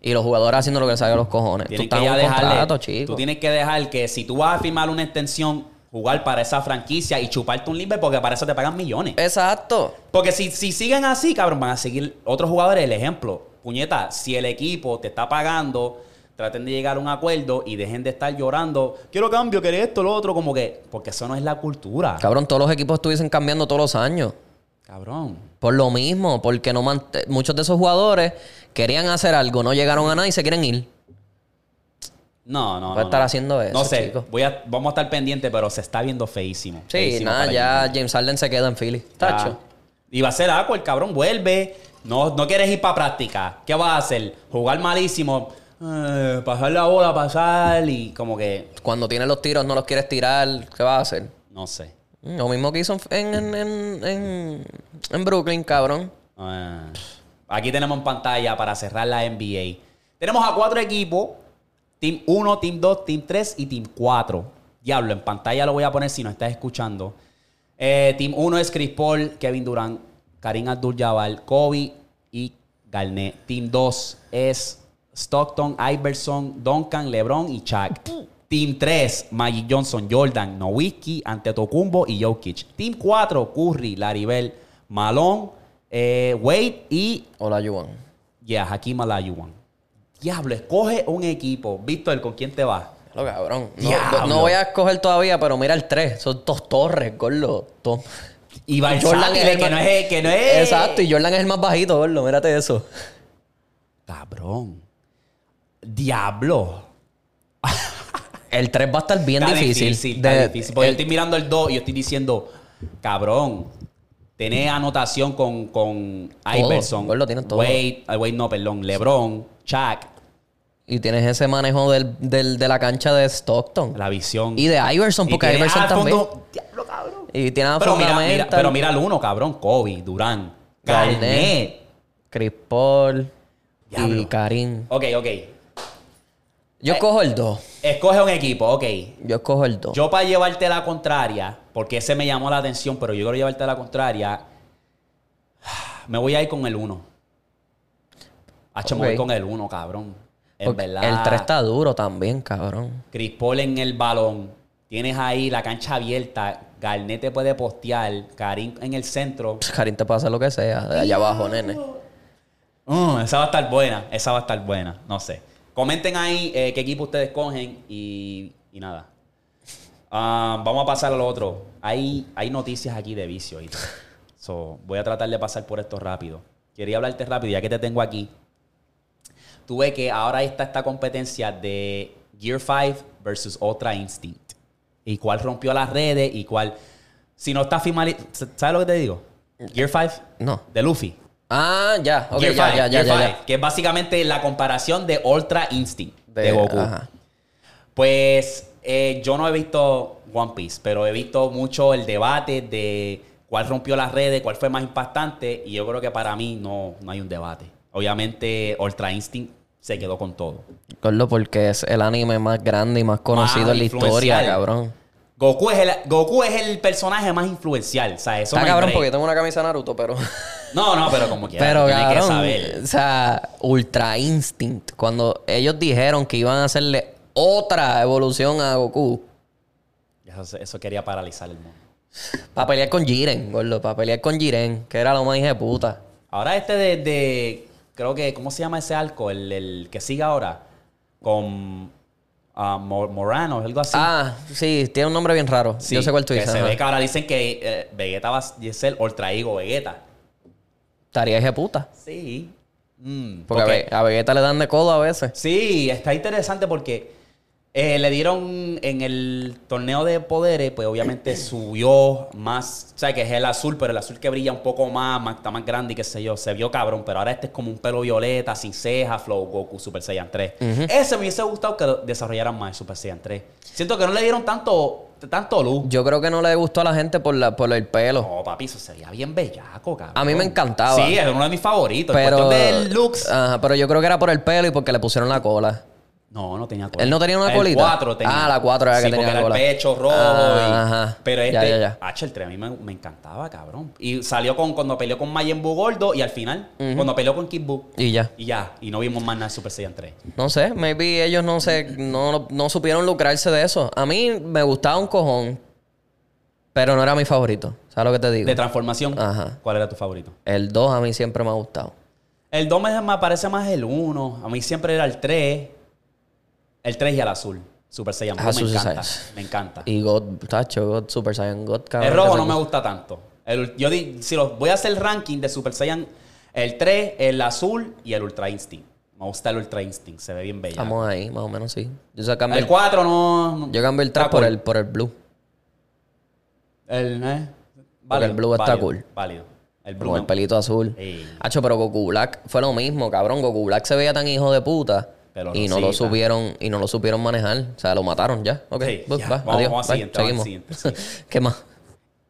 Speaker 1: Y los jugadores haciendo lo que les salga a los cojones.
Speaker 2: Tienen
Speaker 1: tú estás
Speaker 2: que
Speaker 1: en
Speaker 2: ya
Speaker 1: un
Speaker 2: dejarle-
Speaker 1: contrato, chico.
Speaker 2: Tú tienes que dejar que si tú vas a firmar una extensión, jugar para esa franquicia y chuparte un libre porque para eso te pagan millones.
Speaker 1: Exacto.
Speaker 2: Porque si, si siguen así, cabrón, van a seguir otros jugadores. El ejemplo, puñeta, si el equipo te está pagando, Traten de llegar a un acuerdo y dejen de estar llorando. Quiero cambio, quiero esto, lo otro, como que. Porque eso no es la cultura.
Speaker 1: Cabrón, todos los equipos estuviesen cambiando todos los años.
Speaker 2: Cabrón.
Speaker 1: Por lo mismo, porque no man- muchos de esos jugadores querían hacer algo, no llegaron a nada y se quieren ir.
Speaker 2: No, no.
Speaker 1: Va a
Speaker 2: no,
Speaker 1: estar
Speaker 2: no.
Speaker 1: haciendo eso,
Speaker 2: No sé.
Speaker 1: chico.
Speaker 2: Voy a, vamos a estar pendientes, pero se está viendo feísimo.
Speaker 1: Sí,
Speaker 2: feísimo
Speaker 1: nada,
Speaker 2: para
Speaker 1: ya
Speaker 2: ellos.
Speaker 1: James Harden se queda en Philly.
Speaker 2: Ya.
Speaker 1: Tacho.
Speaker 2: Y va a ser agua, el cabrón vuelve. No, no quieres ir para práctica. ¿Qué vas a hacer? Jugar malísimo. eh, pasar la bola, pasar y como que.
Speaker 1: Cuando tienes los tiros, no los quieres tirar, ¿qué vas a hacer?
Speaker 2: No sé.
Speaker 1: Mm, Lo mismo que hizo en, en, en, en- en Brooklyn, cabrón.
Speaker 2: Ah. Aquí tenemos en pantalla para cerrar la NBA. Tenemos a cuatro equipos: Team 1, Team 2, Team 3 y Team 4. Diablo, en pantalla lo voy a poner si no estás escuchando. Eh, team 1 es Chris Paul, Kevin Durant, Karim Abdul-Jabbar, Kobe y Garnett. Team 2 es Stockton, Iverson, Duncan, LeBron y Shaq. Team 3, Magic Johnson, Jordan, Nowitzki, Antetokounmpo y Jokic. Team 4, Curry, Laribel, Malone, eh, Wade y
Speaker 1: Hola, Juan.
Speaker 2: yeah, Hakim Olajuwon. Diablo, escoge un equipo. Víctor, ¿con quién te vas?
Speaker 1: Lo cabrón. No,
Speaker 2: Diablo.
Speaker 1: no- no voy a escoger todavía, pero mira el 3. Son dos torres, gordo. Dos.
Speaker 2: Y Jordan
Speaker 1: el
Speaker 2: que
Speaker 1: más-
Speaker 2: no es, que no es.
Speaker 1: Exacto, y Jordan es el más bajito, gordo. Mírate eso.
Speaker 2: Cabrón. Diablo.
Speaker 1: El 3 va a estar bien
Speaker 2: Está
Speaker 1: difícil.
Speaker 2: está
Speaker 1: De-
Speaker 2: difícil. Porque
Speaker 1: el-
Speaker 2: yo estoy mirando el 2 y yo estoy diciendo, cabrón, tenés anotación con, con
Speaker 1: Todo,
Speaker 2: Iverson.
Speaker 1: Gordo, tienes todo.
Speaker 2: Wade, ah, Wade no, perdón, LeBron, Shaq,
Speaker 1: Y tienes ese manejo del, del- de la cancha de Stockton.
Speaker 2: la visión.
Speaker 1: Y de Iverson, porque
Speaker 2: tiene-
Speaker 1: Iverson
Speaker 2: ah,
Speaker 1: también.
Speaker 2: fondo- Diablo, cabrón.
Speaker 1: Y tiene a
Speaker 2: Pero mira, mira,
Speaker 1: Fundamental,
Speaker 2: pero mira el 1, cabrón. Kobe, Durán,
Speaker 1: Garnett.
Speaker 2: Garnett.
Speaker 1: Chris Paul y
Speaker 2: Diablo. Eh.
Speaker 1: Karim.
Speaker 2: Ok, ok.
Speaker 1: Yo escojo el 2.
Speaker 2: Escoge un equipo, ok.
Speaker 1: Yo escojo el 2.
Speaker 2: Yo para llevarte la contraria, porque ese me llamó la atención, pero yo quiero llevarte la contraria, me voy a ir con el 1. Hacho, me voy
Speaker 1: Ok.
Speaker 2: con el 1, cabrón. En
Speaker 1: Porque
Speaker 2: verdad.
Speaker 1: El 3 está duro también, cabrón.
Speaker 2: Chris Paul en el balón. Tienes ahí la cancha abierta. Garnett te puede postear. Karim en el centro.
Speaker 1: Pues, Karim te puede hacer lo que sea, de allá abajo, nene.
Speaker 2: Mm, esa va a estar buena. Esa va a estar buena. No sé. Comenten ahí eh, qué equipo ustedes cogen y, y nada. Ah, vamos a pasar al otro. Hay, hay noticias aquí de vicio. ¿oíste? So, voy a tratar de pasar por esto rápido. Quería hablarte rápido, ya que te tengo aquí. Tuve que ahora está esta competencia de Gear 5 versus Ultra Instinct. Y cuál rompió las redes y cuál. Si no está finalizado. ¿Sabes lo que te digo? Gear 5
Speaker 1: No.
Speaker 2: de Luffy.
Speaker 1: Ah, ya. Ok,
Speaker 2: Gear
Speaker 1: ya,
Speaker 2: Five,
Speaker 1: ya, ya,
Speaker 2: Gear
Speaker 1: ya,
Speaker 2: Five, Que es básicamente la comparación de Ultra Instinct
Speaker 1: ya.
Speaker 2: de, Goku.
Speaker 1: ajá.
Speaker 2: Pues eh, yo no he visto One Piece, pero he visto mucho el debate de cuál rompió las redes, cuál fue más impactante. Y yo creo que para mí no, no hay un debate. Obviamente, Ultra Instinct se quedó con todo.
Speaker 1: Gordo, porque es el anime más grande y más conocido
Speaker 2: Más
Speaker 1: en la historia,
Speaker 2: influencial.
Speaker 1: cabrón.
Speaker 2: Goku es el, Goku es el personaje más influencial. O sea,
Speaker 1: Está
Speaker 2: eso no hay
Speaker 1: cabrón porque
Speaker 2: break.
Speaker 1: yo tengo una camisa Naruto, pero.
Speaker 2: No, no, pero como quiera.
Speaker 1: pero,
Speaker 2: tú tienes que
Speaker 1: cabrón.
Speaker 2: saber.
Speaker 1: O sea, Ultra Instinct. Cuando ellos dijeron que iban a hacerle otra evolución a Goku.
Speaker 2: Eso, eso quería paralizar el mundo.
Speaker 1: Para pelear con Jiren, gordo. Para pelear con Jiren, que era lo más hija de puta.
Speaker 2: Ahora este de, de- creo que, ¿cómo se llama ese arco? El, el que sigue ahora. Con ah, Mo- Morano, algo así.
Speaker 1: Ah, sí, tiene un nombre bien raro.
Speaker 2: Sí,
Speaker 1: Yo sé cuál tú
Speaker 2: que
Speaker 1: dices.
Speaker 2: se
Speaker 1: ajá.
Speaker 2: ve que ahora dicen que eh, Vegeta va a ser Ultra Ego Vegeta.
Speaker 1: Estaría hija de puta.
Speaker 2: Sí. Mm,
Speaker 1: Porque a
Speaker 2: ok.
Speaker 1: Ve- a Vegeta le dan de codo a veces.
Speaker 2: Sí, está interesante porque eh, le dieron en el torneo de poderes, pues obviamente subió más, o sea, que es el azul, pero el azul que brilla un poco más, más está más grande y qué sé yo, se vio cabrón, pero ahora este es como un pelo violeta, sin cejas, flow Goku Super Saiyan 3. Ese me hubiese gustado que lo desarrollaran más el Super Saiyan 3. Siento que no le dieron tanto, tanto luz.
Speaker 1: Yo creo que no le gustó a la gente por, la, por el pelo.
Speaker 2: No, papi, eso sería bien bellaco, cabrón.
Speaker 1: A mí me encantaba.
Speaker 2: Sí, es uno de mis favoritos.
Speaker 1: Pero,
Speaker 2: Pero... del looks.
Speaker 1: Ajá, pero yo creo que era por el pelo y porque le pusieron la cola.
Speaker 2: No, no tenía cola.
Speaker 1: Él no tenía una
Speaker 2: El
Speaker 1: colita.
Speaker 2: cuatro tenía.
Speaker 1: Ah, la cuatro era
Speaker 2: Sí,
Speaker 1: que tenía
Speaker 2: porque era
Speaker 1: cola.
Speaker 2: el pecho rojo.
Speaker 1: Ah,
Speaker 2: y-
Speaker 1: ajá.
Speaker 2: Pero este,
Speaker 1: Ya, ya, ya.
Speaker 2: H, el 3 a mí me, me encantaba, cabrón. Y salió con cuando peleó con Mayen Bu Gordo y al final, cuando peleó con Kid Buu.
Speaker 1: Y ya.
Speaker 2: Y ya, y no vimos más nada de Super Saiyan 3.
Speaker 1: No sé, maybe ellos no se, no, no supieron lucrarse de eso. A mí me gustaba un cojón, pero no era mi favorito. ¿Sabes lo que te digo?
Speaker 2: De transformación,
Speaker 1: Ajá.
Speaker 2: ¿cuál era tu favorito?
Speaker 1: El 2 a mí siempre me ha gustado.
Speaker 2: El 2 me, me parece más el 1. A mí siempre era el 3. El 3 y el azul. Super Saiyan. Blue,
Speaker 1: Ajá,
Speaker 2: me
Speaker 1: Super
Speaker 2: encanta.
Speaker 1: Saiyan.
Speaker 2: Me encanta.
Speaker 1: Y God, tacho, God, Super Saiyan God, cabrón.
Speaker 2: El rojo
Speaker 1: que
Speaker 2: no
Speaker 1: se-
Speaker 2: me gusta tanto. El- yo di- si los voy a hacer el ranking de Super Saiyan, el 3, el azul y el Ultra Instinct. Me gusta el Ultra Instinct, se ve bien bello.
Speaker 1: Estamos ahí, más o menos, sí. Yo, se cambié
Speaker 2: El
Speaker 1: el,
Speaker 2: 4 no. no-
Speaker 1: yo cambié el 3
Speaker 2: está
Speaker 1: por
Speaker 2: cool.
Speaker 1: el, por el blue.
Speaker 2: El, eh,
Speaker 1: el blue está
Speaker 2: válido,
Speaker 1: cool.
Speaker 2: Válido. El blue.
Speaker 1: Con
Speaker 2: me-
Speaker 1: el pelito azul.
Speaker 2: Sí.
Speaker 1: Hacho, pero Goku Black fue lo mismo, cabrón. Goku Black se veía tan hijo de puta.
Speaker 2: Pero
Speaker 1: y
Speaker 2: no,
Speaker 1: no lo
Speaker 2: sí,
Speaker 1: supieron, y no lo supieron manejar. O sea, lo mataron ya. Ok.
Speaker 2: Sí,
Speaker 1: pues,
Speaker 2: ya.
Speaker 1: va,
Speaker 2: Vamos-
Speaker 1: adiós,
Speaker 2: vamos al
Speaker 1: bye,
Speaker 2: siguiente, vamos al
Speaker 1: seguimos.
Speaker 2: siguiente,
Speaker 1: ¿Qué más?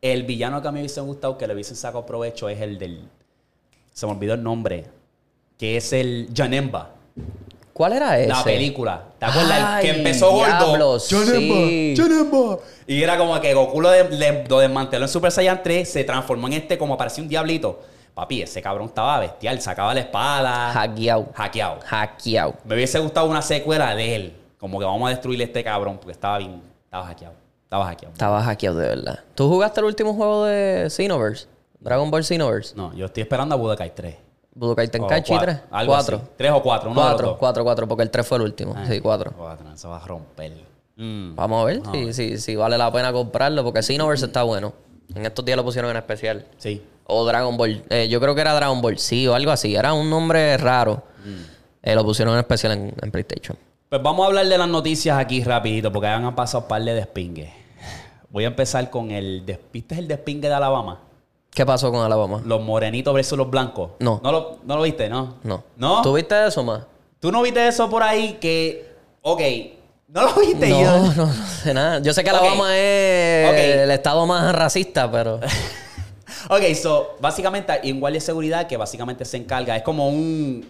Speaker 2: El villano que a mí me hubiese gustado que le hubiesen sacado provecho es el del. Se me olvidó el nombre. Que es el Janemba.
Speaker 1: ¿Cuál era ese?
Speaker 2: La película. ¿Te acuerdas? El que
Speaker 1: Ay,
Speaker 2: empezó gordo.
Speaker 1: diablo, sí.
Speaker 2: Y era como que Goku lo, de- le- lo desmanteló en Super Saiyan 3, se transformó en este como parecía un diablito. Papi, ese cabrón estaba bestial, sacaba la espada.
Speaker 1: Hackeado.
Speaker 2: hackeado.
Speaker 1: Hackeado.
Speaker 2: Me hubiese gustado una secuela de él. Como que vamos a destruirle a este cabrón, porque estaba bien. Estaba hackeado. Estaba hackeado.
Speaker 1: Estaba hackeado de verdad. ¿Tú jugaste el último juego de Xenoverse? Dragon Ball Xenoverse.
Speaker 2: No, yo estoy esperando a Budokai 3.
Speaker 1: Budokai Tenkaichi
Speaker 2: O cua-
Speaker 1: 3.
Speaker 2: Oh, Algo
Speaker 1: 4.
Speaker 2: así. Tres o cuatro, uno de los
Speaker 1: 4,
Speaker 2: dos. Ah.
Speaker 1: 4, 4, porque el 3 fue el último. Sí, 4.
Speaker 2: Cuatro, eso va a romper. Mm.
Speaker 1: Vamos a ver si, si, si vale la pena comprarlo, porque Xenoverse está bueno. En estos días lo pusieron en especial.
Speaker 2: Sí.
Speaker 1: O Dragon Ball. eh, yo creo que era Dragon Ball, sí, o algo así. Era un nombre raro.
Speaker 2: Mm.
Speaker 1: Eh, lo pusieron en especial en, en PlayStation.
Speaker 2: Pues vamos a hablar de las noticias aquí rapidito, porque han pasado un par de despingues. Voy a empezar con el... des- ¿Viste el despingue de Alabama?
Speaker 1: ¿Qué pasó con Alabama?
Speaker 2: Los morenitos versus los blancos.
Speaker 1: No.
Speaker 2: No lo, no lo viste, ¿no?
Speaker 1: No.
Speaker 2: ¿No?
Speaker 1: ¿Tú
Speaker 2: ¿Tú,
Speaker 1: viste eso, más?
Speaker 2: no viste eso por ahí que... Ok. ¿No lo viste? Yo-
Speaker 1: No, no, no sé nada. Yo sé que
Speaker 2: Ok.
Speaker 1: Alabama es
Speaker 2: Ok.
Speaker 1: el estado más racista, pero.
Speaker 2: Ok, so, básicamente hay un guardia de seguridad que básicamente se encarga. Es como un,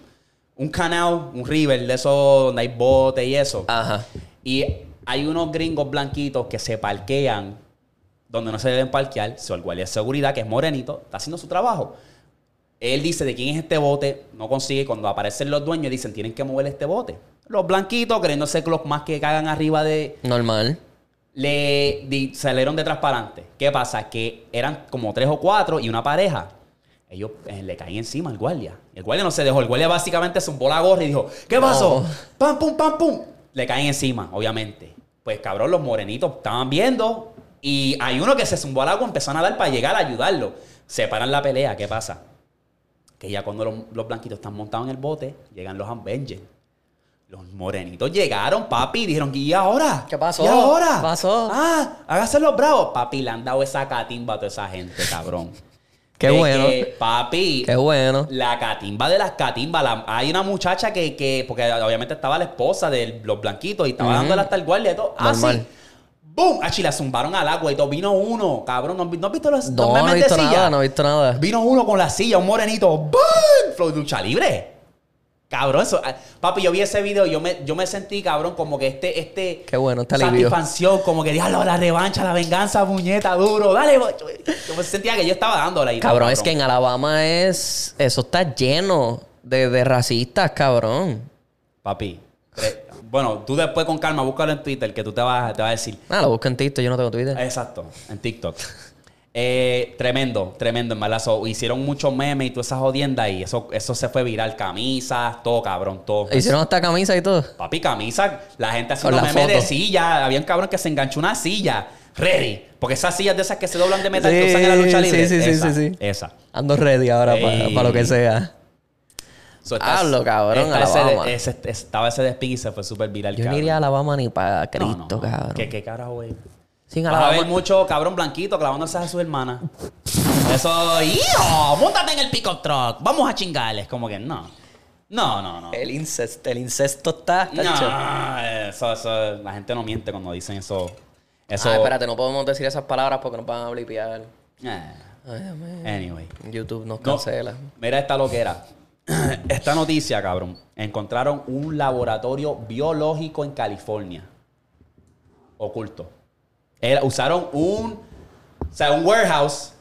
Speaker 2: un canal, un river de esos donde hay botes y eso.
Speaker 1: Ajá.
Speaker 2: Y hay unos gringos blanquitos que se parquean donde no se deben parquear. So, el guardia de seguridad, que es morenito, está haciendo su trabajo. Él dice de quién es este bote, no consigue. Cuando aparecen los dueños, dicen tienen que mover este bote. Los blanquitos, creyéndose que los más que cagan arriba de,
Speaker 1: Normal.
Speaker 2: le di- salieron de transparente. ¿Qué pasa? Que eran como tres o cuatro y una pareja. Ellos eh, le caían encima al guardia. El guardia no se dejó. El guardia básicamente se zumbó la gorra y dijo, ¿qué pasó?
Speaker 1: No.
Speaker 2: Pam, pum, pam, pum. Le caen encima, obviamente. Pues cabrón, los morenitos estaban viendo y hay uno que se zumbó al agua, empezó a nadar para llegar a ayudarlo. Separan la pelea. ¿Qué pasa? Que ya cuando los, los blanquitos están montados en el bote, llegan los Avengers. Los morenitos llegaron, papi, y dijeron, ¿y ahora?
Speaker 1: ¿Qué pasó?
Speaker 2: ¿Y ahora?
Speaker 1: Pasó.
Speaker 2: Ah, hágase los bravos. Papi, le han dado esa catimba a toda esa gente, cabrón.
Speaker 1: Qué
Speaker 2: De
Speaker 1: bueno.
Speaker 2: que, papi,
Speaker 1: Qué bueno.
Speaker 2: la catimba de las catimbas. la- hay una muchacha que, que, porque obviamente estaba la esposa de los blanquitos y estaba
Speaker 1: Ujú.
Speaker 2: dándole hasta el guardia y todo. Ah,
Speaker 1: Normal.
Speaker 2: sí. ¡Bum! Ah, sí, la zumbaron al agua y todo. Vino uno, cabrón. ¿No, has vi- no has visto los, los
Speaker 1: No, no he
Speaker 2: memes
Speaker 1: visto
Speaker 2: de silla?
Speaker 1: nada, no he visto nada.
Speaker 2: Vino uno con la silla, un morenito. ¡Bum! Flow ducha libre. Cabrón, eso. ah, Papi, yo vi ese video y yo me, yo me sentí, cabrón, como que este, este.
Speaker 1: Qué bueno, está alivio.
Speaker 2: Satisfacción, como que diablo, la revancha, la venganza, puñeta, duro. Dale, bo- yo, yo me sentía que yo estaba dándola ahí.
Speaker 1: Cabrón, es que en Alabama es. Eso está lleno de, de racistas, cabrón.
Speaker 2: Papi. tre- Bueno, tú después con calma, búscalo en Twitter, que tú te vas, te vas a decir.
Speaker 1: Ah, lo buscan en TikTok, yo no tengo Twitter.
Speaker 2: Exacto, en TikTok. Eh, tremendo, tremendo, en verdad. So, hicieron muchos memes y todas esas jodiendas y eso, eso se fue viral. Camisas, todo, cabrón, todo.
Speaker 1: Hicieron hasta camisa y todo.
Speaker 2: Papi, camisa, la gente hacía
Speaker 1: Con
Speaker 2: unos
Speaker 1: la
Speaker 2: memes de
Speaker 1: foto.
Speaker 2: silla. Había un cabrón que se enganchó una silla. Ready. Porque esas sillas de esas que se doblan de metal que usan en la lucha
Speaker 1: Sí,
Speaker 2: libre.
Speaker 1: sí, sí,
Speaker 2: esa,
Speaker 1: sí, sí.
Speaker 2: Esa.
Speaker 1: Ando ready ahora para
Speaker 2: Ey.
Speaker 1: lo que sea.
Speaker 2: So,
Speaker 1: Hablo, cabrón,
Speaker 2: está ese
Speaker 1: Alabama.
Speaker 2: de- ese- estaba ese desping y se fue súper viral.
Speaker 1: Yo no
Speaker 2: cabrón.
Speaker 1: iría a Alabama ni para
Speaker 2: No, no,
Speaker 1: Cristo,
Speaker 2: no.
Speaker 1: cabrón.
Speaker 2: ¿Qué, qué carajo, güey?
Speaker 1: Sin
Speaker 2: Vas a ver
Speaker 1: Alabama.
Speaker 2: mucho cabrón blanquito clavándose a su hermana. Eso, hijo, montate en el pick-up truck. Vamos a chingarles. Como que no. No, no, no.
Speaker 1: El incesto, el incesto está. está hecho.
Speaker 2: No, eso, eso, la gente no miente cuando dicen eso. Eso.
Speaker 1: Ah, espérate, no podemos decir esas palabras porque nos van a blipear.
Speaker 2: Eh,
Speaker 1: Ay, Dios mío.
Speaker 2: anyway.
Speaker 1: YouTube nos
Speaker 2: No,
Speaker 1: cancela.
Speaker 2: mira esta loquera. Esta noticia, cabrón. Encontraron un laboratorio biológico en California. Oculto. Era- usaron un, o sea, un warehouse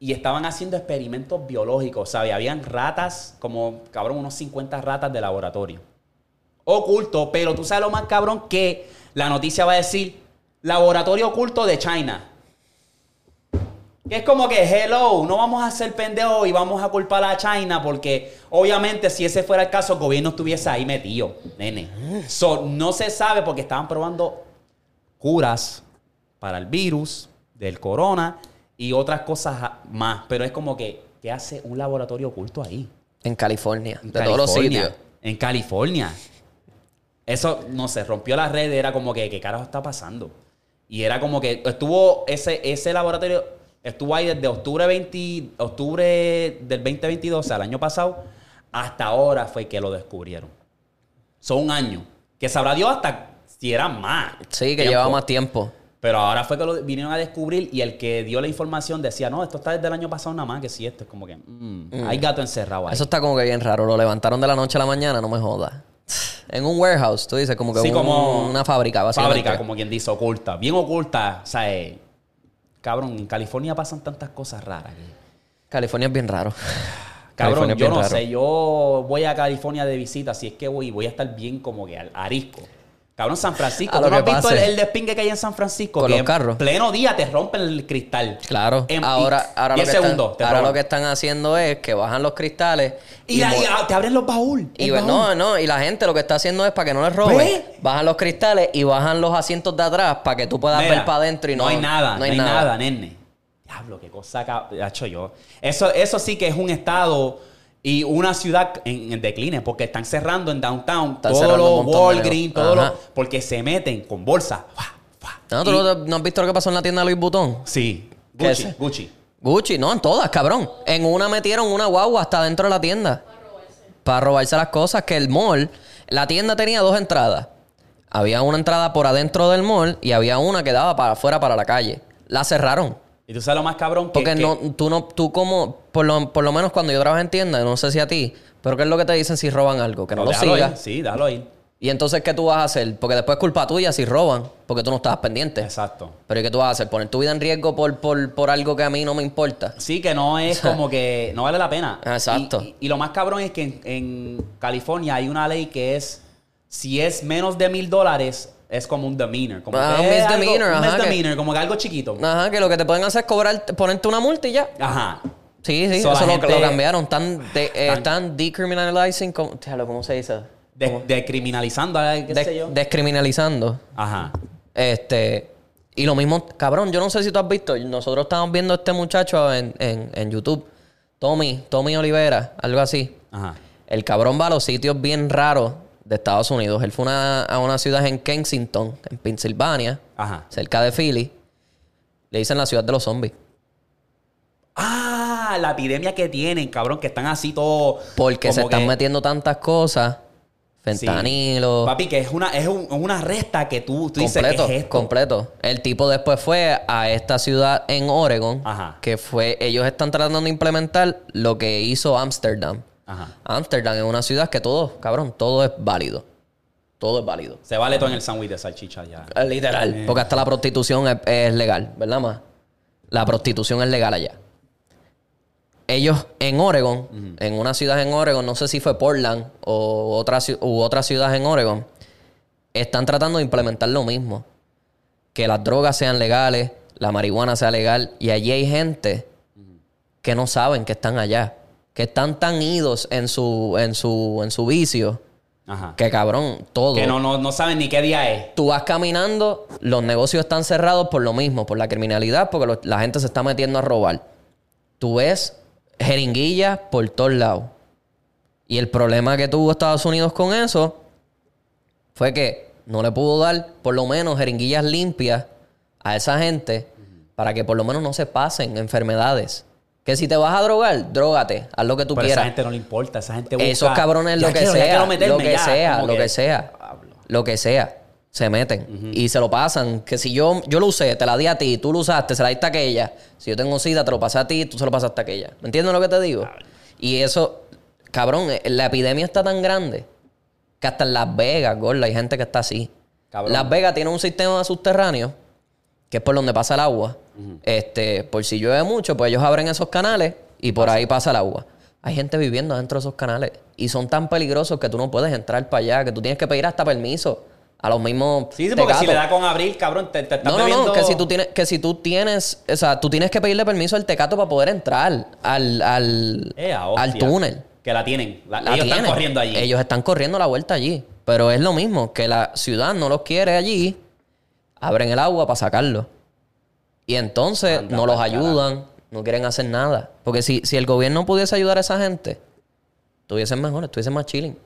Speaker 2: y estaban haciendo experimentos biológicos. ¿Sabes? Habían ratas, como, cabrón, unos 50 ratas de laboratorio. Oculto, pero tú sabes lo más cabrón que la noticia va a decir laboratorio oculto de China. Que es como que, hello, no vamos a ser pendejos y vamos a culpar a China porque obviamente si ese fuera el caso, el gobierno estuviese ahí metido, nene. So, no se sabe porque estaban probando curas para el virus del corona y otras cosas a- más. Pero es como que, ¿qué hace un laboratorio oculto ahí?
Speaker 1: En California.
Speaker 2: En
Speaker 1: de todos los
Speaker 2: California.
Speaker 1: sitios.
Speaker 2: En California. Eso, no sé, rompió la red. Era como que, ¿qué carajo está pasando? Y era como que estuvo ese, ese laboratorio, estuvo ahí desde octubre, 20, octubre del 2022, o sea, el año pasado, hasta ahora fue que lo descubrieron. Son un año. Que sabrá Dios hasta si era más.
Speaker 1: Sí, que
Speaker 2: Tiempo.
Speaker 1: lleva más tiempo.
Speaker 2: Pero ahora fue que lo vinieron a descubrir y el que dio la información decía, no, esto está desde el año pasado nada más, que si esto es como que, mm, hay gato encerrado ahí.
Speaker 1: Eso está como que bien raro. Lo levantaron de la noche a la mañana, no me jodas. En un warehouse, tú dices, como que
Speaker 2: Sí,
Speaker 1: un-
Speaker 2: como-
Speaker 1: una fábrica, básicamente.
Speaker 2: Fábrica, como quien dice, oculta. Bien oculta. O sea, eh, cabrón, en California pasan tantas cosas raras. que-
Speaker 1: California es bien raro.
Speaker 2: Cabrón,
Speaker 1: California es
Speaker 2: yo
Speaker 1: bien
Speaker 2: no
Speaker 1: raro.
Speaker 2: sé. Yo voy a California de visita, si es que voy, voy a estar bien como que al arisco. Cabrón, San Francisco.
Speaker 1: A
Speaker 2: ¿Tú
Speaker 1: lo
Speaker 2: no has
Speaker 1: que
Speaker 2: visto el,
Speaker 1: pase.
Speaker 2: el despingue que hay en San Francisco?
Speaker 1: Con
Speaker 2: Que
Speaker 1: los
Speaker 2: en
Speaker 1: carros.
Speaker 2: pleno día te rompen el cristal.
Speaker 1: Claro.
Speaker 2: En-
Speaker 1: ahora,
Speaker 2: y-
Speaker 1: ahora, lo
Speaker 2: 10
Speaker 1: que están,
Speaker 2: segundos, te
Speaker 1: ahora
Speaker 2: roban.
Speaker 1: lo que están haciendo es que bajan los cristales
Speaker 2: Y, la-
Speaker 1: mo-
Speaker 2: y, ah, te abren los baúles.
Speaker 1: y
Speaker 2: el
Speaker 1: ve-
Speaker 2: baúl.
Speaker 1: no, no, y la gente lo que está haciendo es para que no les roben.
Speaker 2: ¿Ves?
Speaker 1: Bajan los cristales y bajan los asientos de atrás para que tú puedas
Speaker 2: Mira,
Speaker 1: ver para adentro y no,
Speaker 2: hay nada, no hay, nada. nene. Diablo, qué cosa ca- hacho yo. Eso, eso sí que es un estado y una ciudad en, en decline, porque están cerrando en downtown
Speaker 1: Están
Speaker 2: todos
Speaker 1: cerrando un
Speaker 2: los
Speaker 1: montón de
Speaker 2: Walgreens,
Speaker 1: negocios.
Speaker 2: todos los.
Speaker 1: Ajá.
Speaker 2: Porque se meten con bolsa. Fua, fua.
Speaker 1: No, ¿tú
Speaker 2: Y-
Speaker 1: no- no has visto lo que pasó en la tienda de Luis Butón?
Speaker 2: Sí.
Speaker 1: ¿Qué
Speaker 2: Gucci,
Speaker 1: es?
Speaker 2: Gucci.
Speaker 1: Gucci, no, en todas, cabrón. En una metieron una guagua hasta dentro de la tienda. Para robarse. las cosas que el mall, la tienda tenía dos entradas. Había una entrada por adentro del mall y había una que daba para afuera, para la calle. La cerraron.
Speaker 2: Y tú sabes lo más cabrón que.
Speaker 1: Porque
Speaker 2: que-
Speaker 1: no, tú no, tú como, por lo, por lo menos cuando yo trabajo en tienda, no sé si a ti, pero ¿qué es lo que te dicen si roban algo? Que no, lo
Speaker 2: déjalo
Speaker 1: sigas.
Speaker 2: ir. Sí, déjalo ir.
Speaker 1: Y entonces, ¿qué tú vas a hacer? Porque después es culpa tuya si roban, porque tú no estabas pendiente.
Speaker 2: Exacto.
Speaker 1: Pero ¿y qué tú vas a hacer? ¿Poner tu vida en riesgo por, por, por algo que a mí no me importa?
Speaker 2: Sí, que no es como que no vale la pena.
Speaker 1: Exacto.
Speaker 2: Y, y- y lo más cabrón es que en, en California hay una ley que es, si es menos de mil dólares, es como un demeanor. Como
Speaker 1: Ah,
Speaker 2: que
Speaker 1: un
Speaker 2: es algo-
Speaker 1: misdemeanor,
Speaker 2: un
Speaker 1: ajá, que-
Speaker 2: misdemeanor, como que algo chiquito.
Speaker 1: Ajá, que lo que te pueden hacer es cobrar, ponerte una multa y ya.
Speaker 2: Ajá.
Speaker 1: Sí, sí,
Speaker 2: So, la
Speaker 1: eso lo,
Speaker 2: gente-
Speaker 1: lo cambiaron. Están, de- eh,
Speaker 2: Tan-
Speaker 1: están decriminalizing, como- Déjalo, ¿cómo se dice?
Speaker 2: De- Decriminalizando, eh, qué
Speaker 1: De-
Speaker 2: sé yo.
Speaker 1: descriminalizando.
Speaker 2: Ajá.
Speaker 1: Este. Y lo mismo, cabrón, yo no sé si tú has visto. Nosotros estábamos viendo a este muchacho en, en- en YouTube. Tommy, Tommy Olivera, algo así.
Speaker 2: Ajá.
Speaker 1: El cabrón va a los sitios bien raros de Estados Unidos. Él fue una- a una ciudad en Kensington, en Pensilvania,
Speaker 2: Ajá.
Speaker 1: cerca de Philly. Le dicen la ciudad de los zombies.
Speaker 2: Ah, la epidemia que tienen, cabrón, que están así todos.
Speaker 1: Porque se
Speaker 2: como
Speaker 1: están
Speaker 2: que-
Speaker 1: metiendo tantas cosas.
Speaker 2: Sí.
Speaker 1: Fentanilo.
Speaker 2: Papi, que es una, es un- una resta que tú, tú dices
Speaker 1: completo,
Speaker 2: que es esto?
Speaker 1: completo. El tipo después fue a esta ciudad en Oregon.
Speaker 2: Ajá.
Speaker 1: Que fue... Ellos están tratando de implementar lo que hizo Ámsterdam.
Speaker 2: Ajá.
Speaker 1: Ámsterdam es una ciudad que todo, cabrón, todo es válido. Todo es válido.
Speaker 2: Se vale todo en el sándwich de salchicha ya.
Speaker 1: Eh, Literal. Porque hasta la prostitución es, es legal, ¿verdad, ma? La prostitución es legal allá. Ellos en Oregon, en una ciudad en Oregon, no sé si fue Portland o otra, ci- u otra ciudad en Oregon, están tratando de implementar lo mismo. Que las drogas sean legales, la marihuana sea legal. Y allí hay gente que no saben que están allá. Que están tan idos en su, en su, en su vicio.
Speaker 2: Ajá.
Speaker 1: Que cabrón, todo.
Speaker 2: Que no, no, no saben ni qué día es.
Speaker 1: Tú vas caminando, los negocios están cerrados por lo mismo, por la criminalidad, porque lo- la gente se está metiendo a robar. Tú ves jeringuillas por todos lados. Y el problema que tuvo Estados Unidos con eso fue que no le pudo dar por lo menos jeringuillas limpias a esa gente para que por lo menos no se pasen enfermedades. Que si te vas a drogar, drogate, haz lo que tú
Speaker 2: Pero a esa
Speaker 1: quieras.
Speaker 2: gente no le importa, esa gente busca...
Speaker 1: Esos cabrones, lo
Speaker 2: Ya
Speaker 1: que
Speaker 2: quiero, ya
Speaker 1: sea,
Speaker 2: quiero meterme,
Speaker 1: lo que
Speaker 2: ya,
Speaker 1: sea,
Speaker 2: como
Speaker 1: lo
Speaker 2: que-
Speaker 1: que sea,
Speaker 2: Pablo.
Speaker 1: lo que sea, se meten y se lo pasan. Que si yo, yo lo usé, te la di a ti, tú lo usaste, se la diste a aquella. Si yo tengo sida, te lo pasé a ti, tú se lo pasaste a aquella. ¿Me entiendes lo que te digo? Y eso, cabrón, eh, la epidemia está tan grande que hasta en Las Vegas, gorda, hay gente que está así.
Speaker 2: Cabrón.
Speaker 1: Las Vegas tiene un sistema subterráneo que es por donde pasa el agua. Este, por si llueve mucho, pues ellos abren esos canales y
Speaker 2: Ah,
Speaker 1: por ahí pasa el agua. Hay gente viviendo dentro de esos canales y son tan peligrosos que tú no puedes entrar para allá, que tú tienes que pedir hasta permiso a los mismos.
Speaker 2: Sí, sí, porque si
Speaker 1: tecatos.
Speaker 2: le da con abrir, cabrón, te, te estás
Speaker 1: No, no,
Speaker 2: bebiendo...
Speaker 1: no, que si tú tienes, que si tú tienes, o sea, tú tienes que pedirle permiso al tecato para poder entrar al, al,
Speaker 2: Ea,
Speaker 1: al
Speaker 2: Eh, hostia.
Speaker 1: túnel.
Speaker 2: Que la tienen. La-
Speaker 1: La
Speaker 2: ellos
Speaker 1: tienen.
Speaker 2: están corriendo allí.
Speaker 1: Ellos están corriendo la vuelta allí. Pero es lo mismo, que la ciudad no los quiere allí, abren el agua para sacarlos. Y entonces
Speaker 2: Anda
Speaker 1: no los
Speaker 2: pa'l
Speaker 1: ayudan, no quieren hacer nada. Porque si, si el gobierno pudiese ayudar a esa gente, estuviesen mejor, estuviesen más chilling.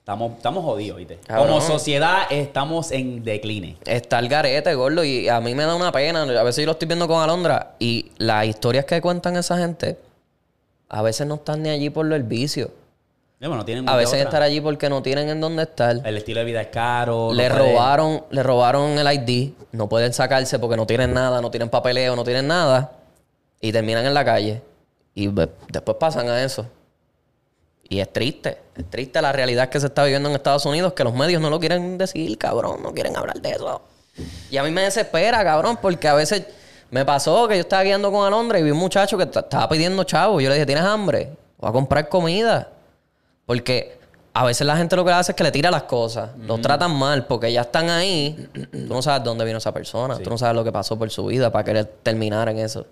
Speaker 2: Estamos, estamos jodidos, ¿viste?
Speaker 1: Cabrón.
Speaker 2: Como sociedad estamos en decline.
Speaker 1: Está el garete, gordo, y a mí me da una pena. A veces yo lo estoy viendo con Alondra y las historias que cuentan esa gente a veces no están ni allí por el vicio.
Speaker 2: Ya, bueno, no tienen
Speaker 1: A
Speaker 2: de
Speaker 1: veces
Speaker 2: otra.
Speaker 1: están allí porque no tienen en dónde estar.
Speaker 2: El estilo de vida es caro.
Speaker 1: Le
Speaker 2: no pueden-
Speaker 1: robaron, le robaron el ID, no pueden sacarse porque no tienen nada, no tienen papeleo, no tienen nada, y terminan en la calle. Y ve- después pasan a eso. Y es triste, es triste la realidad que se está viviendo en Estados Unidos, que los medios no lo quieren decir, cabrón, no quieren hablar de eso. Y a mí me desespera, cabrón, porque a veces me pasó que yo estaba guiando con Alondra y vi un muchacho que t- estaba pidiendo chavo. Yo le dije, ¿tienes hambre? Voy a comprar comida. Porque a veces la gente lo que hace es que le tira las cosas, los tratan mal, porque ya están ahí. Tú no sabes dónde vino esa persona, tú no sabes lo que pasó por su vida para querer terminar en eso.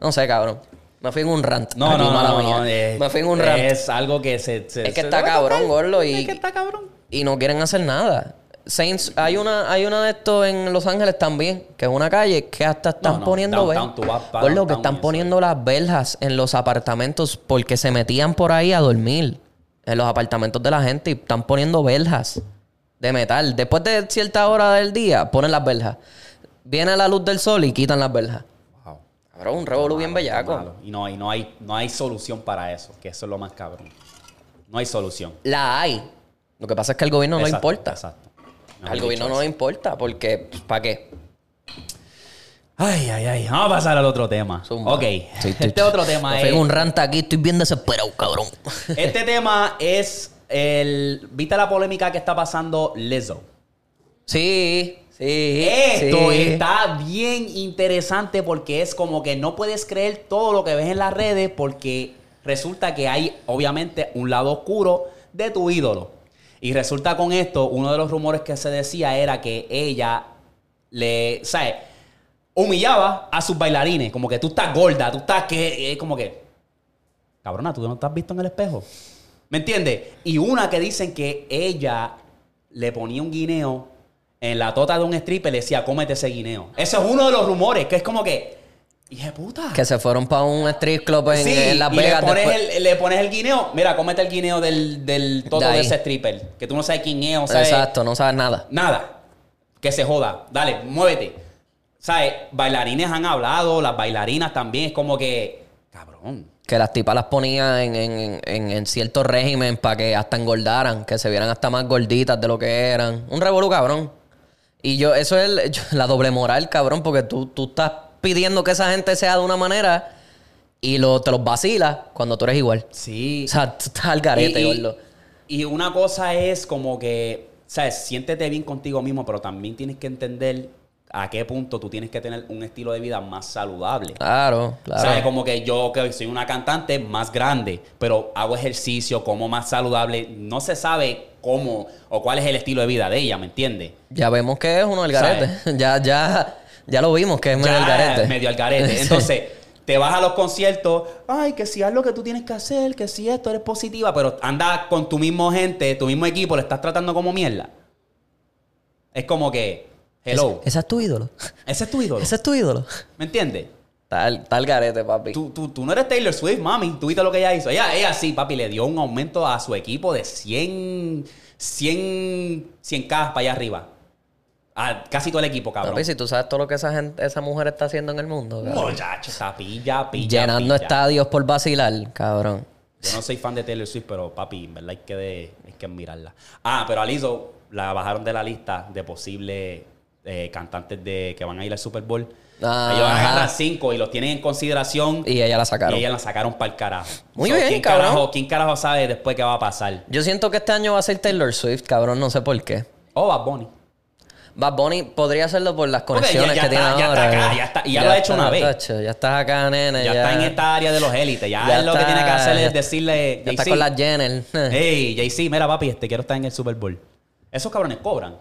Speaker 1: No sé, cabrón. Me fui en un rant.
Speaker 2: No,
Speaker 1: Aquí,
Speaker 2: no, no,
Speaker 1: mala
Speaker 2: no,
Speaker 1: mía.
Speaker 2: no, eh,
Speaker 1: Me fui en un rant.
Speaker 2: Es algo que se... se-
Speaker 1: Es que
Speaker 2: se-
Speaker 1: está cabrón, gordo, y-
Speaker 2: Es que está cabrón.
Speaker 1: y no quieren hacer nada. Saints, hay una, hay una de estos en Los Ángeles también, que es una calle que hasta están
Speaker 2: No, no,
Speaker 1: poniendo
Speaker 2: downtown,
Speaker 1: vel-
Speaker 2: tú vas pa'
Speaker 1: Por lo que
Speaker 2: downtown y
Speaker 1: están
Speaker 2: eso
Speaker 1: poniendo las verjas en los apartamentos porque se metían por ahí a dormir en los apartamentos de la gente y están poniendo verjas de metal. Después de cierta hora del día, ponen las verjas. Viene la luz del sol y quitan las verjas.
Speaker 2: Wow.
Speaker 1: Habrá un revolú bien bellaco.
Speaker 2: Malo. Y no, y no hay, no hay solución para eso, que eso es lo más cabrón. No hay solución.
Speaker 1: La hay. Lo que pasa es que al gobierno no le
Speaker 2: Exacto,
Speaker 1: importa.
Speaker 2: Exacto. Mejor
Speaker 1: Al
Speaker 2: dicho
Speaker 1: gobierno no
Speaker 2: eso.
Speaker 1: le importa porque, ¿para qué?
Speaker 2: Ay, ay, ay. Vamos a pasar al otro tema.
Speaker 1: Zumba.
Speaker 2: Ok.
Speaker 1: Sí, estoy-
Speaker 2: este otro tema
Speaker 1: me
Speaker 2: es.
Speaker 1: pego un rant aquí, estoy bien desesperado, cabrón.
Speaker 2: Este tema es el. ¿Viste la polémica que está pasando Lizzo?
Speaker 1: Sí, sí.
Speaker 2: Esto
Speaker 1: sí.
Speaker 2: está bien interesante porque es como que no puedes creer todo lo que ves en las redes porque resulta que hay obviamente un lado oscuro de tu ídolo. Y resulta con esto, uno de los rumores que se decía era que ella le, ¿sabes? Humillaba a sus bailarines, como que tú estás gorda, tú estás que, es como que, cabrona, tú no te has visto en el espejo. ¿Me entiendes? Y una que dicen que ella le ponía un guineo en la tota de un stripper y le decía, cómete ese guineo. Eso es uno de los rumores, que es como que, hija de puta.
Speaker 1: Que se fueron para un strip club en,
Speaker 2: Sí,
Speaker 1: en Las
Speaker 2: y le
Speaker 1: Vegas.
Speaker 2: pones,
Speaker 1: después.
Speaker 2: el, le pones el guineo, mira, cómete el guineo del, del toto
Speaker 1: De
Speaker 2: de,
Speaker 1: ahí.
Speaker 2: ese stripper, que tú no sabes quién es, o sea,
Speaker 1: Exacto, no sabes nada.
Speaker 2: nada, que se joda, dale, muévete. ¿Sabes? Bailarines han hablado, las bailarinas también, es como que, cabrón.
Speaker 1: Que las tipas las ponían en, en, en- en cierto régimen para que hasta engordaran, que se vieran hasta más gorditas de lo que eran. Un revolú, cabrón. Y yo, eso es el- yo- la doble moral, cabrón, porque tú, tú estás pidiendo que esa gente sea de una manera y lo, te los vacilas cuando tú eres igual.
Speaker 2: Sí.
Speaker 1: O sea, tú estás al garete,
Speaker 2: Y- y,
Speaker 1: gordo.
Speaker 2: y una cosa es como que, ¿sabes? Siéntete bien contigo mismo, pero también tienes que entender a qué punto tú tienes que tener un estilo de vida más saludable.
Speaker 1: Claro, claro.
Speaker 2: ¿Sabes? Como que yo que soy una cantante más grande, pero hago ejercicio, como más saludable. No se sabe cómo o cuál es el estilo de vida de ella, ¿me entiendes?
Speaker 1: Ya vemos que es uno del garete. Ya, ya, ya lo vimos que es medio
Speaker 2: Ya,
Speaker 1: del garete.
Speaker 2: Medio al garete.
Speaker 1: Sí.
Speaker 2: Entonces, te vas a los conciertos. Ay, que si haz lo que tú tienes que hacer, que si esto eres positiva, pero anda con tu mismo gente, tu mismo equipo, lo estás tratando como mierda. Es como que, hello,
Speaker 1: Ese es tu ídolo.
Speaker 2: ese es tu ídolo.
Speaker 1: Ese es tu ídolo.
Speaker 2: ¿Me entiendes?
Speaker 1: Tal, tal garete, papi.
Speaker 2: Tú, tú, tú no eres Taylor Swift, mami. Tú viste lo que ella hizo. Ella, ella sí, papi, le dio un aumento a su equipo de 100, 100, 100 k para allá arriba. A casi todo el equipo, cabrón.
Speaker 1: Papi, si tú sabes todo lo que esa gente, esa mujer está haciendo en el mundo, cabrón.
Speaker 2: Muchacho, está pilla, pilla,
Speaker 1: Llenando
Speaker 2: pilla.
Speaker 1: estadios por vacilar, cabrón.
Speaker 2: Yo no soy fan de Taylor Swift, pero papi, en verdad hay que, de- hay que admirarla. Ah, pero a Lizzo la bajaron de la lista de posibles eh, cantantes de, que van a ir al Super Bowl.
Speaker 1: Ah,
Speaker 2: Ellos van a
Speaker 1: ajá.
Speaker 2: agarrar cinco y los tienen en consideración y,
Speaker 1: Y ella la sacaron.
Speaker 2: ellas la sacaron para el carajo.
Speaker 1: Muy bien,
Speaker 2: ¿quién
Speaker 1: cabrón.
Speaker 2: Carajo, ¿Quién carajo sabe después qué va a pasar?
Speaker 1: Yo siento que este año va a ser Taylor Swift, cabrón, no sé por qué.
Speaker 2: O Oh, Bad Bunny.
Speaker 1: Bad Bunny podría hacerlo por las
Speaker 2: Porque ya-
Speaker 1: conexiones
Speaker 2: ya
Speaker 1: que
Speaker 2: está-
Speaker 1: tiene
Speaker 2: ya está
Speaker 1: ahora.
Speaker 2: acá, ya está- y ya lo ha hecho una vez.
Speaker 1: tacho, ya estás acá, nene.
Speaker 2: Ya, está en esta área de los élites. Ya,
Speaker 1: ya
Speaker 2: es lo que
Speaker 1: está-
Speaker 2: tiene que hacer
Speaker 1: ya
Speaker 2: es
Speaker 1: está-
Speaker 2: decirle.
Speaker 1: Ya está
Speaker 2: "Jay-Z,
Speaker 1: con las Jenner.
Speaker 2: Ey, Jay-Z, mira, papi, este quiero estar en el Super Bowl. Esos cabrones cobran.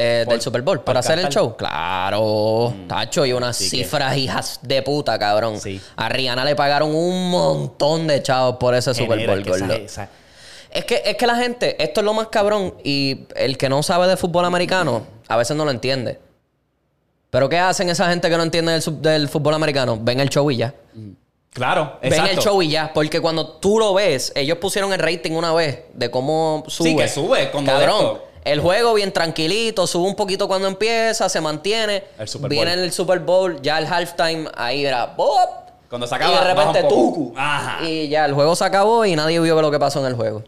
Speaker 1: eh,
Speaker 2: Por-
Speaker 1: del Super Bowl
Speaker 2: por
Speaker 1: para hacer el
Speaker 2: cantar.
Speaker 1: show. Claro, tacho, y unas
Speaker 2: Así que-
Speaker 1: cifras hijas de puta, cabrón.
Speaker 2: Sí.
Speaker 1: A Rihanna le pagaron un montón de chavos por ese Super
Speaker 2: Genera,
Speaker 1: Bowl,
Speaker 2: que esa-
Speaker 1: gordo.
Speaker 2: esa-
Speaker 1: Es que, es que la gente, esto es lo más cabrón y el que no sabe de fútbol americano a veces no lo entiende. Pero ¿qué hacen esa gente que no entiende del, sub- del fútbol americano? Ven el show y ya.
Speaker 2: Claro,
Speaker 1: Ven
Speaker 2: exacto.
Speaker 1: el show y ya. Porque cuando tú lo ves, ellos pusieron el rating una vez de cómo sube.
Speaker 2: Sí, que sube, con
Speaker 1: Cabrón.
Speaker 2: modesto.
Speaker 1: El juego bien tranquilito, sube un poquito cuando empieza, se mantiene.
Speaker 2: El Super
Speaker 1: viene
Speaker 2: Bowl.
Speaker 1: el Super Bowl, ya el halftime, ahí era ¡bop!
Speaker 2: Cuando se
Speaker 1: Y
Speaker 2: acaba,
Speaker 1: de repente
Speaker 2: baja un poco.
Speaker 1: tú.
Speaker 2: Ajá.
Speaker 1: Y ya el juego se acabó y nadie vio lo que pasó en el juego.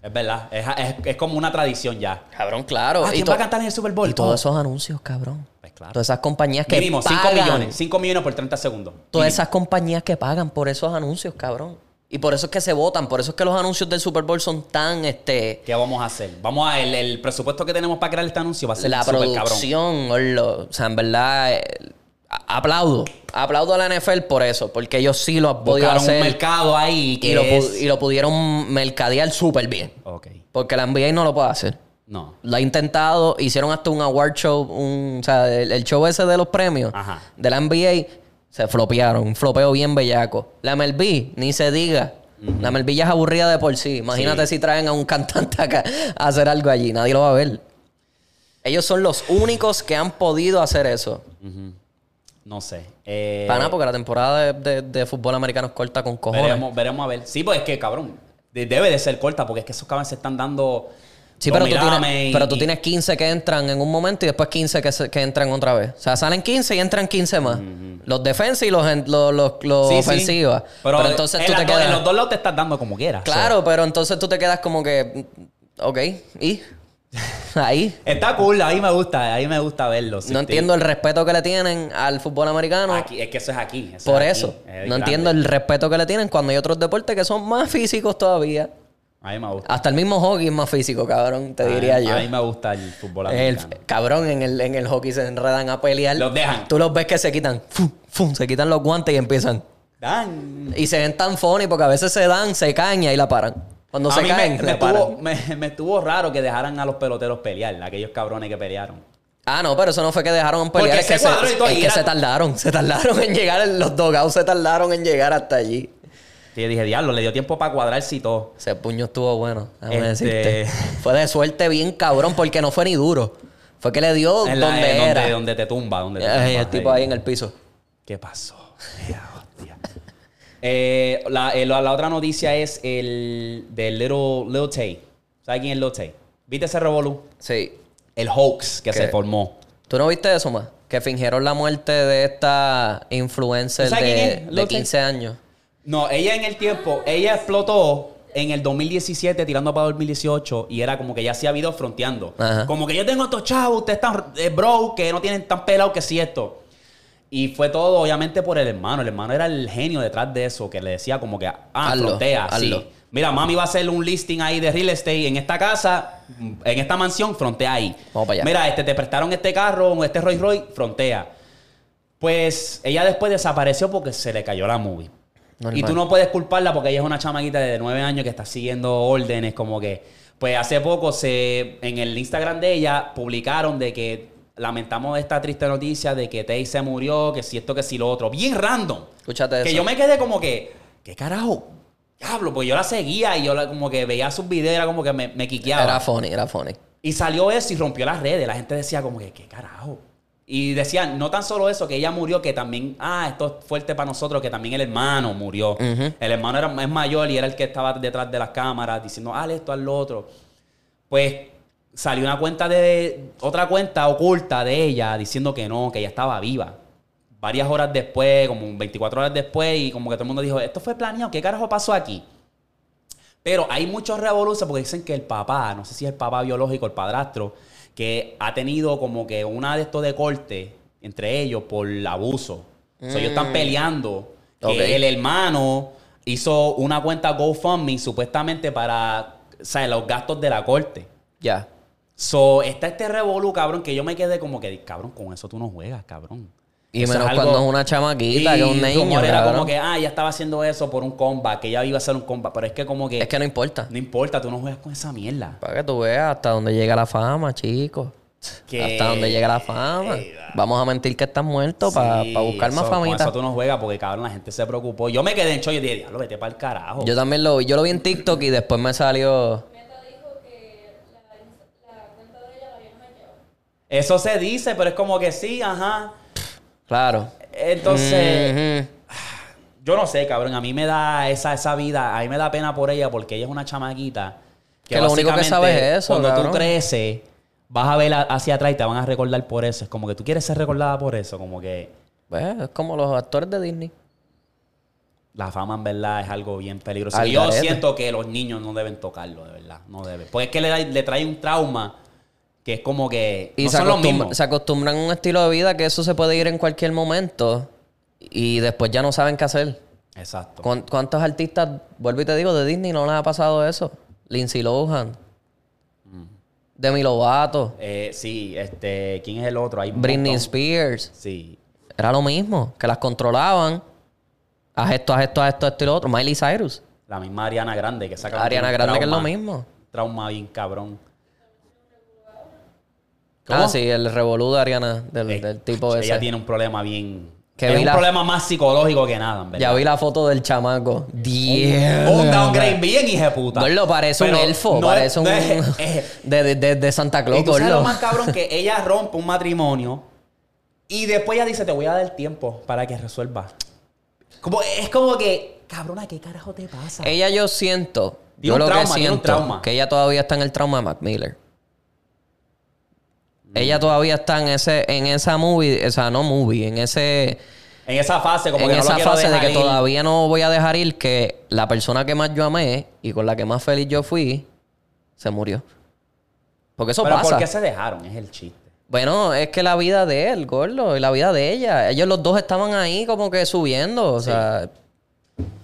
Speaker 2: Es verdad, es, es- es como una tradición ya.
Speaker 1: Cabrón, claro.
Speaker 2: Ah,
Speaker 1: Y
Speaker 2: ¿quién
Speaker 1: to-
Speaker 2: va a cantar en el Super Bowl?
Speaker 1: y todos
Speaker 2: Oh.
Speaker 1: esos anuncios, cabrón.
Speaker 2: Pues claro.
Speaker 1: Todas esas compañías que
Speaker 2: Mínimo, 5
Speaker 1: pagan.
Speaker 2: millones. 5 millones por 30 segundos.
Speaker 1: Todas
Speaker 2: Mínimo.
Speaker 1: esas compañías que pagan por esos anuncios, cabrón. Y por eso es que se votan, por eso es que los anuncios del Super Bowl son tan, este,
Speaker 2: ¿Qué vamos a hacer? Vamos a... El, el presupuesto que tenemos para crear este anuncio va a ser
Speaker 1: la
Speaker 2: súper
Speaker 1: producción, gordo. o sea, en verdad, eh, a- aplaudo, aplaudo a la NFL por eso, porque ellos sí lo han
Speaker 2: cabrón.
Speaker 1: podido
Speaker 2: Buscaron un
Speaker 1: hacer
Speaker 2: mercado ahí que
Speaker 1: y lo, pu-
Speaker 2: es...
Speaker 1: y lo pudieron mercadear súper bien,
Speaker 2: Ok.
Speaker 1: porque la NBA no lo puede hacer.
Speaker 2: No.
Speaker 1: Lo ha intentado, hicieron hasta un award show, un, o sea, el, el show ese de los premios
Speaker 2: Ajá.
Speaker 1: de la NBA, se flopearon, un flopeo bien bellaco. La MLB, ni se diga. La MLB ya es aburrida de por sí. Imagínate si traen a un cantante acá a hacer algo allí, nadie lo va a ver. Ellos son los únicos que han podido hacer eso.
Speaker 2: No sé. Eh,
Speaker 1: Para nada, porque la temporada de, de- de fútbol americano es corta con pues, cojones.
Speaker 2: veremos, veremos a ver. Sí, pues es que, cabrón, de- debe de ser corta porque es que esos cabrones se están dando...
Speaker 1: Sí, pero tú,
Speaker 2: Dominame
Speaker 1: tienes,
Speaker 2: y-
Speaker 1: pero tú tienes 15 que entran en un momento y después 15 que, se- que entran otra vez. O sea, salen 15 y entran 15 más. Los defensa y los, en- los, los, los
Speaker 2: Sí, sí.
Speaker 1: ofensiva. Pero, entonces
Speaker 2: en
Speaker 1: tú
Speaker 2: las
Speaker 1: te
Speaker 2: dos-
Speaker 1: quedas...
Speaker 2: En los dos lados te estás dando como quieras.
Speaker 1: Claro, pero entonces tú te quedas como que... Ok, ¿y? Ahí.
Speaker 2: Está cool, a mí me gusta, a mí me gusta verlo. sí,
Speaker 1: No
Speaker 2: sí.
Speaker 1: entiendo el respeto que le tienen al fútbol americano.
Speaker 2: Aquí, es que eso es aquí. eso
Speaker 1: por
Speaker 2: es aquí,
Speaker 1: eso.
Speaker 2: es
Speaker 1: no
Speaker 2: grande.
Speaker 1: entiendo el respeto que le tienen cuando hay otros deportes que son más físicos todavía.
Speaker 2: A mí me gusta.
Speaker 1: Hasta el mismo hockey es más físico, cabrón, te diría
Speaker 2: a,
Speaker 1: yo.
Speaker 2: A mí me gusta el fútbol
Speaker 1: El,
Speaker 2: americano.
Speaker 1: cabrón, en el, en el hockey se enredan a pelear.
Speaker 2: Los dejan.
Speaker 1: Tú los ves que se quitan. Fum, fum, se quitan los guantes y empiezan.
Speaker 2: Dan.
Speaker 1: Y se ven tan funny porque a veces se dan, se caen y ahí la paran. Cuando
Speaker 2: a
Speaker 1: se
Speaker 2: mí
Speaker 1: caen,
Speaker 2: me,
Speaker 1: la
Speaker 2: me,
Speaker 1: paran.
Speaker 2: estuvo, me, me estuvo raro que dejaran a los peloteros pelear, aquellos cabrones que pelearon.
Speaker 1: Ah, no, pero eso no fue que dejaron pelear.
Speaker 2: Porque
Speaker 1: es que,
Speaker 2: se
Speaker 1: se,
Speaker 2: cuadró y todo,
Speaker 1: es
Speaker 2: y
Speaker 1: que
Speaker 2: era-
Speaker 1: se tardaron. Se tardaron en llegar. Los dogados se tardaron en llegar hasta allí.
Speaker 2: Y yo dije, diablo, le dio tiempo para cuadrarse y todo.
Speaker 1: Ese puño estuvo bueno, déjame
Speaker 2: Este-
Speaker 1: decirte. Fue de suerte bien cabrón porque no fue ni duro. Fue que le dio
Speaker 2: En la-
Speaker 1: donde
Speaker 2: en
Speaker 1: era.
Speaker 2: Donde, donde te tumba, donde te
Speaker 1: Ay,
Speaker 2: tumba.
Speaker 1: el tipo ahí en el piso.
Speaker 2: ¿Qué pasó? Mira, hostia. Eh, la, eh, la- la otra noticia es el de Little, Lil Tay. ¿Sabes quién es Lil Tay? ¿Viste ese revolú?
Speaker 1: Sí.
Speaker 2: El hoax que
Speaker 1: ¿Qué?
Speaker 2: se formó.
Speaker 1: ¿Tú no viste eso más? Que fingieron la muerte de esta influencer
Speaker 2: ¿Tú sabes
Speaker 1: de,
Speaker 2: quién es?
Speaker 1: de
Speaker 2: Lotte.
Speaker 1: 15 años.
Speaker 2: No, ella en el tiempo, ella explotó en el 2017 tirando para 2018 y era como que ya hacía videos fronteando.
Speaker 1: Ajá.
Speaker 2: Como que yo tengo estos chavos, ustedes están eh, bro, que no tienen tan pelado que si esto. Y fue todo obviamente por el hermano. El hermano era el genio detrás de eso, que le decía como que, ah,
Speaker 1: Hazlo,
Speaker 2: frontea, sí.
Speaker 1: hazlo.
Speaker 2: Mira, mami va a hacer un listing ahí de real estate en esta casa, en esta mansión, frontea ahí.
Speaker 1: Vamos para allá.
Speaker 2: Mira, este, te prestaron este carro, o este Rolls Royce, frontea. Pues ella después desapareció porque se le cayó la movie.
Speaker 1: Normal.
Speaker 2: Y tú no puedes culparla porque ella es una chamaquita de nueve años que está siguiendo órdenes, como que. Pues hace poco se, en el Instagram de ella publicaron de que lamentamos esta triste noticia de que Tay se murió, que si esto, que si lo otro. Bien random.
Speaker 1: Escúchate
Speaker 2: Que
Speaker 1: eso.
Speaker 2: yo me quedé como que, ¿qué carajo? Diablo, pues yo la seguía y yo la- como que veía sus videos, era como que me, me quiqueaba.
Speaker 1: Era funny, era funny.
Speaker 2: Y salió eso y rompió las redes. La gente decía como que, ¿qué carajo? Y decían, no tan solo eso, que ella murió, que también, ah, esto es fuerte para nosotros, que también el hermano murió. El hermano era, es mayor y era el que estaba detrás de las cámaras diciendo, haz esto, haz lo otro. Pues salió una cuenta de, otra cuenta oculta de ella diciendo que no, que ella estaba viva. Varias horas después, como 24 horas después, y como que todo el mundo dijo, esto fue planeado, ¿qué carajo pasó aquí? Pero hay muchos revoluciones porque dicen que el papá, no sé si es el papá biológico, el padrastro, que ha tenido como que una de estos de corte entre ellos por abuso. O sea, ellos están peleando. Que
Speaker 1: Mm. Ok.
Speaker 2: El hermano hizo una cuenta GoFundMe supuestamente para o sea, los gastos de la corte.
Speaker 1: Ya.
Speaker 2: So, está este revolú, cabrón, que yo me quedé como que, cabrón, con eso tú no juegas, cabrón.
Speaker 1: Y
Speaker 2: Eso es
Speaker 1: menos
Speaker 2: algo-
Speaker 1: cuando es una chamaquita, que es un
Speaker 2: el rumor
Speaker 1: niño.
Speaker 2: era
Speaker 1: cabrón.
Speaker 2: como que, ah, ella estaba haciendo eso por un combat, que ella iba a hacer un combat, pero es que como que...
Speaker 1: Es que no importa.
Speaker 2: No importa, tú no juegas con esa mierda.
Speaker 1: Para que tú veas hasta dónde llega la fama, chico.
Speaker 2: Que-
Speaker 1: Hasta donde llega la fama.
Speaker 2: Ey, da.
Speaker 1: Vamos a mentir que estás muerto para
Speaker 2: Sí,
Speaker 1: buscar más
Speaker 2: eso-
Speaker 1: famita.
Speaker 2: Con eso tú no juegas porque, cabrón, la gente se preocupó. Yo me quedé en shock y dije, diablo, vete para el carajo.
Speaker 1: Yo también lo vi. Yo lo vi en TikTok y después me salió.
Speaker 4: Meta dijo que la, la cuenta de ella la habían hackeado.
Speaker 2: Eso se dice, pero es como que sí, ajá.
Speaker 1: Claro.
Speaker 2: Entonces,
Speaker 1: Ujú.
Speaker 2: yo no sé, cabrón. A mí me da esa, esa vida, a mí me da pena por ella porque ella es una chamaquita.
Speaker 1: Que lo único que
Speaker 2: básicamente,
Speaker 1: sabe es eso,
Speaker 2: Cuando
Speaker 1: cabrón.
Speaker 2: tú creces, vas a ver a- hacia atrás y te van a recordar por eso. Es como que tú quieres ser recordada por eso. Como que
Speaker 1: Pues, es como los actores de Disney.
Speaker 2: la fama en verdad es algo bien peligroso.
Speaker 1: Al
Speaker 2: Y yo
Speaker 1: garete.
Speaker 2: siento que los niños no deben tocarlo, de verdad. No deben. Porque es que le, da- le trae un trauma que es como que
Speaker 1: Y
Speaker 2: no
Speaker 1: se,
Speaker 2: son los
Speaker 1: acostumbra-
Speaker 2: mismos.
Speaker 1: se acostumbran a un estilo de vida que eso se puede ir en cualquier momento. Y después ya no saben qué hacer.
Speaker 2: Exacto.
Speaker 1: ¿Cuán- ¿Cuántos artistas, vuelvo y te digo, de Disney no les ha pasado eso? Lindsay Lohan.
Speaker 2: Mm.
Speaker 1: Demi Lovato.
Speaker 2: Eh, sí, este, ¿quién es el otro? Hay un
Speaker 1: Britney
Speaker 2: montón.
Speaker 1: Spears.
Speaker 2: Sí.
Speaker 1: Era lo mismo. Que las controlaban. Haz esto, haz esto, haz esto, esto y lo otro. Miley Cyrus.
Speaker 2: La misma Ariana Grande que saca.
Speaker 1: Ariana
Speaker 2: un
Speaker 1: Grande, que es lo
Speaker 2: trauma-
Speaker 1: mismo.
Speaker 2: Trauma bien cabrón.
Speaker 1: Ah, sí, el revolú de Ariana, del,
Speaker 2: Eh,
Speaker 1: del tipo
Speaker 2: ella
Speaker 1: ese.
Speaker 2: tiene un problema bien.
Speaker 1: Que
Speaker 2: es
Speaker 1: vi
Speaker 2: un
Speaker 1: la-
Speaker 2: problema más psicológico que nada, en
Speaker 1: Ya
Speaker 2: verdad.
Speaker 1: vi la foto del chamaco. Diez.
Speaker 2: Un downgrade bien, hija de puta.
Speaker 1: Gordo, parece un
Speaker 2: Pero
Speaker 1: elfo.
Speaker 2: no es-
Speaker 1: parece un.
Speaker 2: no es- es-
Speaker 1: de, de- de- de Santa Claus,
Speaker 2: Y tú sabes
Speaker 1: gordo.
Speaker 2: lo más cabrón que ella rompe un matrimonio y después ella dice, te voy a dar tiempo para que resuelvas. Como, es como que, cabrona, ¿qué carajo te pasa?
Speaker 1: Ella, yo siento.
Speaker 2: Tiene
Speaker 1: yo
Speaker 2: un
Speaker 1: lo
Speaker 2: trauma,
Speaker 1: que
Speaker 2: tiene un
Speaker 1: siento.
Speaker 2: trauma.
Speaker 1: Que ella todavía está en el trauma de Mac Miller.
Speaker 2: Mm.
Speaker 1: Ella todavía está en ese en esa movie, o sea, no movie, en ese
Speaker 2: en esa fase, como
Speaker 1: en
Speaker 2: que no lo
Speaker 1: esa
Speaker 2: quiero
Speaker 1: fase de
Speaker 2: dejar
Speaker 1: que
Speaker 2: ir.
Speaker 1: todavía no voy a dejar ir que la persona que más yo amé y con la que más feliz yo fui se murió. Porque eso
Speaker 2: Pero
Speaker 1: pasa.
Speaker 2: ¿por qué se dejaron? Es el chiste.
Speaker 1: Bueno, es que la vida de él, gordo, y la vida de ella. Ellos los dos estaban ahí como que subiendo, o sea.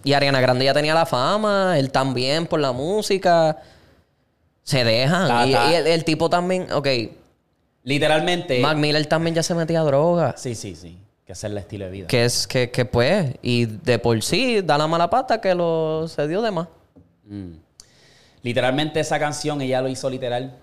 Speaker 1: Y Ariana Grande ya tenía la fama, él también por la música. Se dejan.
Speaker 2: Ta,
Speaker 1: y
Speaker 2: ta.
Speaker 1: y el, el tipo también, ok.
Speaker 2: Literalmente.
Speaker 1: Mac Miller también ya se metía a drogas.
Speaker 2: Sí, sí, sí. Que ese es el estilo de vida.
Speaker 1: Que es que, que pues, y de por sí da la mala pata que lo se dio de más.
Speaker 2: Mm. Literalmente esa canción ella lo hizo literal.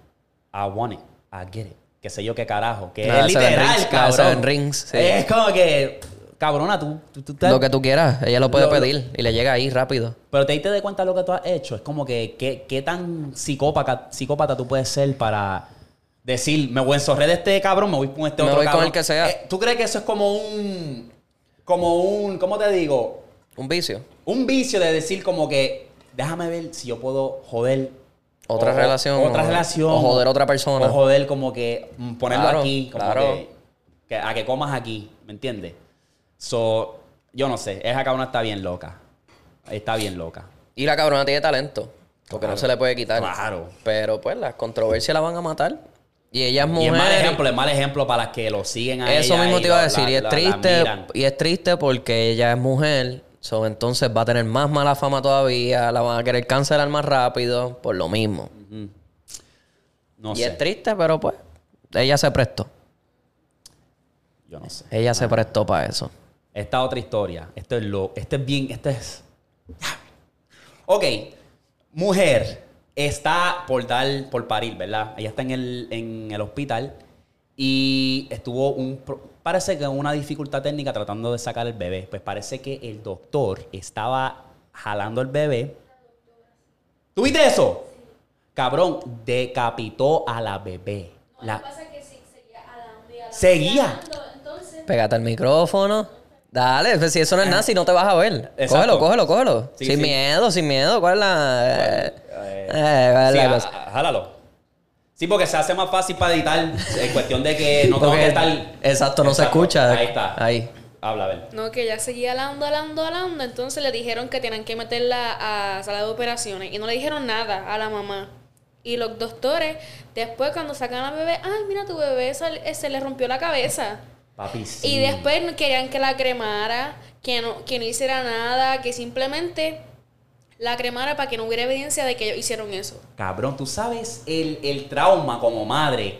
Speaker 2: I want it. I get it. Qué sé yo qué carajo. Que
Speaker 1: Nada,
Speaker 2: es
Speaker 1: Seven
Speaker 2: literal,
Speaker 1: Rings, nada,
Speaker 2: cabrón.
Speaker 1: Seven Rings, sí.
Speaker 2: Es como que, cabrona, tú, tú, tú te-
Speaker 1: Lo que tú quieras, ella lo puede
Speaker 2: Lo- lo-
Speaker 1: pedir y le llega ahí rápido.
Speaker 2: Pero te diste de cuenta lo que tú has hecho. Es como que qué, qué tan psicópata, psicópata tú puedes ser para decir, me voy a ensorré de este cabrón, me voy con este
Speaker 1: Me
Speaker 2: otro
Speaker 1: voy con
Speaker 2: cabrón.
Speaker 1: el que sea.
Speaker 2: Eh, ¿Tú crees que eso es como un, como un, ¿cómo te digo?
Speaker 1: Un vicio.
Speaker 2: Un vicio de decir como que, déjame ver si yo puedo joder.
Speaker 1: Otra
Speaker 2: o-
Speaker 1: relación,
Speaker 2: Otra
Speaker 1: o-
Speaker 2: relación.
Speaker 1: o joder otra persona.
Speaker 2: O joder como que mm, ponerlo
Speaker 1: Claro,
Speaker 2: aquí. Como
Speaker 1: claro.
Speaker 2: que, que a que comas aquí, ¿me entiendes? So, yo no sé. Esa cabrona está bien loca. Está bien loca.
Speaker 1: Y la cabrona tiene talento. Porque no
Speaker 2: Claro.
Speaker 1: se le puede quitar.
Speaker 2: Claro.
Speaker 1: Pero pues las controversias la van a matar. Y ella es mujer.
Speaker 2: Y es mal ejemplo, es mal ejemplo para las que lo siguen a
Speaker 1: Eso
Speaker 2: ella
Speaker 1: mismo
Speaker 2: y
Speaker 1: te iba a
Speaker 2: la-
Speaker 1: decir. y
Speaker 2: la-
Speaker 1: es
Speaker 2: la- la
Speaker 1: triste.
Speaker 2: miran.
Speaker 1: y es triste porque ella es mujer. So, entonces va a tener más mala fama todavía. La van a querer cancelar más rápido. Por lo mismo.
Speaker 2: No
Speaker 1: y
Speaker 2: sé.
Speaker 1: es triste, pero pues. Ella se prestó.
Speaker 2: Yo no sé.
Speaker 1: Ella se prestó para eso.
Speaker 2: Esta otra historia. Esto es lo. Este es bien. Este es. Ok. Mujer está por dar, por parir, ¿verdad? Ella está en el, en el hospital y estuvo un. pro- Parece que una dificultad técnica tratando de sacar el bebé. Pues parece que el doctor estaba jalando el bebé. ¿Tuviste eso? Cabrón, decapitó a la bebé.
Speaker 4: No,
Speaker 2: La,
Speaker 4: lo que pasa es que sí, seguía Adán y Adán.
Speaker 2: Seguía.
Speaker 4: Entonces,
Speaker 1: Pégate al micrófono. Dale, pues, si eso no es nazi, no te vas a ver. Cógelo,
Speaker 2: Exacto.
Speaker 1: cógelo, cógelo.
Speaker 2: Sí,
Speaker 1: sin
Speaker 2: sí.
Speaker 1: miedo, sin miedo. ¿Cuál es la. eh,
Speaker 2: Eh,
Speaker 1: eh, ¿cuál es
Speaker 2: Sí, ah,
Speaker 1: la
Speaker 2: a-
Speaker 1: cosa?
Speaker 2: a- jálalo. Sí, porque se hace más fácil para editar. En cuestión de que no tengo
Speaker 1: Porque-
Speaker 2: que estar.
Speaker 1: Exacto, no se escucha.
Speaker 2: Ahí está.
Speaker 1: Ahí.
Speaker 2: Habla, a ver.
Speaker 4: No, que ya seguía alando, alando, alando. Entonces le dijeron que tenían que meterla a sala de operaciones. Y no le dijeron nada a la mamá. Y los doctores, después cuando sacan al bebé, ay, mira, tu bebé sal- eh, se le rompió la cabeza.
Speaker 2: Papi, sí.
Speaker 4: Y después no querían que la cremara, que no, que no hiciera nada, que simplemente la cremara para que no hubiera evidencia de que ellos hicieron eso.
Speaker 2: Cabrón, tú sabes el, el trauma como madre.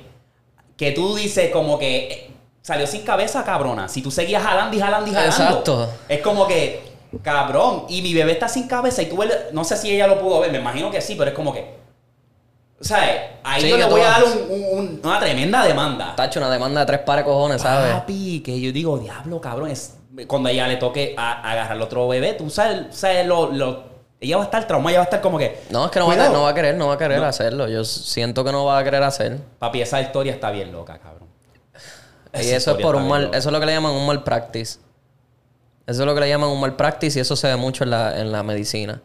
Speaker 2: Que tú dices como que. eh, salió sin cabeza, cabrona. Si tú seguías jalando y jalando y jalando.
Speaker 1: Exacto.
Speaker 2: Es como que. Cabrón, y mi bebé está sin cabeza. Y tú ves- No sé si ella lo pudo ver, me imagino que sí, pero es como que. O sea, ahí
Speaker 1: Sí,
Speaker 2: yo le
Speaker 1: que
Speaker 2: voy a
Speaker 1: todas-
Speaker 2: dar un- un- un- una tremenda demanda.
Speaker 1: Tacho, una demanda de tres pares cojones, ¿sabes?
Speaker 2: Papi, que yo digo, diablo, cabrón. Es, cuando ella le toque a, a agarrar al otro bebé, tú sabes, sabes lo, lo- ella va a estar trauma, ella va a estar como que.
Speaker 1: No, es que no va, a,
Speaker 2: cuidado.
Speaker 1: no va a querer, no va a querer hacerlo. Yo siento que no va a querer hacer.
Speaker 2: Papi, esa historia está bien loca, cabrón. Esa
Speaker 1: Y eso es
Speaker 2: historia
Speaker 1: por un
Speaker 2: está bien
Speaker 1: mal,
Speaker 2: loca.
Speaker 1: eso es lo que le llaman un mal practice. Eso es lo que le llaman un mal practice y eso se ve mucho en la, en la medicina.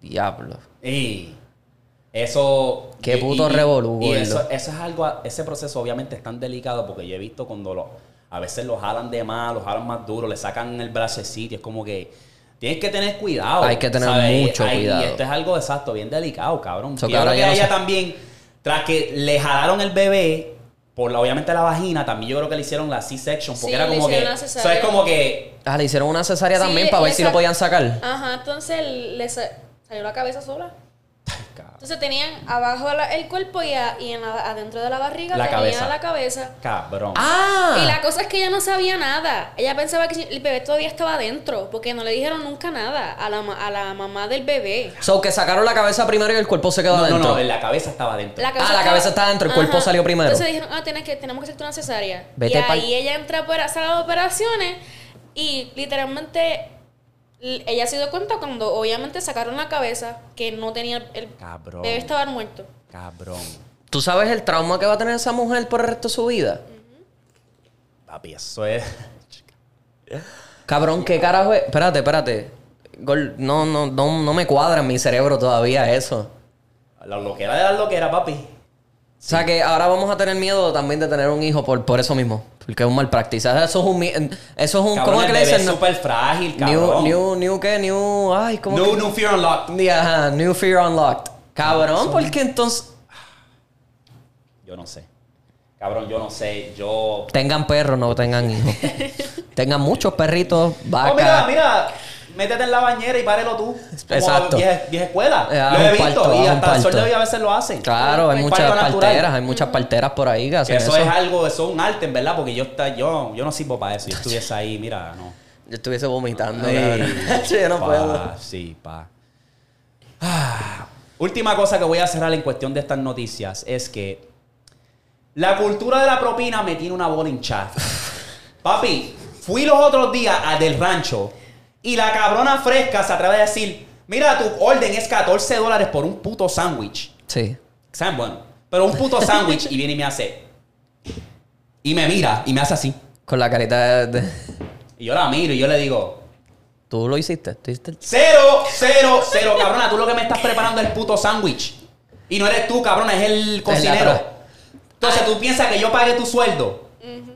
Speaker 1: Diablo.
Speaker 2: Y eso.
Speaker 1: Qué
Speaker 2: y-
Speaker 1: puto
Speaker 2: y-
Speaker 1: revolú,
Speaker 2: Y
Speaker 1: gordo.
Speaker 2: eso, eso es algo. a- Ese proceso obviamente es tan delicado porque yo he visto cuando lo, a veces lo jalan de más, lo jalan más duro, le sacan el bracecito. Es como que. Tienes que tener cuidado.
Speaker 1: Hay que tener mucho cuidado.
Speaker 2: Y esto es algo exacto, bien delicado, cabrón.
Speaker 1: So,
Speaker 2: Y yo
Speaker 1: cabrón,
Speaker 2: creo que
Speaker 1: yo no
Speaker 2: ella
Speaker 1: sé.
Speaker 2: también, tras que le jalaron el bebé, por la, obviamente la vagina, también yo creo que le hicieron la C-section. Porque
Speaker 4: Sí,
Speaker 2: era
Speaker 4: le
Speaker 2: como que.
Speaker 4: hicieron la
Speaker 2: so, es
Speaker 4: cesárea.
Speaker 2: como que.
Speaker 1: Ah, le hicieron una cesárea
Speaker 4: Sí,
Speaker 1: también
Speaker 4: le-
Speaker 1: para ver
Speaker 4: le
Speaker 1: si lo
Speaker 4: sac-
Speaker 1: podían sacar.
Speaker 4: Ajá, entonces le sa- salió la cabeza sola.
Speaker 2: cabrón.
Speaker 4: Entonces tenían abajo la- el cuerpo y, a- y en la- adentro de la barriga
Speaker 2: La
Speaker 4: tenían
Speaker 2: cabeza.
Speaker 4: la cabeza.
Speaker 2: Cabrón.
Speaker 1: ¡Ah!
Speaker 4: Y la cosa es que ella no sabía nada. Ella pensaba que el bebé todavía estaba adentro, porque no le dijeron nunca nada a la, ma- a la mamá del bebé.
Speaker 1: Ah. So, que sacaron la cabeza primero y el cuerpo se quedó
Speaker 2: no, no,
Speaker 1: adentro.
Speaker 2: no, en la cabeza estaba adentro.
Speaker 1: Ah, la cabeza estaba adentro, el cuerpo salió primero.
Speaker 4: Entonces dijeron, ah, tienes que, tenemos que hacerte una cesárea.
Speaker 1: Vete
Speaker 4: y
Speaker 1: pa'l-
Speaker 4: ahí ella entra por la sala de operaciones y literalmente l- ella se dio cuenta cuando obviamente sacaron la cabeza que no tenía el
Speaker 2: Cabrón.
Speaker 4: bebé estaba muerto.
Speaker 2: Cabrón.
Speaker 1: ¿Tú sabes el trauma que va a tener esa mujer por el resto de su vida?
Speaker 2: Papi, eso es.
Speaker 1: Cabrón, ¿qué carajo es? Espérate, espérate. Gol- No, no, no, no me cuadra en mi cerebro todavía eso.
Speaker 2: La loquera de la loquera, papi.
Speaker 1: O sea que ahora vamos a tener miedo también de tener un hijo por, por eso mismo. Porque es un mal practicar. Eso es un. mi- Eso es un
Speaker 2: Cabrón,
Speaker 1: ¿Cómo es que
Speaker 2: el
Speaker 1: le
Speaker 2: bebé
Speaker 1: dicen?
Speaker 2: es súper frágil,
Speaker 1: New,
Speaker 2: cabrón.
Speaker 1: new, new, ¿qué? New. Ay, ¿cómo
Speaker 2: New-
Speaker 1: que?
Speaker 2: new fear unlocked.
Speaker 1: Ni- ajá, new Fear Unlocked. Cabrón, porque entonces.
Speaker 2: Yo no sé. Cabrón, yo no sé. Yo.
Speaker 1: Tengan perros, no tengan hijos. tengan muchos perritos, vacas.
Speaker 2: Oh, mira, mira. Métete en la bañera y párelo tú. Como
Speaker 1: Exacto.
Speaker 2: Vieja, vieja escuela.
Speaker 1: Eh, haz
Speaker 2: lo he
Speaker 1: un
Speaker 2: visto.
Speaker 1: parto, haz
Speaker 2: y
Speaker 1: un
Speaker 2: hasta el sol de
Speaker 1: parto.
Speaker 2: hoy a veces lo hacen.
Speaker 1: Claro, hay
Speaker 2: Un
Speaker 1: muchas
Speaker 2: parto natural.
Speaker 1: parteras, hay muchas parteras por ahí que
Speaker 2: Que
Speaker 1: hacen eso.
Speaker 2: eso, es algo, eso es un arte, en verdad, porque yo está, yo, yo no sirvo para eso. Yo estuviese ahí, mira, no.
Speaker 1: Yo estuviese vomitando.
Speaker 2: Ey,
Speaker 1: cabrón. Yo no
Speaker 2: pa,
Speaker 1: puedo.
Speaker 2: Sí, pa. Ah, Última cosa que voy a cerrar en cuestión de estas noticias es que la cultura de la propina me tiene una bola hinchada. Papi, fui los otros días a del rancho y la cabrona fresca se atreve a decir, mira, tu orden es 14 dólares por un puto sándwich.
Speaker 1: Sí.
Speaker 2: ¿Saben? Bueno, pero un puto sándwich y viene y me hace... Y me mira y me hace así.
Speaker 1: Con la carita de- de-
Speaker 2: Y yo la miro y yo le digo,
Speaker 1: Tú lo hiciste, tú hiciste el-
Speaker 2: Cero, cero, cero, cabrona. Tú lo que me estás preparando es el puto sándwich. Y no eres tú, cabrona, es el cocinero.
Speaker 1: pro-
Speaker 2: Entonces tú piensas que yo pague tu sueldo.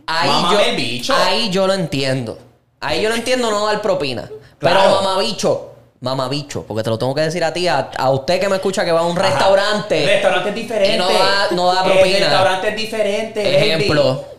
Speaker 1: Ahí
Speaker 2: Mámame
Speaker 1: yo,
Speaker 2: el bicho.
Speaker 1: ahí yo lo entiendo. Ahí yo lo entiendo no dar propina.
Speaker 2: Claro.
Speaker 1: Pero mamabicho, mamabicho, porque te lo tengo que decir a ti, a, a usted que me escucha que va a un restaurante.
Speaker 2: El restaurante es diferente.
Speaker 1: Y no da- no da
Speaker 2: El
Speaker 1: propina.
Speaker 2: restaurante es diferente. Andy.
Speaker 1: Ejemplo.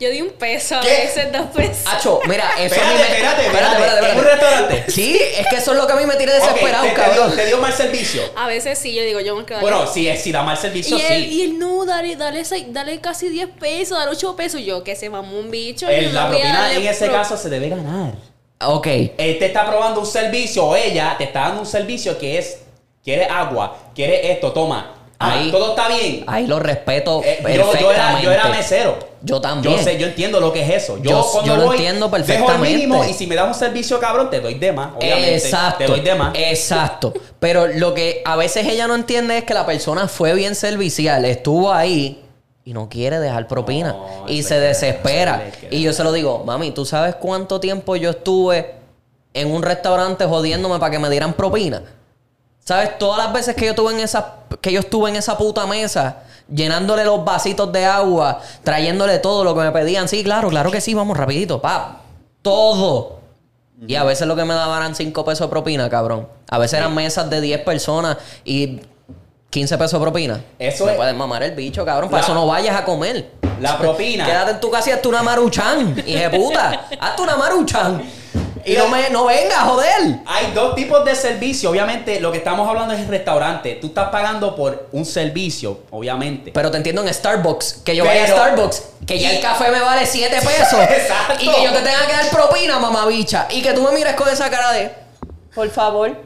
Speaker 4: Yo di un peso a
Speaker 2: ¿Qué?
Speaker 4: veces, dos pesos.
Speaker 1: Acho, mira, eso a mí
Speaker 2: Espérate,
Speaker 1: me-
Speaker 2: espérate, espérate. ¿En un restaurante?
Speaker 1: Sí, es que eso es lo que a mí me tiene
Speaker 2: Ok,
Speaker 1: desesperado,
Speaker 2: te- te,
Speaker 1: cabrón.
Speaker 2: Dio, te dio mal servicio.
Speaker 4: A veces sí, yo digo, yo me quedo
Speaker 2: Bueno, si, si da mal servicio,
Speaker 4: y él,
Speaker 2: sí.
Speaker 4: y él, no, dale, dale, seis- dale casi 10 pesos, dale 8 pesos. Yo, que se mamó un bicho. yo
Speaker 2: El-
Speaker 4: no
Speaker 2: la
Speaker 4: voy a
Speaker 2: propina
Speaker 4: darle
Speaker 2: en ese
Speaker 4: pro-
Speaker 2: caso se debe ganar.
Speaker 1: Ok.
Speaker 2: Él te está probando un servicio, o ella te está dando un servicio que es, quiere agua, quiere esto, toma. Ah,
Speaker 1: Ahí.
Speaker 2: todo está bien.
Speaker 1: Ahí lo respeto
Speaker 2: Eh, yo-
Speaker 1: Oh, perfectamente.
Speaker 2: Yo, era, yo era mesero.
Speaker 1: Yo también.
Speaker 2: Yo sé, yo entiendo lo que es eso. Yo,
Speaker 1: Yo-
Speaker 2: cuando
Speaker 1: yo lo
Speaker 2: voy,
Speaker 1: entiendo
Speaker 2: dejo el
Speaker 1: perfectamente.
Speaker 2: mínimo y si me das un servicio cabrón, te doy de más. Obviamente.
Speaker 1: Exacto. Eh,
Speaker 2: Te doy de más.
Speaker 1: Exacto. Pero lo que a veces ella no entiende es que la persona fue bien servicial, estuvo ahí y no quiere dejar propina.
Speaker 2: No,
Speaker 1: y
Speaker 2: eso
Speaker 1: se
Speaker 2: hay que
Speaker 1: desespera.
Speaker 2: dejarlo, eso hay que
Speaker 1: y yo se lo digo, mami, ¿tú sabes cuánto tiempo yo estuve en un restaurante jodiéndome para que me dieran propina? ¿Sabes? Todas las veces que yo estuve en esa, que yo estuve en esa puta mesa, llenándole los vasitos de agua, trayéndole todo lo que me pedían. Sí, claro, claro que sí, vamos rapidito, pap. Todo. Y a veces lo que me daban eran 5 pesos de propina, cabrón. A veces eran mesas de 10 personas y 15 pesos de propina.
Speaker 2: Eso
Speaker 1: Me
Speaker 2: es-
Speaker 1: pueden mamar el bicho, cabrón. Para
Speaker 2: La-
Speaker 1: eso no vayas a comer.
Speaker 2: La propina.
Speaker 1: Quédate en tu casa y hazte una maruchan, hija de puta. Hazte una maruchan. Y no, me, no vengas, joder.
Speaker 2: Hay dos tipos de servicio. Obviamente, lo que estamos hablando es el restaurante. Tú estás pagando por un servicio, obviamente.
Speaker 1: Pero te entiendo en Starbucks, que yo vaya a
Speaker 2: Pero-
Speaker 1: Starbucks, que ya el café me vale 7 pesos.
Speaker 2: Exacto.
Speaker 1: Y que yo te tenga que dar propina, mamabicha. Y que tú me mires con esa cara de, por favor.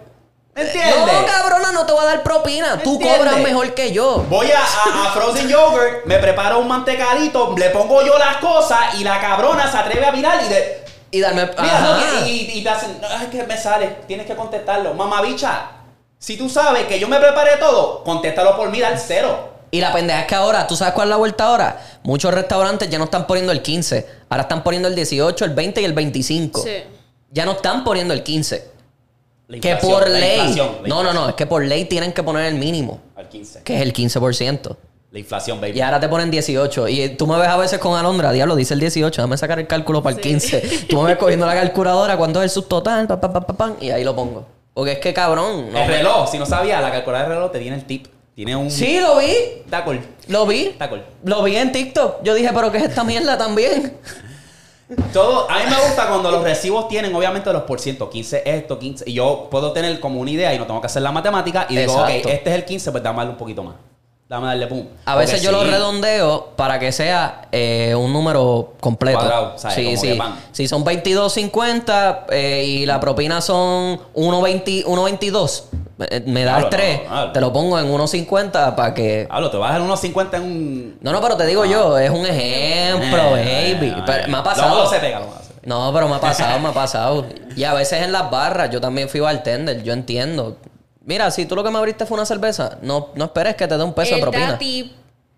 Speaker 2: ¿Entiendes?
Speaker 1: eh, No, cabrona, no te voy a dar propina. Tú
Speaker 2: ¿Entiendes?
Speaker 1: cobras mejor que yo.
Speaker 2: Voy a, a- a Frozen Yogurt, me preparo un mantecadito, le pongo yo las cosas y la cabrona se atreve a mirar y de.
Speaker 1: Y darme.
Speaker 2: Mira, no,
Speaker 1: Ajá.
Speaker 2: y, y- y te hacen. "No, es que me sale, tienes que contestarlo. Mamabicha, si tú sabes que yo me preparé todo, contéstalo por mí, al cero.
Speaker 1: Y la pendeja es que ahora, ¿tú sabes cuál es la vuelta ahora? Muchos restaurantes ya no están poniendo el 15. Ahora están poniendo el 18, el 20 y el 25.
Speaker 4: Sí.
Speaker 1: Ya no están poniendo el 15.
Speaker 2: La
Speaker 1: Que
Speaker 2: inflación,
Speaker 1: por
Speaker 2: la
Speaker 1: ley.
Speaker 2: inflación, la
Speaker 1: no, no, no.
Speaker 2: inflación.
Speaker 1: Es que por ley tienen que poner el mínimo,
Speaker 2: Al 15.
Speaker 1: que es el 15%.
Speaker 2: La inflación, baby.
Speaker 1: Y ahora te ponen 18. Y eh, tú me ves a veces con Alondra, diablo, dice el 18, dame sacar el cálculo para el 15. Tú me ves cogiendo la calculadora, cuánto es el subtotal, pa, pa, pa, pa, pam, y ahí lo pongo. Porque es que cabrón. no.
Speaker 2: El reloj, si no sabía, la calculadora del reloj te tiene el tip. Tiene un.
Speaker 1: Sí, lo vi.
Speaker 2: Tacol.
Speaker 1: Lo vi.
Speaker 2: Tacol.
Speaker 1: Lo vi en TikTok. Yo dije, pero ¿qué es esta mierda también?
Speaker 2: Todo, a mí me gusta cuando los recibos tienen, obviamente, los por ciento, 15 esto, 15. Y yo puedo tener como una idea y no tengo que hacer la matemática. Y digo,
Speaker 1: Exacto.
Speaker 2: ok, este es el 15, pues dame darle un poquito más. Dame darle pum.
Speaker 1: A veces
Speaker 2: Porque
Speaker 1: yo lo
Speaker 2: sí,
Speaker 1: redondeo para que sea eh, un número completo.
Speaker 2: Cuadrado, ¿sabes?
Speaker 1: Sí,
Speaker 2: Como que
Speaker 1: sí.
Speaker 2: pan.
Speaker 1: Si son 22.50 eh, y la propina son 1.20 1.22, eh, me das
Speaker 2: Claro,
Speaker 1: 3,
Speaker 2: no, claro.
Speaker 1: te lo pongo en 1.50 para que...
Speaker 2: Hablo, te vas a dar unos 50 en un.
Speaker 1: No, no, pero te
Speaker 2: Ah.
Speaker 1: digo yo, es un ejemplo,
Speaker 2: Eh,
Speaker 1: baby.
Speaker 2: eh,
Speaker 1: Pero me ha
Speaker 2: lo
Speaker 1: pasado...
Speaker 2: malo se pega, lo malo se pega.
Speaker 1: No, pero me ha pasado, me ha pasado. Y a veces en las barras, yo también fui bartender, yo entiendo. Mira, si tú lo que me abriste fue una cerveza, no, no esperes que te dé un peso de
Speaker 4: Él da
Speaker 1: propina.
Speaker 4: tip.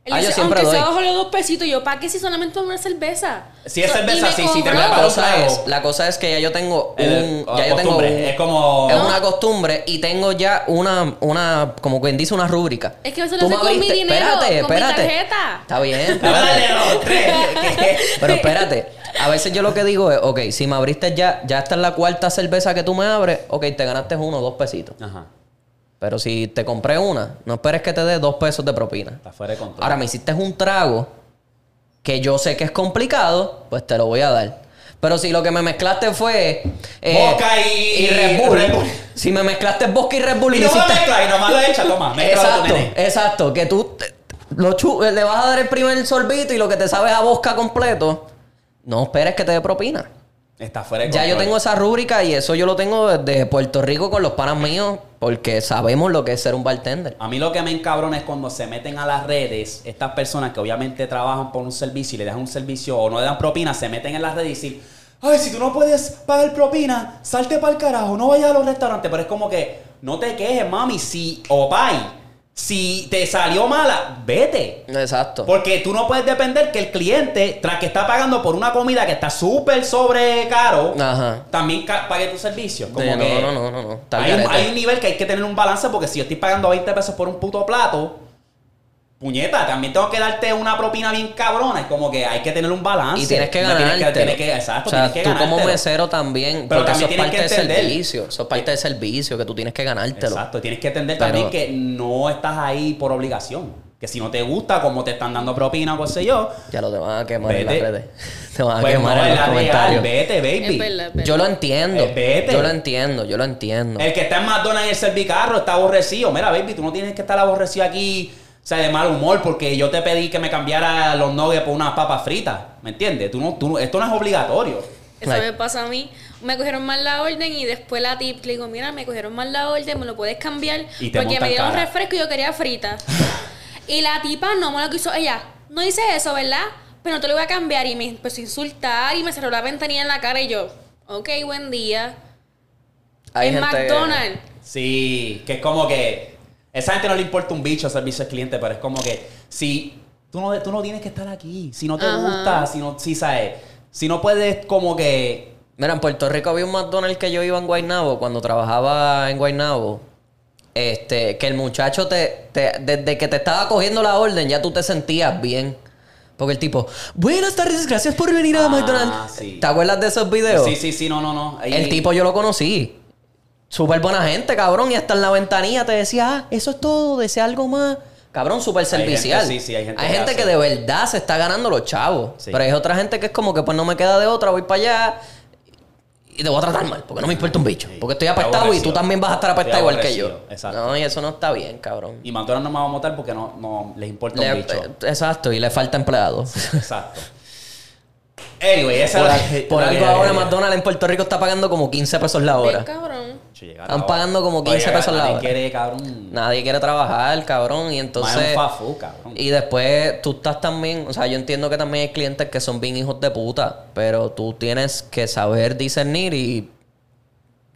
Speaker 4: Él
Speaker 1: Ah, yo
Speaker 4: dice,
Speaker 1: siempre
Speaker 4: aunque sea
Speaker 1: doy.
Speaker 4: bajo los dos pesitos, yo, ¿para qué si solamente una cerveza?
Speaker 2: Si es
Speaker 4: So- y
Speaker 2: cerveza,
Speaker 4: me
Speaker 2: sí, sí, te
Speaker 1: La
Speaker 4: cobró.
Speaker 2: preparo.
Speaker 1: cosa,
Speaker 2: Claro.
Speaker 1: es, la cosa es que ya yo tengo
Speaker 2: El-
Speaker 1: un,
Speaker 2: la
Speaker 1: ya yo tengo
Speaker 2: costumbre,
Speaker 1: un-
Speaker 2: es como-
Speaker 1: es una costumbre y tengo ya una una como quien dice una rúbrica.
Speaker 4: Es que eso lo
Speaker 1: Tú
Speaker 4: hace
Speaker 1: me
Speaker 4: con mi
Speaker 1: abriste-
Speaker 4: dinero,
Speaker 1: espérate,
Speaker 4: con mi
Speaker 1: espérate.
Speaker 4: tarjeta.
Speaker 1: Está bien,
Speaker 2: Dame darle
Speaker 1: espérate.
Speaker 2: los tres.
Speaker 1: Pero espérate, a veces yo lo que digo es, ok, si me abriste ya, ya esta es la cuarta cerveza que tú me abres, ok, te ganaste uno o dos pesitos.
Speaker 2: Ajá.
Speaker 1: Pero si te compré una, no esperes que te dé dos pesos de propina.
Speaker 2: Está fuera de control.
Speaker 1: Ahora me hiciste un trago que yo sé que es complicado, pues te lo voy a dar. Pero si lo que me mezclaste fue eh,
Speaker 2: Vodka y-
Speaker 1: Red, Bull,
Speaker 2: Red Bull.
Speaker 1: si me mezclaste vodka y Red Bull y,
Speaker 2: y
Speaker 1: le
Speaker 2: no me
Speaker 1: hiciste
Speaker 2: mezcla y nomás lo echa, toma. mezclalo tú,
Speaker 1: exacto,
Speaker 2: nene.
Speaker 1: exacto, que tú te- lo chu- eh, le vas a dar el primer sorbito y lo que te sabes a vodka completo, no esperes que te dé propina.
Speaker 2: Está fuera de
Speaker 1: Ya
Speaker 2: control.
Speaker 1: yo tengo esa rúbrica y eso yo lo tengo desde Puerto Rico con los panas míos porque sabemos lo que es ser un bartender.
Speaker 2: A mí lo que me encabrona es cuando se meten a las redes estas personas que obviamente trabajan por un servicio y le dan un servicio o no le dan propina, se meten en las redes y dicen, ay, si tú no puedes pagar propina, salte para el carajo, no vayas a los restaurantes. Pero es como que, no te quejes, mami, si, o pai, si te salió mala, vete.
Speaker 1: Exacto.
Speaker 2: Porque tú no puedes depender que el cliente, tras que está pagando por una comida que está súper sobre caro,
Speaker 1: Ajá.
Speaker 2: también ca- pague tu servicio. Como
Speaker 1: Ah. Sí, no,
Speaker 2: que-
Speaker 1: no, no, no, no. Está al
Speaker 2: hay, un,
Speaker 1: garete.
Speaker 2: hay un nivel que hay que tener un balance porque si yo estoy pagando 20 pesos por un puto plato, puñeta, también tengo que darte una propina bien cabrona. Es como que hay que tener un balance.
Speaker 1: Y tienes que
Speaker 2: No tienes
Speaker 1: ganar.
Speaker 2: que- tienes que- exacto,
Speaker 1: o sea,
Speaker 2: tienes que
Speaker 1: tú como
Speaker 2: ganártelo.
Speaker 1: mesero también.
Speaker 2: Pero
Speaker 1: porque
Speaker 2: también
Speaker 1: eso es parte
Speaker 2: tienes que
Speaker 1: del
Speaker 2: entender. Eh,
Speaker 1: servicio. Eso es parte del servicio que tú tienes que ganártelo.
Speaker 2: Exacto, tienes que entender
Speaker 1: Pero-
Speaker 2: también que no estás ahí por obligación. Que si no te gusta como te están dando propina o qué sé yo,
Speaker 1: Ya lo te van a quemar en
Speaker 2: Vete.
Speaker 1: las redes. Te van a
Speaker 2: pues no
Speaker 1: quemar Ah, en los
Speaker 2: es la real.
Speaker 1: comentarios.
Speaker 2: Vete, baby.
Speaker 4: Es verdad, es verdad.
Speaker 1: Yo lo entiendo.
Speaker 2: Eh, vete. Eh,
Speaker 1: Yo lo entiendo, yo lo entiendo.
Speaker 2: El que está en McDonald's en el servicarro está aborrecido. Mira, baby, tú no tienes que estar aborrecido aquí, o sea, de mal humor, porque yo te pedí que me cambiara los nuggets por unas papas fritas. ¿Me entiendes? Tú no, tú no- esto no es obligatorio.
Speaker 4: Eso
Speaker 1: Like-
Speaker 4: me pasa a mí. Me cogieron mal la orden y después la tip le digo, mira, me cogieron mal la orden, me lo puedes cambiar.
Speaker 2: Y te
Speaker 4: Porque
Speaker 2: montan
Speaker 4: me dieron
Speaker 2: cara.
Speaker 4: refresco y yo quería frita. y la tipa no me lo quiso. Ella, no dice eso, ¿verdad? Pero no te lo voy a cambiar. Y me empezó a insultar y me cerró la ventanilla en la cara y yo, ok, buen día.
Speaker 1: Hay
Speaker 4: en
Speaker 1: gente-
Speaker 4: McDonald's.
Speaker 2: Sí, que es como que. Esa gente no le importa un bicho servicio al cliente, pero es como que si tú no, tú no tienes que estar aquí, si no te
Speaker 4: Ajá.
Speaker 2: gusta, si no, si sabes, si no puedes como que.
Speaker 1: Mira, en Puerto Rico había un McDonald's que yo iba en Guaynabo cuando trabajaba en Guaynabo. Este, que el muchacho te, te- desde que te estaba cogiendo la orden, ya tú te sentías bien. Porque el tipo, buenas tardes, gracias por venir a
Speaker 2: Ah,
Speaker 1: McDonald's.
Speaker 2: sí.
Speaker 1: ¿Te acuerdas de esos videos?
Speaker 2: Sí, sí, sí, no, no, no. Ahí-
Speaker 1: El tipo yo lo conocí. Súper buena gente, cabrón. Y hasta en la ventanilla te decía, ah, eso es todo, desea algo más. Cabrón, súper
Speaker 2: gente,
Speaker 1: servicial.
Speaker 2: sí, sí, hay gente que hace.
Speaker 1: que de verdad se está ganando los chavos.
Speaker 2: Sí.
Speaker 1: Pero hay otra gente que es como que pues no me queda de otra, voy para allá y te voy a tratar mal, porque no me importa un bicho.
Speaker 2: Sí.
Speaker 1: Porque estoy
Speaker 2: Estoy
Speaker 1: apestado y tú
Speaker 2: aborrecido.
Speaker 1: también vas a estar apestado
Speaker 2: Estoy
Speaker 1: igual que yo.
Speaker 2: aborrecido, exacto.
Speaker 1: No, y eso no está bien, cabrón.
Speaker 2: Y McDonald's no me va a votar porque no, no les importa
Speaker 1: Le-
Speaker 2: un bicho.
Speaker 1: eh, exacto, y le falta empleado.
Speaker 2: Exacto. Anyway, esa
Speaker 1: Por,
Speaker 2: era-
Speaker 1: por
Speaker 2: era-
Speaker 1: algo
Speaker 2: era-
Speaker 1: ahora
Speaker 2: era-
Speaker 1: McDonald's en Puerto Rico está pagando como 15 pesos la
Speaker 4: Ven,
Speaker 1: hora.
Speaker 4: cabrón.
Speaker 2: Hacho, llegar
Speaker 1: Están
Speaker 2: ahora.
Speaker 1: pagando como
Speaker 2: Oye,
Speaker 1: 15 pesos la
Speaker 2: nadie
Speaker 1: hora.
Speaker 2: quiere, cabrón.
Speaker 1: Nadie quiere trabajar, cabrón. Y
Speaker 2: Más
Speaker 1: entonces.
Speaker 2: un fafú, cabrón.
Speaker 1: Y después tú estás también, o sea, yo entiendo que también hay clientes que son bien hijos de puta, pero tú tienes que saber discernir y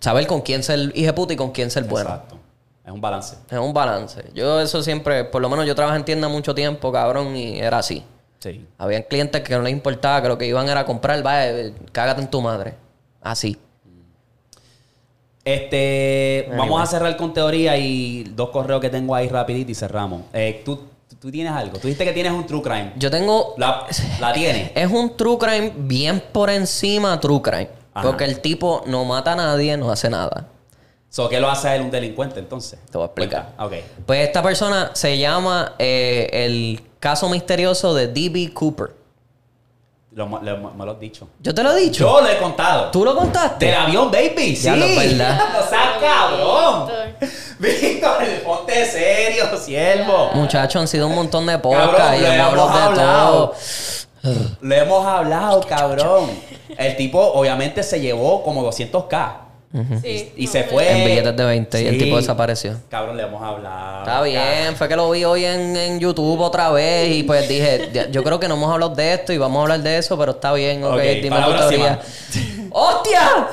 Speaker 1: saber con quién ser hijo de puta y con quién ser bueno.
Speaker 2: Exacto. Es un balance.
Speaker 1: Es un balance. Yo eso siempre, por lo menos yo trabajé en tienda mucho tiempo, cabrón, y era así.
Speaker 2: Sí.
Speaker 1: Habían clientes que no les importaba, que lo que iban era a comprar, vaya, cágate en tu madre. Así.
Speaker 2: Este, vamos a cerrar con teoría y dos correos que tengo ahí rapidito y cerramos. Eh, ¿tú, tú tienes algo. Tú dijiste que tienes un true crime.
Speaker 1: Yo tengo
Speaker 2: La, la tienes.
Speaker 1: Es un true crime bien por encima true crime.
Speaker 2: Ajá.
Speaker 1: Porque el tipo no mata a nadie, no hace nada.
Speaker 2: So, ¿Qué lo hace a él un delincuente entonces?
Speaker 1: Te voy a explicar.
Speaker 2: Cuenta. Ok.
Speaker 1: Pues esta persona se llama eh, el caso misterioso de D.B. Cooper.
Speaker 2: Lo, mo- lo- me lo has dicho.
Speaker 1: Yo te lo he dicho.
Speaker 2: Yo lo he contado.
Speaker 1: ¿Tú lo contaste?
Speaker 2: Del avión, baby. Sí.
Speaker 1: Ya lo es verdad.
Speaker 2: O sea, cabrón. Víctor, ponte serio, siervo.
Speaker 1: Muchachos, han sido un montón de
Speaker 2: Cabrón,
Speaker 1: podcast y
Speaker 2: lo
Speaker 1: hemos hablado
Speaker 2: hemos
Speaker 1: de
Speaker 2: hablado.
Speaker 1: todo.
Speaker 2: Lo hemos hablado, cabrón. El tipo obviamente se llevó como 200k.
Speaker 4: Sí,
Speaker 2: Y
Speaker 4: no,
Speaker 2: se
Speaker 4: no.
Speaker 2: fue.
Speaker 1: En billetes de 20 y el
Speaker 2: Eh, Sí. Ah,
Speaker 1: tipo desapareció.
Speaker 2: Cabrón, le hemos hablado.
Speaker 1: Está bien, fue que lo vi hoy en, en YouTube otra vez y pues dije, "Ya, yo creo que no hemos hablado de esto y vamos a hablar de eso, pero está bien, ok,
Speaker 2: Ok,
Speaker 1: dime tu
Speaker 2: palabra
Speaker 1: teoría. ¡Hostia!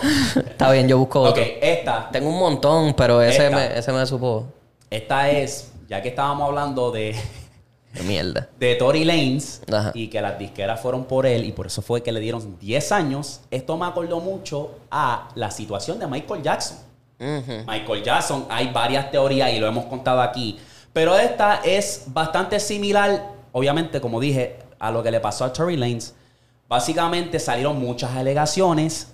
Speaker 1: está bien, yo busco
Speaker 2: Ok,
Speaker 1: otro.
Speaker 2: esta.
Speaker 1: Tengo un montón, pero ese
Speaker 2: Esta.
Speaker 1: me, ese me supo
Speaker 2: Esta es, ya que estábamos hablando de,
Speaker 1: de mierda.
Speaker 2: de Tory Lanez
Speaker 1: Ajá.
Speaker 2: y que las disqueras fueron por él y por eso fue que le dieron 10 años, esto me acordó mucho a la situación de Michael Jackson.
Speaker 1: Ujú.
Speaker 2: Michael Jackson, hay varias teorías y lo hemos contado aquí, pero esta es bastante similar, obviamente, como dije, a lo que le pasó a Tory Lanez. Básicamente salieron muchas alegaciones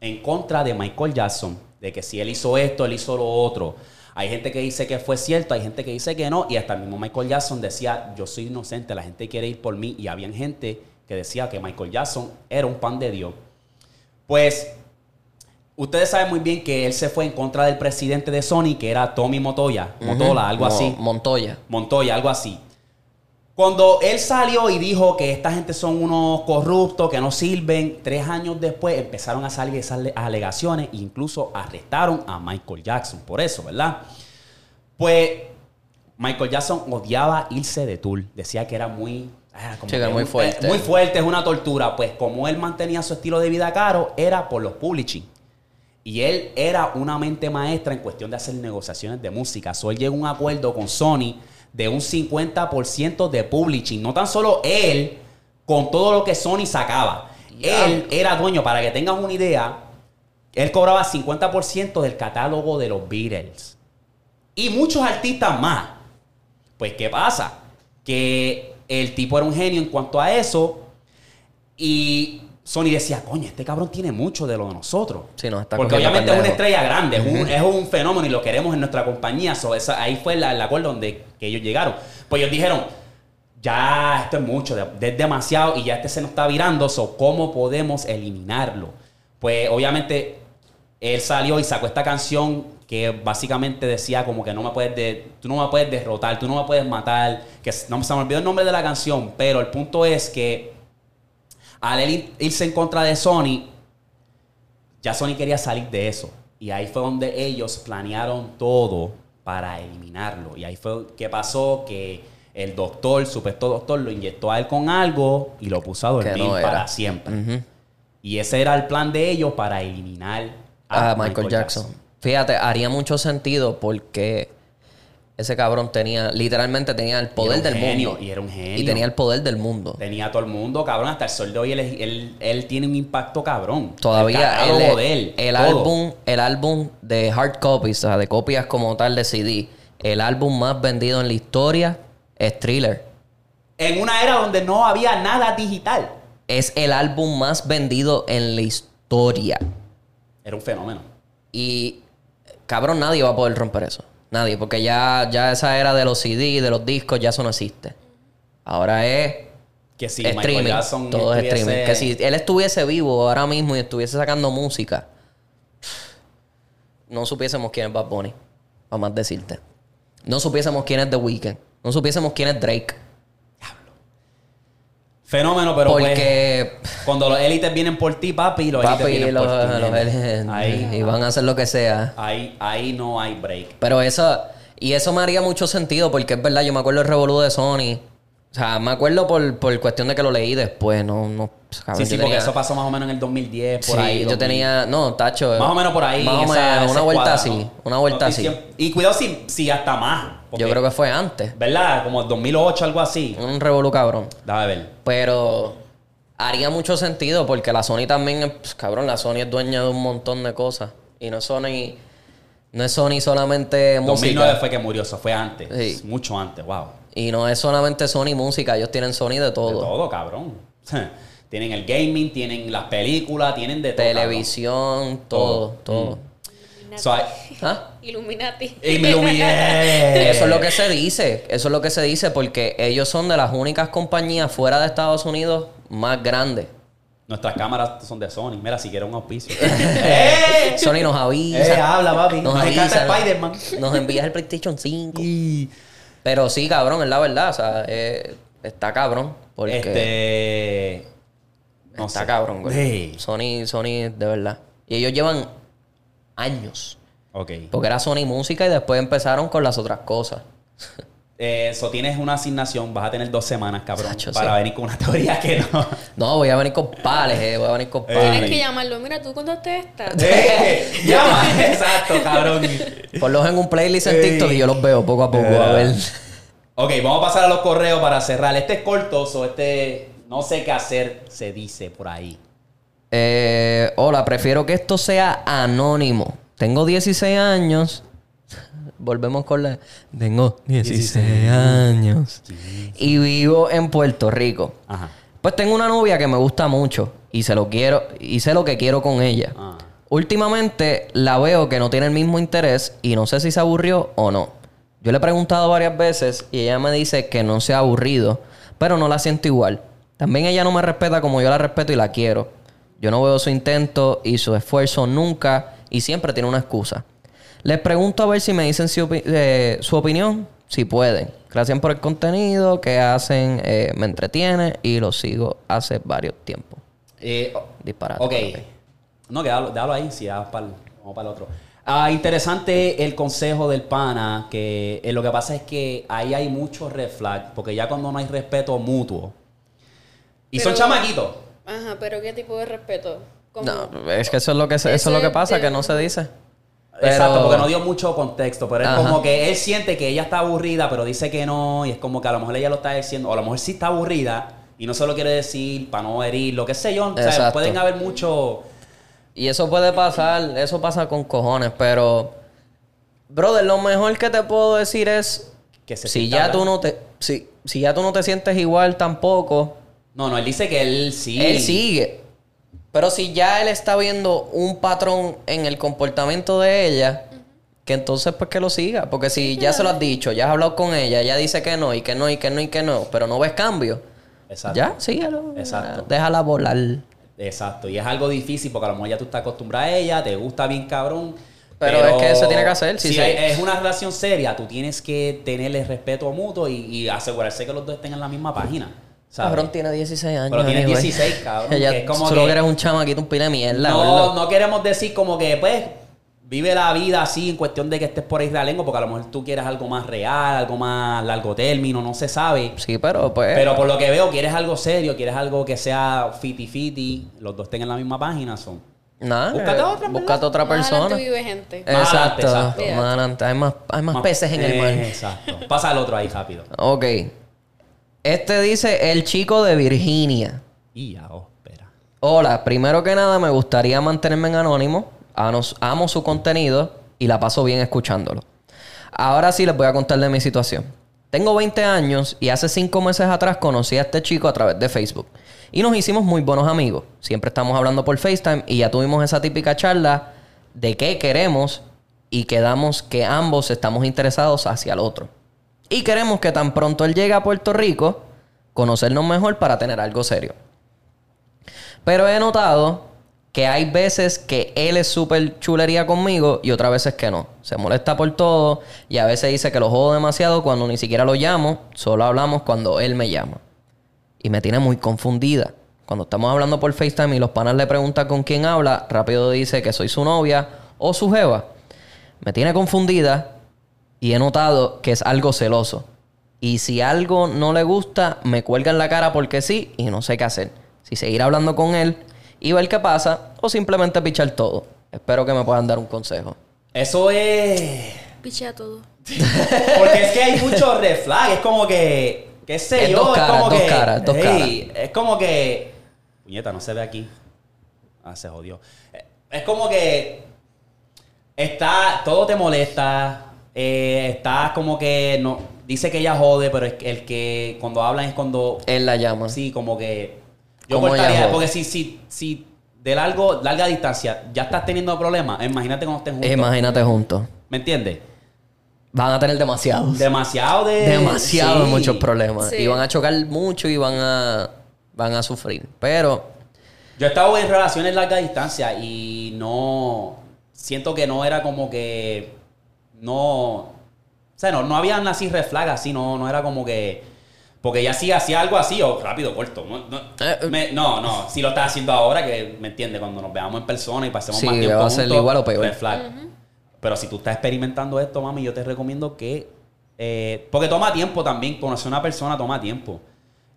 Speaker 2: en contra de Michael Jackson, de que si él hizo esto, él hizo lo otro. Hay gente que dice que fue cierto, hay gente que dice que no, y hasta el mismo Michael Jackson decía, yo soy inocente, la gente quiere ir por mí, y había gente que decía que Michael Jackson era un pan de Dios. Pues ustedes saben muy bien que él se fue en contra del presidente de Sony, que era Tommy Motoya, Motola, algo
Speaker 1: Mo-
Speaker 2: así.
Speaker 1: Montoya.
Speaker 2: Montoya, algo así. Cuando él salió y dijo que esta gente son unos corruptos, que no sirven, tres años después empezaron a salir esas ale- alegaciones e incluso arrestaron a Michael Jackson por eso, ¿verdad? Pues Michael Jackson odiaba irse de tour. Decía que era muy... ah, como
Speaker 1: Sí, que era
Speaker 2: que
Speaker 1: muy
Speaker 2: un-
Speaker 1: fuerte.
Speaker 2: eh, muy fuerte, es una tortura. Pues como él mantenía su estilo de vida caro, era por los publishing. Y él era una mente maestra en cuestión de hacer negociaciones de música. So, él llegó a un acuerdo con Sony de un 50% de publishing. No tan solo él, con todo lo que Sony sacaba. Él era dueño, para que tengas una idea, él cobraba 50% del catálogo de los Beatles. Y muchos artistas más. Pues, ¿qué pasa? Que el tipo era un genio en cuanto a eso. Y Sony decía, coño, este cabrón tiene mucho de lo de nosotros.
Speaker 1: Sí, nos está
Speaker 2: Porque
Speaker 1: cogiendo
Speaker 2: obviamente es una
Speaker 1: pendejo.
Speaker 2: estrella grande, es un, es un fenómeno y lo queremos en nuestra compañía. So, esa- ahí fue la- el acuerdo donde que ellos llegaron. Pues ellos dijeron, ya esto es mucho, de- es demasiado y ya este se nos está virando, so, ¿cómo podemos eliminarlo? Pues obviamente él salió y sacó esta canción que básicamente decía como que no me puedes de- tú no me puedes derrotar, tú no me puedes matar, que s- no se me olvidó el nombre de la canción, pero el punto es que al él ir- irse en contra de Sony, ya Sony quería salir de eso. Y ahí fue donde ellos planearon todo para eliminarlo. Y ahí fue que pasó que el doctor, supuesto doctor, lo inyectó a él con algo y lo puso a dormir
Speaker 1: Que no era.
Speaker 2: para siempre.
Speaker 1: Ujú.
Speaker 2: Y ese era el plan de ellos para eliminar
Speaker 1: a Ah,
Speaker 2: Ah,
Speaker 1: Michael, Jackson. Fíjate, haría mucho sentido porque ese cabrón tenía, literalmente tenía el poder
Speaker 2: un
Speaker 1: del
Speaker 2: genio,
Speaker 1: mundo.
Speaker 2: y era un genio.
Speaker 1: Y tenía el poder del mundo.
Speaker 2: Tenía a todo el mundo, cabrón. Hasta el sol de hoy él, es- él- él tiene un impacto cabrón. El
Speaker 1: Todavía el,
Speaker 2: catálogo de él,
Speaker 1: el
Speaker 2: todo.
Speaker 1: álbum, el álbum de hard copies, o sea, de copias como tal de CD, el álbum más vendido en la historia es Thriller.
Speaker 2: En una era donde no había nada digital.
Speaker 1: Es el álbum más vendido en la historia.
Speaker 2: Era un fenómeno.
Speaker 1: Y cabrón, nadie va a poder romper eso. Nadie, porque ya, ya esa era de los CD, de los discos, ya eso no existe. Ahora es
Speaker 2: Que si Michael
Speaker 1: streaming.
Speaker 2: Jackson
Speaker 1: todo es
Speaker 2: estuviese-
Speaker 1: streaming. Que si él estuviese vivo ahora mismo y estuviese sacando música, no supiésemos quién es Bad Bunny. Para más decirte. No supiésemos quién es The Weeknd. No supiésemos quién es Drake.
Speaker 2: Fenómeno, pero
Speaker 1: Porque-
Speaker 2: pues, cuando los élites vienen por ti, papi, los élites
Speaker 1: Papi,
Speaker 2: vienen
Speaker 1: los,
Speaker 2: por ti.
Speaker 1: los
Speaker 2: nene.
Speaker 1: aliens,
Speaker 2: ahí,
Speaker 1: y van a hacer lo que sea.
Speaker 2: ahí, ahí no hay break.
Speaker 1: Pero eso, y eso me haría mucho sentido porque es verdad, yo me acuerdo el revolú de Sony. O sea, me acuerdo por, por cuestión de que lo leí después, no, no. cabrón,
Speaker 2: Sí,
Speaker 1: yo
Speaker 2: sí, porque
Speaker 1: tenía-
Speaker 2: eso pasó más o menos en el 2010, por
Speaker 1: sí,
Speaker 2: ahí.
Speaker 1: yo
Speaker 2: 2000.
Speaker 1: tenía, no, tacho.
Speaker 2: Más o menos por ahí.
Speaker 1: Más o
Speaker 2: en
Speaker 1: menos,
Speaker 2: esa-
Speaker 1: una
Speaker 2: esa
Speaker 1: vuelta
Speaker 2: cuadra,
Speaker 1: así,
Speaker 2: ¿no?
Speaker 1: una vuelta
Speaker 2: No, y
Speaker 1: así.
Speaker 2: siempre- Y cuidado si, si hasta más.
Speaker 1: Yo creo que Mm. fue antes,
Speaker 2: ¿Verdad? Como el 2008, algo así.
Speaker 1: un revolú cabrón.
Speaker 2: Dame ver.
Speaker 1: Pero haría mucho sentido porque la Sony también, es- pues, cabrón, la Sony es dueña de un montón de cosas. Y no es Sony, no es Sony solamente música.
Speaker 2: 2009 fue que murió, eso fue antes.
Speaker 1: Sí.
Speaker 2: Mucho antes, wow.
Speaker 1: Y no es solamente Sony música, ellos tienen Sony de
Speaker 2: De
Speaker 1: todo.
Speaker 2: todo, cabrón. tienen el gaming, tienen las películas, tienen de todo.
Speaker 1: Televisión, todo, todo.
Speaker 2: Mm. cabrón. So, I-
Speaker 1: ¿Ah?
Speaker 4: Illuminati.
Speaker 2: Illuminé.
Speaker 1: Eso es lo que se dice, eso es lo que se dice porque ellos son de las únicas compañías fuera de Estados Unidos más grandes.
Speaker 2: Nuestras cámaras son de Sony. Mira, si quieres un auspicio.
Speaker 1: Sony nos
Speaker 2: Eh,
Speaker 1: avisa,
Speaker 2: habla, papi.
Speaker 1: nos
Speaker 2: Nos
Speaker 1: avisa,
Speaker 2: encanta
Speaker 1: nos-
Speaker 2: Spider-Man.
Speaker 1: nos envía el PlayStation 5.
Speaker 2: Y
Speaker 1: Pero sí, cabrón, es la verdad, o sea, eh, está cabrón porque
Speaker 2: este. no
Speaker 1: está
Speaker 2: sé.
Speaker 1: cabrón, güey.
Speaker 2: Ey.
Speaker 1: Sony, Sony, de verdad. Y ellos llevan años,
Speaker 2: Ok.
Speaker 1: porque era Sony música y después empezaron con las otras cosas.
Speaker 2: Eso Eh, tienes una asignación, vas a tener dos semanas, cabrón,
Speaker 1: Sacho,
Speaker 2: para
Speaker 1: sí.
Speaker 2: venir con una teoría que no.
Speaker 1: No, voy a venir con pales, eh, voy a venir con pales.
Speaker 4: Tienes que llamarlo. Mira, tú contaste esta.
Speaker 2: Eh, llama, exacto, cabrón.
Speaker 1: Ponlos en un playlist en TikTok y yo los veo poco a poco.
Speaker 2: Eh.
Speaker 1: A ver.
Speaker 2: Ok, vamos a pasar a los correos para cerrar. Este es cortoso, este no sé qué hacer, se dice por ahí.
Speaker 1: Eh, hola, prefiero que esto sea anónimo. Tengo 16 años. Volvemos con la. Tengo 16 años. Y vivo en Puerto Rico.
Speaker 2: Ajá.
Speaker 1: Pues tengo una novia que me gusta mucho y se lo quiero y sé lo que quiero con ella.
Speaker 2: Ah.
Speaker 1: Últimamente la veo que no tiene el mismo interés y no sé si se aburrió o no. Yo le he preguntado varias veces y ella me dice que no se ha aburrido, pero no la siento igual. También ella no me respeta como yo la respeto y la quiero. Yo no veo su intento y su esfuerzo nunca y siempre tiene una excusa. Les pregunto a ver si me dicen si opi- eh, su opinión, si pueden. Gracias por el contenido que hacen, eh, me entretiene y lo sigo hace varios tiempos.
Speaker 2: Eh, o-
Speaker 1: Disparate.
Speaker 2: ok.
Speaker 1: papi.
Speaker 2: No, déjalo, déjalo ahí, si das para el, vamos para el otro. Ah, interesante el consejo del pana, que eh, lo que pasa es que ahí hay mucho red flag, porque ya cuando no hay respeto mutuo. Y son
Speaker 4: Pero-
Speaker 2: chamaquitos.
Speaker 4: Ajá, pero ¿qué tipo de respeto? Como-
Speaker 1: No, es que eso es lo que se- eso
Speaker 4: Eso
Speaker 1: es lo que
Speaker 4: es
Speaker 1: pasa,
Speaker 4: de-
Speaker 1: que no se dice.
Speaker 2: Exacto,
Speaker 1: Pero-
Speaker 2: porque no dio mucho contexto, pero es
Speaker 1: Ajá.
Speaker 2: como que él siente que ella está aburrida, pero dice que no, y es como que a lo mejor ella lo está diciendo, o a lo mejor sí está aburrida, y no se lo quiere decir para no herir, lo que sé yo, o sea,
Speaker 1: Exacto.
Speaker 2: pueden haber mucho...
Speaker 1: Y eso puede pasar, eso pasa con cojones, pero brother, lo mejor que te puedo decir es
Speaker 2: Que se
Speaker 1: si
Speaker 2: sienta
Speaker 1: ya
Speaker 2: hablando.
Speaker 1: tú no te si, si ya tú no te sientes igual tampoco,
Speaker 2: No, no, él dice que él sí.
Speaker 1: Él sigue. Pero si ya él está viendo un patrón en el comportamiento de ella, que entonces pues que lo siga. Porque si ya se lo has dicho, ya has hablado con ella, ya dice que no, y que no, y que no, y que no, pero no ves cambio,
Speaker 2: Exacto.
Speaker 1: ya, síguelo.
Speaker 2: Exacto.
Speaker 1: Déjala volar.
Speaker 2: Exacto, y es algo difícil porque a lo mejor ya tú estás acostumbrada a ella, te gusta bien cabrón.
Speaker 1: Pero es que se tiene que hacer, sí,
Speaker 2: si
Speaker 1: sí.
Speaker 2: hay- es una relación seria, tú tienes que tenerle respeto mutuo y, y asegurarse que los dos estén en la misma página. ¿sabes?
Speaker 1: Cabrón tiene 16 años.
Speaker 2: Pero tiene
Speaker 1: anyway.
Speaker 2: 16, cabrón,
Speaker 1: Ella,
Speaker 2: que es como
Speaker 1: solo
Speaker 2: que-
Speaker 1: que eres un chamaquito, un pila de mierda.
Speaker 2: No,
Speaker 1: gordo.
Speaker 2: no queremos decir como que, pues, vive la vida así en cuestión de que estés por ahí de la lengua, porque a lo mejor tú quieres algo más real, algo más largo término, no se sabe.
Speaker 1: Sí, pero pues.
Speaker 2: Pero por lo que veo, quieres algo serio, quieres algo que sea fiti fiti, los dos estén en la misma página, son.
Speaker 1: nada,
Speaker 2: búscate
Speaker 1: eh,
Speaker 2: otra,
Speaker 1: búscate otra
Speaker 4: Más adelante
Speaker 1: persona.
Speaker 4: vive gente.
Speaker 2: Más adelante,
Speaker 1: Exacto.
Speaker 2: exacto.
Speaker 1: Más adelante. Hay más, hay más peces en el mar.
Speaker 2: Eh, Exacto. Pasa al otro ahí rápido.
Speaker 1: Ok. Este dice el chico de Virginia.
Speaker 2: Y ya, oh, espera.
Speaker 1: Hola, primero que nada me gustaría mantenerme en anónimo. Anos- Amo su contenido y la paso bien escuchándolo. Ahora sí les voy a contar de mi situación. Tengo 20 años y hace 5 meses atrás conocí a este chico a través de Facebook. Y nos hicimos muy buenos amigos. Siempre estamos hablando por FaceTime y ya tuvimos esa típica charla de qué queremos y quedamos que ambos estamos interesados hacia el otro. Y queremos que tan pronto él llegue a Puerto Rico, conocernos mejor para tener algo serio. Pero he notado que hay veces que él es súper chulería conmigo y otras veces que no. Se molesta por todo y a veces dice que lo jodo demasiado cuando ni siquiera lo llamo, solo hablamos cuando él me llama. y me tiene muy confundida. Cuando estamos hablando por FaceTime y los panas le preguntan con quién habla, rápido dice que soy su novia o su jeva. Me tiene confundida y he notado que es algo celoso. Y si algo no le gusta, me cuelga en la cara porque sí y no sé qué hacer. Si seguir hablando con él y ver qué pasa o simplemente pichar todo. Espero que me puedan dar un consejo.
Speaker 2: Eso es.
Speaker 4: Pichea todo.
Speaker 2: Porque es que hay muchos red flags. Es como que. ¿Qué sé
Speaker 1: Es
Speaker 2: yo?
Speaker 1: dos caras,
Speaker 2: es como
Speaker 1: dos
Speaker 2: que.
Speaker 1: caras, dos
Speaker 2: Ey, Es como que. Puñeta, no se ve aquí. Ah, se jodió. Eh, Es como que. Está. Todo te molesta. eh, estás como que. no Dice que ella jode, pero es que el que cuando hablan es cuando
Speaker 1: Él la llama.
Speaker 2: Sí, como que. Yo
Speaker 1: Como
Speaker 2: cortaría.
Speaker 1: ya jode.
Speaker 2: Porque si, si, si de largo, larga distancia ya estás teniendo problemas, imagínate cuando estén juntos.
Speaker 1: Imagínate juntos.
Speaker 2: ¿Me entiendes?
Speaker 1: Van a tener demasiados.
Speaker 2: Demasiado de.
Speaker 1: demasiado
Speaker 2: Sí.
Speaker 1: muchos problemas.
Speaker 4: Sí.
Speaker 1: Y van a chocar mucho y van a, van a sufrir. Pero
Speaker 2: Yo he estado en relaciones larga distancia y no. Siento que no era como que. No. O sea, no, no habían así reflagas, así, no, no era como que. Porque ya sí hacía algo así, o rápido, corto. No, no,
Speaker 1: Eh, eh.
Speaker 2: me- no, no, si lo estás haciendo ahora, que me entiende, cuando nos veamos en persona y pasemos
Speaker 1: Sí,
Speaker 2: más tiempo.
Speaker 1: va a ser
Speaker 2: juntos,
Speaker 1: igual o peor.
Speaker 2: red flag. Pero si tú estás experimentando esto, mami, yo te recomiendo que. eh, porque toma tiempo también, conocer a una persona toma tiempo.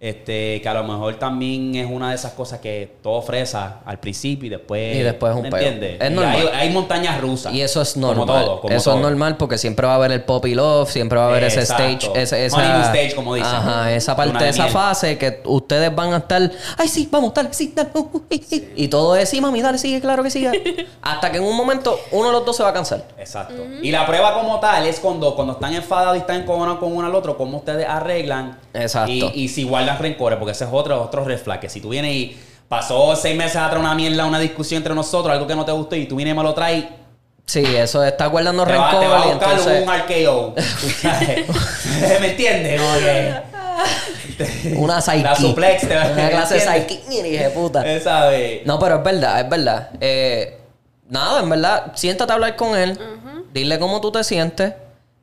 Speaker 2: Este, que a lo mejor también es una de esas cosas que todo fresa al principio y después.
Speaker 1: Y después es un
Speaker 2: ¿me
Speaker 1: peo.
Speaker 2: entiendes?
Speaker 1: Es
Speaker 2: Y
Speaker 1: normal.
Speaker 2: Hay, hay montañas rusas.
Speaker 1: y eso es
Speaker 2: Como
Speaker 1: normal.
Speaker 2: todo, como
Speaker 1: eso es
Speaker 2: todo.
Speaker 1: normal porque siempre va a haber el pop y love, siempre va a haber
Speaker 2: Exacto.
Speaker 1: ese stage, ese, esa
Speaker 2: Honeymoon stage, como dicen.
Speaker 1: Ajá, esa
Speaker 2: Luna
Speaker 1: parte,
Speaker 2: de
Speaker 1: esa
Speaker 2: miel.
Speaker 1: fase que ustedes van a estar, ay sí, vamos, dale, sí, dale. uh, uh, sí, sí". Y todo es, sí, mami, dale, sigue, claro que sigue. Hasta que en un momento uno de los dos se va a cansar.
Speaker 2: Exacto. Y la prueba como tal es cuando, cuando están enfadados y están con uno, con uno al otro, cómo ustedes arreglan.
Speaker 1: Exacto.
Speaker 2: Y, y si guardan rencores, porque ese es otro, otro red flag, que Si tú vienes y pasó seis meses atrás una mierda, una discusión entre nosotros, algo que no te gustó, y tú vienes y me lo traes,
Speaker 1: Sí, eso está guardando
Speaker 2: te va,
Speaker 1: rencor.
Speaker 2: te va a
Speaker 1: y
Speaker 2: buscar
Speaker 1: entonces-
Speaker 2: un RKO. ¿Me entiendes? Como que-
Speaker 1: Una psyche.
Speaker 2: La suplex te va
Speaker 1: Una clase de
Speaker 2: ¿entiendes? Eh,
Speaker 1: psyche. Mira, hija de puta.
Speaker 2: Esa de-
Speaker 1: No, pero es verdad, es verdad. Eh, nada, en verdad, siéntate a hablar con él. Dile cómo tú te sientes.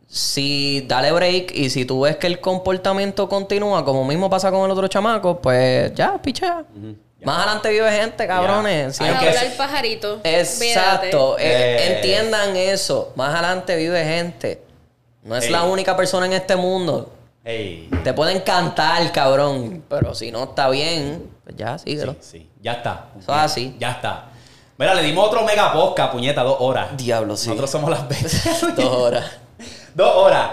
Speaker 1: Si dale break y si tú ves que el comportamiento continúa como mismo pasa con el otro chamaco, pues ya, pichea. Más adelante vive gente, cabrones.
Speaker 2: Hay
Speaker 1: Siempre-
Speaker 4: Para
Speaker 2: que-
Speaker 4: hablar el pajarito.
Speaker 1: Exacto. Eh,
Speaker 2: Eh.
Speaker 1: Entiendan eso. Más adelante vive gente. No es
Speaker 2: Ey.
Speaker 1: la única persona en este mundo.
Speaker 2: Ey.
Speaker 1: Te pueden cantar, cabrón. Pero si no está bien, pues ya, síguelo.
Speaker 2: Sí, sí. Ya está.
Speaker 1: Eso es así.
Speaker 2: Ya está. Mira, le dimos otro mega posca, puñeta, dos horas.
Speaker 1: Diablo, sí.
Speaker 2: Nosotros somos las bestias.
Speaker 1: Dos horas.
Speaker 2: Dos horas.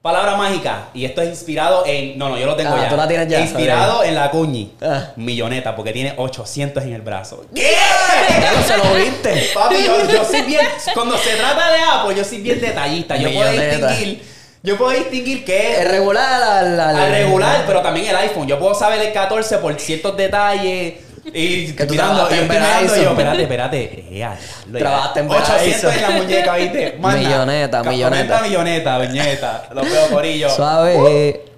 Speaker 2: Palabra mágica. Y esto es inspirado en. No, no, yo lo tengo
Speaker 1: Ah,
Speaker 2: ya.
Speaker 1: tú la tienes ya,
Speaker 2: Inspirado en la cuñi.
Speaker 1: Ah.
Speaker 2: Milloneta, porque tiene 800 en el brazo.
Speaker 1: Ya no se lo viste.
Speaker 2: Papi, yo, yo soy bien. Cuando se trata de Apple, yo soy bien detallista. Yo puedo
Speaker 1: Milloneta.
Speaker 2: distinguir. Yo puedo distinguir qué
Speaker 1: Es
Speaker 2: es.
Speaker 1: regular al, al-
Speaker 2: Al regular, pero también el iPhone. Yo puedo saber el 14 por ciertos detalles. Y
Speaker 1: Que tú
Speaker 2: mirando,
Speaker 1: trabajaste
Speaker 2: yo
Speaker 1: en
Speaker 2: estoy mirando y yo,
Speaker 1: Verizon.
Speaker 2: espérate, espérate. Eh, a diablo, ya.
Speaker 1: Trabajaste en
Speaker 2: 800 en
Speaker 1: Verizon.
Speaker 2: la muñeca, ¿viste?
Speaker 1: Milloneta,
Speaker 2: ca-
Speaker 1: milloneta.
Speaker 2: comenta milloneta, viñeta. Los veo, Corillo.
Speaker 1: Suave.